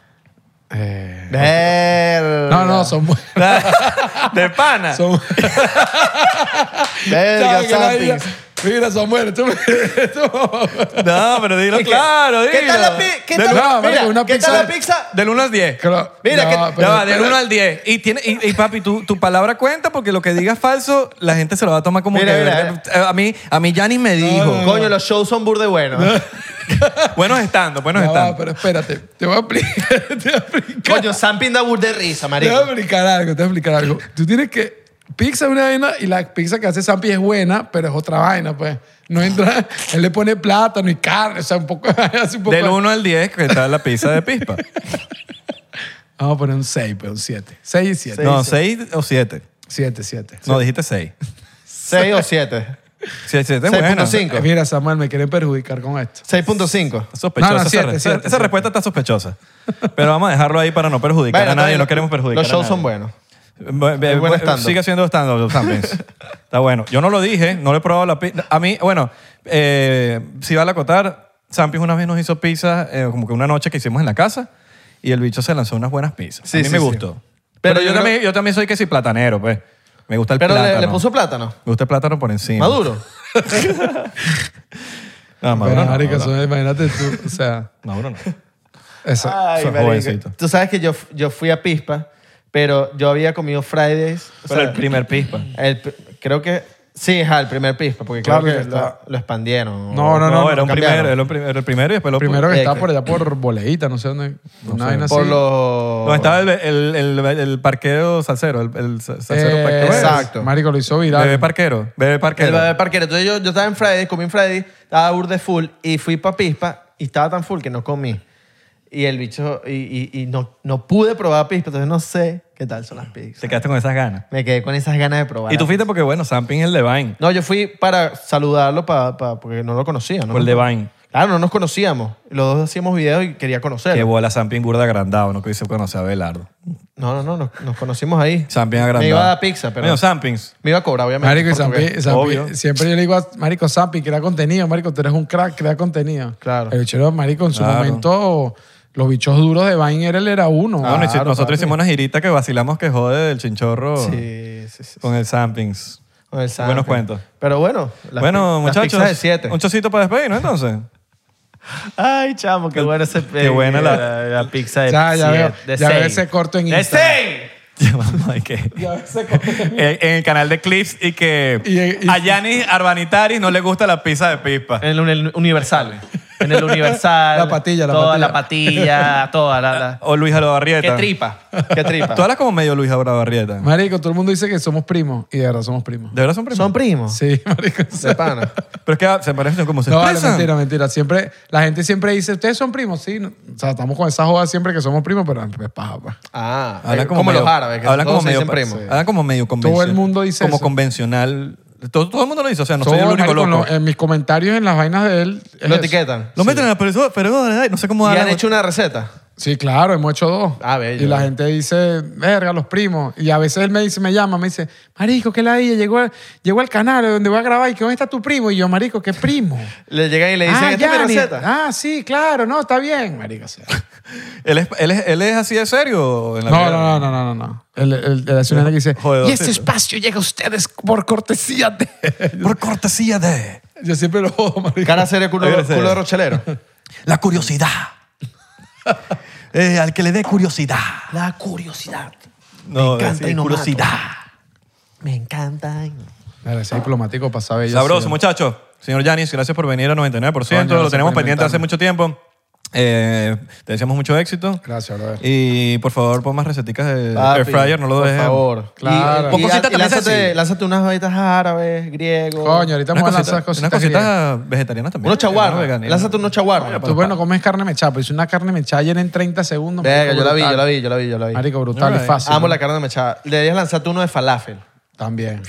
[SPEAKER 1] Eh,
[SPEAKER 2] Verga.
[SPEAKER 1] no, no, son buenas.
[SPEAKER 3] de pana.
[SPEAKER 1] Son,
[SPEAKER 2] Verga,
[SPEAKER 1] Chao, que la
[SPEAKER 2] Santi.
[SPEAKER 1] diga. Mira, son buenas. Tú, tú-
[SPEAKER 3] No, pero dilo claro.
[SPEAKER 2] ¿Qué
[SPEAKER 3] dilo.
[SPEAKER 2] tal la pi- qué
[SPEAKER 3] Del
[SPEAKER 2] tal-
[SPEAKER 1] No,
[SPEAKER 3] uno-
[SPEAKER 1] marico,
[SPEAKER 2] mira,
[SPEAKER 1] una
[SPEAKER 2] ¿Qué tal
[SPEAKER 1] pizza-
[SPEAKER 2] la pizza?
[SPEAKER 3] Del 1 al 10.
[SPEAKER 1] Claro.
[SPEAKER 2] Mira, que-
[SPEAKER 3] Ya
[SPEAKER 1] pero-
[SPEAKER 3] va, del
[SPEAKER 1] pero-
[SPEAKER 3] 1 al 10. Y, tiene, y, y, papi, tu, tu palabra cuenta porque lo que digas falso, la gente se lo va a tomar como
[SPEAKER 2] Mira,
[SPEAKER 3] que... de
[SPEAKER 2] mira,
[SPEAKER 3] verdad. Eh, A mí, a mí Yanis me dijo.
[SPEAKER 2] Coño, los shows son burde buenos.
[SPEAKER 3] Buenos estando, buenos
[SPEAKER 1] Ya va,
[SPEAKER 3] estando.
[SPEAKER 1] pero espérate, te voy a explicar. Te voy a explicar,
[SPEAKER 2] Coño, Santi da burde risa,
[SPEAKER 1] te voy a
[SPEAKER 2] marico.
[SPEAKER 1] explicar algo, te voy a explicar algo. Tú tienes que. Pizza es una vaina y la pizza que hace Sampi es buena, pero es otra vaina, pues. No entra. Él le pone plátano y carne, o sea, un poco. Hace un poco
[SPEAKER 3] Del 1 al 10, que está la pizza de pispa.
[SPEAKER 1] Vamos a poner un 6, pues, un 7. 6 y 7.
[SPEAKER 3] no, 6 o 7.
[SPEAKER 1] 7, 7.
[SPEAKER 3] No, dijiste 6.
[SPEAKER 2] Seis o siete.
[SPEAKER 3] 7 es buena.
[SPEAKER 2] 6.5.
[SPEAKER 1] Mira, Samuel, me quieren perjudicar con esto.
[SPEAKER 2] 6.5.
[SPEAKER 3] Sospechosa.
[SPEAKER 1] No, no,
[SPEAKER 3] esa
[SPEAKER 1] siete,
[SPEAKER 3] re-
[SPEAKER 1] siete,
[SPEAKER 3] esa, esa
[SPEAKER 1] siete.
[SPEAKER 3] respuesta está sospechosa. Pero vamos a dejarlo ahí para no perjudicar
[SPEAKER 2] Bueno,
[SPEAKER 3] a nadie.
[SPEAKER 2] está bien.
[SPEAKER 3] No queremos perjudicar
[SPEAKER 2] Los
[SPEAKER 3] a
[SPEAKER 2] shows
[SPEAKER 3] nadie.
[SPEAKER 2] son buenos.
[SPEAKER 3] Bu- bu-
[SPEAKER 2] Es buen
[SPEAKER 3] bu-
[SPEAKER 2] stand-up.
[SPEAKER 3] Sigue siendo stand-up también. Está bueno. Yo no lo dije, no lo he probado la pizza. A mí, bueno, eh, si vale acotar, Sampis una vez nos hizo pizza, eh, como que una noche que hicimos en la casa, y el bicho se lanzó unas buenas pizzas.
[SPEAKER 2] Sí,
[SPEAKER 3] a mí
[SPEAKER 2] sí,
[SPEAKER 3] me
[SPEAKER 2] sí.
[SPEAKER 3] gustó.
[SPEAKER 2] Pero
[SPEAKER 3] Pero, yo,
[SPEAKER 2] yo
[SPEAKER 3] también, yo también soy que sí platanero, pues. Me gusta el
[SPEAKER 2] Pero
[SPEAKER 3] plátano.
[SPEAKER 2] le, le puso plátano.
[SPEAKER 3] Me gusta el plátano por encima.
[SPEAKER 2] Maduro.
[SPEAKER 3] No,
[SPEAKER 1] Pero,
[SPEAKER 3] maduro no.
[SPEAKER 1] marico,
[SPEAKER 3] Maduro
[SPEAKER 1] eso, imagínate tú, o sea,
[SPEAKER 3] no. Maduro no.
[SPEAKER 1] eso.
[SPEAKER 2] Ay,
[SPEAKER 3] Son
[SPEAKER 2] marico.
[SPEAKER 3] jovencitos.
[SPEAKER 2] Tú sabes que yo, yo fui a Pispa, pero yo había comido Fridays. o
[SPEAKER 3] Pero
[SPEAKER 2] sea, pues.
[SPEAKER 3] el primer pispa.
[SPEAKER 2] el pr- creo que Sí, ajá, el primer pispa, porque
[SPEAKER 1] Claro
[SPEAKER 2] claro,
[SPEAKER 1] que
[SPEAKER 2] que
[SPEAKER 1] está-
[SPEAKER 2] lo, lo expandieron.
[SPEAKER 1] No, no, no,
[SPEAKER 3] era un
[SPEAKER 2] cambiaron.
[SPEAKER 3] primero, era un primero, el primero y después lo
[SPEAKER 1] Primero que
[SPEAKER 2] Eh,
[SPEAKER 1] estaba
[SPEAKER 2] que-
[SPEAKER 1] por allá por boleíta, no sé dónde. una vaina
[SPEAKER 2] Por
[SPEAKER 1] así.
[SPEAKER 2] los...
[SPEAKER 3] No, estaba el, el, el, el parquero salsero, el, el sa- salsero
[SPEAKER 1] Eh,
[SPEAKER 3] parquero.
[SPEAKER 2] exacto.
[SPEAKER 1] Marico lo hizo viral.
[SPEAKER 3] Bebé parquero, bebé parquero.
[SPEAKER 2] El del parquero. Entonces yo, yo estaba en Freddy, comí en Freddy, estaba urde full y fui pa' Pispa y estaba tan full que no comí. Y el bicho, y, y- y no, no pude probar Pispa, entonces no sé qué tal son las pizzas.
[SPEAKER 3] Te quedaste con esas ganas.
[SPEAKER 2] Me quedé con esas ganas de probar.
[SPEAKER 3] Y tú fuiste porque, bueno, Sampin es el Devine.
[SPEAKER 2] No, yo fui para saludarlo pa- pa- porque no lo conocía. ¿no?
[SPEAKER 3] Por el Devine.
[SPEAKER 2] Claro, no nos conocíamos. Los dos hacíamos videos y quería conocerlo.
[SPEAKER 3] Que bola Sampin burda agrandado, no que dice conocer a Belardo.
[SPEAKER 2] No, no, no, nos, nos conocimos ahí.
[SPEAKER 3] Sampin agrandado.
[SPEAKER 2] Me iba a dar pizza, pero
[SPEAKER 3] Bueno, Sampins.
[SPEAKER 2] me iba a cobrar, obviamente.
[SPEAKER 1] Marico y
[SPEAKER 2] portugués.
[SPEAKER 1] Zampi, Zampi-
[SPEAKER 3] obvio.
[SPEAKER 1] siempre yo le digo a Marico Zampi, crea contenido, Marico, tú eres un crack, crea contenido.
[SPEAKER 2] Claro.
[SPEAKER 1] El bichero, Marico, en su
[SPEAKER 3] Claro.
[SPEAKER 1] momento, los bichos duros de Vine era él era uno.
[SPEAKER 3] Bueno, y si-
[SPEAKER 2] Claro,
[SPEAKER 3] nosotros
[SPEAKER 2] papi.
[SPEAKER 3] hicimos una girita que vacilamos que jode del chinchorro
[SPEAKER 2] Sí, sí, sí.
[SPEAKER 3] con el Sampins.
[SPEAKER 2] Con el Sampe.
[SPEAKER 3] Buenos cuentos.
[SPEAKER 2] Pero bueno, las
[SPEAKER 3] bueno,
[SPEAKER 2] pi- las
[SPEAKER 3] muchachos,
[SPEAKER 2] pizzas de siete.
[SPEAKER 3] un chocito para despedirnos entonces.
[SPEAKER 2] Ay, chamo, qué bueno ese
[SPEAKER 3] Qué buena la-
[SPEAKER 2] pizza
[SPEAKER 1] Ya, ya
[SPEAKER 2] siete-
[SPEAKER 1] veo, ya veo
[SPEAKER 2] seis.
[SPEAKER 1] ese corto en
[SPEAKER 2] ¡De
[SPEAKER 1] Instagram.
[SPEAKER 2] seis!
[SPEAKER 3] Ya vamos, hay que- en, en el canal de clips y que
[SPEAKER 1] Y- y-
[SPEAKER 3] a Yanis Arbanitaris no le gusta la pizza de pispa.
[SPEAKER 2] En el universal. En el universal.
[SPEAKER 1] La patilla, la
[SPEAKER 2] toda
[SPEAKER 1] patilla.
[SPEAKER 2] la patilla, toda la... la-
[SPEAKER 3] O Luis Alabarrieta.
[SPEAKER 2] ¡Qué tripa! ¡Qué tripa!
[SPEAKER 3] Tú hablas como medio Luis Alabarrieta. De
[SPEAKER 1] Marico, todo el mundo dice que somos primos, y de verdad somos primos.
[SPEAKER 3] verdad son primos.
[SPEAKER 2] ¿Son primos?
[SPEAKER 1] Sí, Marico.
[SPEAKER 2] De pana.
[SPEAKER 3] Pero es que ah, se parecen como se
[SPEAKER 1] No, vale,
[SPEAKER 3] expresan.
[SPEAKER 1] mentira, mentira. Siempre, la gente siempre dice, ¿ustedes son primos? Sí. no. O sea, estamos con esa joda siempre que somos primos, pero es paja, pues. pa.
[SPEAKER 2] Ah,
[SPEAKER 3] Hablan
[SPEAKER 2] eh, como,
[SPEAKER 3] medio-
[SPEAKER 2] los árabes, que
[SPEAKER 3] hablan
[SPEAKER 2] todos
[SPEAKER 3] como
[SPEAKER 2] se
[SPEAKER 3] medio,
[SPEAKER 2] dicen primos.
[SPEAKER 3] sí. Hablan como medio convencional.
[SPEAKER 1] Todo el mundo dice
[SPEAKER 3] Como
[SPEAKER 1] eso.
[SPEAKER 3] convencional. Todo, todo el mundo lo dice. O sea, no soy
[SPEAKER 1] Todo,
[SPEAKER 3] el único
[SPEAKER 1] marico, eh, en
[SPEAKER 3] loco.
[SPEAKER 1] lo- en mis comentarios, en las vainas de él. es
[SPEAKER 2] Lo
[SPEAKER 1] eso.
[SPEAKER 2] etiquetan.
[SPEAKER 3] Lo meten en la persona, pero ay, no sé cómo
[SPEAKER 2] ¿Y
[SPEAKER 3] hablan.
[SPEAKER 2] han hecho una receta?
[SPEAKER 1] Sí, claro, hemos hecho dos.
[SPEAKER 2] Ah, bello.
[SPEAKER 1] Y la gente dice, verga, los primos. Y a veces él me dice, me llama, me dice, marico, qué ladilla, llegó, al- llegó al canal donde voy a grabar y que dónde está tu primo. Y yo, marico, ¿qué primo?
[SPEAKER 2] Le llegan y le dicen,
[SPEAKER 1] ah,
[SPEAKER 2] este ¿esta es mi
[SPEAKER 1] Yanni.
[SPEAKER 2] receta?
[SPEAKER 1] Ah, sí, claro, no, está bien, marico. o sea.
[SPEAKER 3] ¿Él es, él, es, él es así de serio? En la
[SPEAKER 1] No,
[SPEAKER 3] vida?
[SPEAKER 1] no, no, no, no, no, no. El, el, el accionante que dice,
[SPEAKER 3] Joder,
[SPEAKER 1] y este
[SPEAKER 3] sí.
[SPEAKER 1] espacio llega a ustedes por cortesía de...
[SPEAKER 3] Por cortesía de
[SPEAKER 1] Yo siempre lo jodo,
[SPEAKER 3] ah.
[SPEAKER 1] marico.
[SPEAKER 2] Cara seria, culo,
[SPEAKER 3] Oye, serio.
[SPEAKER 2] culo de rochelero.
[SPEAKER 3] la curiosidad. Eh, al que le dé curiosidad.
[SPEAKER 2] La curiosidad.
[SPEAKER 3] No,
[SPEAKER 2] encanta
[SPEAKER 3] decir
[SPEAKER 2] y no
[SPEAKER 3] curiosidad.
[SPEAKER 2] Me encantan.
[SPEAKER 1] Mira, ese diplomático pasa bello.
[SPEAKER 3] Sabroso,
[SPEAKER 1] sí.
[SPEAKER 3] muchachos. Señor Yanis, gracias por venir a 99%.
[SPEAKER 1] Coño,
[SPEAKER 3] lo
[SPEAKER 1] gracias
[SPEAKER 3] tenemos
[SPEAKER 1] por
[SPEAKER 3] pendiente hace mucho tiempo. Eh, te deseamos mucho éxito.
[SPEAKER 1] Gracias, brother.
[SPEAKER 3] Y por favor, pon más receticas de Air Fryer, no lo
[SPEAKER 2] por
[SPEAKER 3] dejes.
[SPEAKER 2] favor.
[SPEAKER 1] Claro.
[SPEAKER 2] Y,
[SPEAKER 3] Pon
[SPEAKER 2] y-
[SPEAKER 3] cositas
[SPEAKER 2] y
[SPEAKER 3] también
[SPEAKER 2] lánzate,
[SPEAKER 3] sencillas.
[SPEAKER 2] lánzate unas baitas árabes, griegos.
[SPEAKER 1] Coño, ahorita vamos a
[SPEAKER 3] Unas cositas,
[SPEAKER 1] lanzar esas
[SPEAKER 3] unas
[SPEAKER 1] cositas. griegas.
[SPEAKER 3] cositas vegetarianas también. Eh,
[SPEAKER 2] Unos
[SPEAKER 3] Veganas,
[SPEAKER 2] chaguarmas.
[SPEAKER 3] veganas.
[SPEAKER 2] Lánzate unos chaguarmas.
[SPEAKER 1] Tú, bueno, comes carne mechada, pero hice una carne mechada ayer en 30
[SPEAKER 3] pues,
[SPEAKER 1] segundos.
[SPEAKER 2] Venga,
[SPEAKER 1] marico,
[SPEAKER 2] yo la vi,
[SPEAKER 1] brutal.
[SPEAKER 2] yo la vi, yo la vi, yo la vi.
[SPEAKER 1] Marico, brutal
[SPEAKER 3] Alright.
[SPEAKER 1] y fácil. ¿no?
[SPEAKER 2] Amo la carne mechada. Deberías lanzarte uno de falafel.
[SPEAKER 1] También.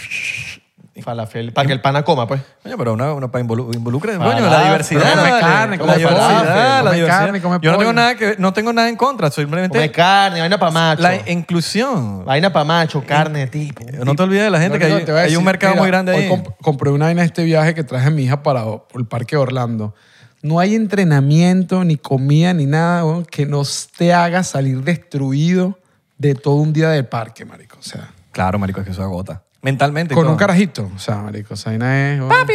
[SPEAKER 2] Falafel.
[SPEAKER 3] Em-
[SPEAKER 2] Para que el pana coma, pues.
[SPEAKER 3] Coño, pero una, una para involu- involucre,
[SPEAKER 2] Para
[SPEAKER 3] coño, la
[SPEAKER 2] nada,
[SPEAKER 3] diversidad.
[SPEAKER 1] come
[SPEAKER 3] vale.
[SPEAKER 1] carne, come
[SPEAKER 3] la diversidad,
[SPEAKER 1] pollo,
[SPEAKER 3] la
[SPEAKER 1] come
[SPEAKER 3] diversidad.
[SPEAKER 1] carne, come
[SPEAKER 3] Yo no tengo
[SPEAKER 1] pollo.
[SPEAKER 3] nada que no tengo nada en contra,
[SPEAKER 2] Come
[SPEAKER 3] simplemente
[SPEAKER 2] carne, vaina pa' macho.
[SPEAKER 3] la inclusión.
[SPEAKER 2] Vaina pa' macho, carne de tipo.
[SPEAKER 3] No te olvides de la gente que
[SPEAKER 1] Marico,
[SPEAKER 3] hay,
[SPEAKER 1] te voy a
[SPEAKER 3] hay un
[SPEAKER 1] decir,
[SPEAKER 3] mercado
[SPEAKER 1] mira,
[SPEAKER 3] muy grande
[SPEAKER 1] hoy
[SPEAKER 3] ahí.
[SPEAKER 1] comp- compré una vaina en este viaje que traje a mi hija para o- el Parque Orlando. No hay entrenamiento, ni comida, ni nada weón, que nos te haga salir destruido de todo un día del parque, marico. O sea,
[SPEAKER 3] Claro, marico, es que eso agota. Mentalmente. y
[SPEAKER 1] con
[SPEAKER 3] todo.
[SPEAKER 1] un carajito. O sea, marico, esa vaina es... weón,
[SPEAKER 3] papi.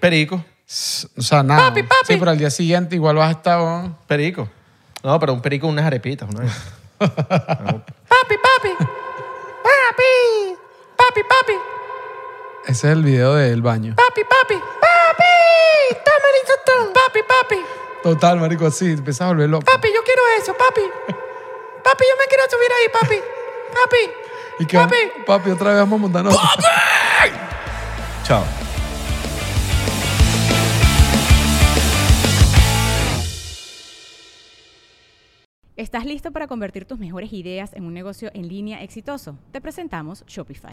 [SPEAKER 2] Perico.
[SPEAKER 1] O sea, nada. Papi, papi. Sí, pero al día siguiente igual vas a estar... weón.
[SPEAKER 2] Perico. No, pero un perico con unas arepitas. ¿no?
[SPEAKER 4] Papi, papi. Papi. Papi, papi.
[SPEAKER 1] Ese es el video del baño.
[SPEAKER 4] Papi, papi. Papi. Toma el instantón. Papi, papi.
[SPEAKER 1] Total, marico, así. Te empiezas a volver loco.
[SPEAKER 4] Papi, yo quiero eso, papi. Papi, yo me quiero subir ahí, papi. Papi.
[SPEAKER 1] ¿Y qué?
[SPEAKER 4] papi.
[SPEAKER 1] Papi, otra vez vamos a montarnos.
[SPEAKER 3] Chao.
[SPEAKER 5] ¿Estás listo para convertir tus mejores ideas en un negocio en línea exitoso? Te presentamos Shopify.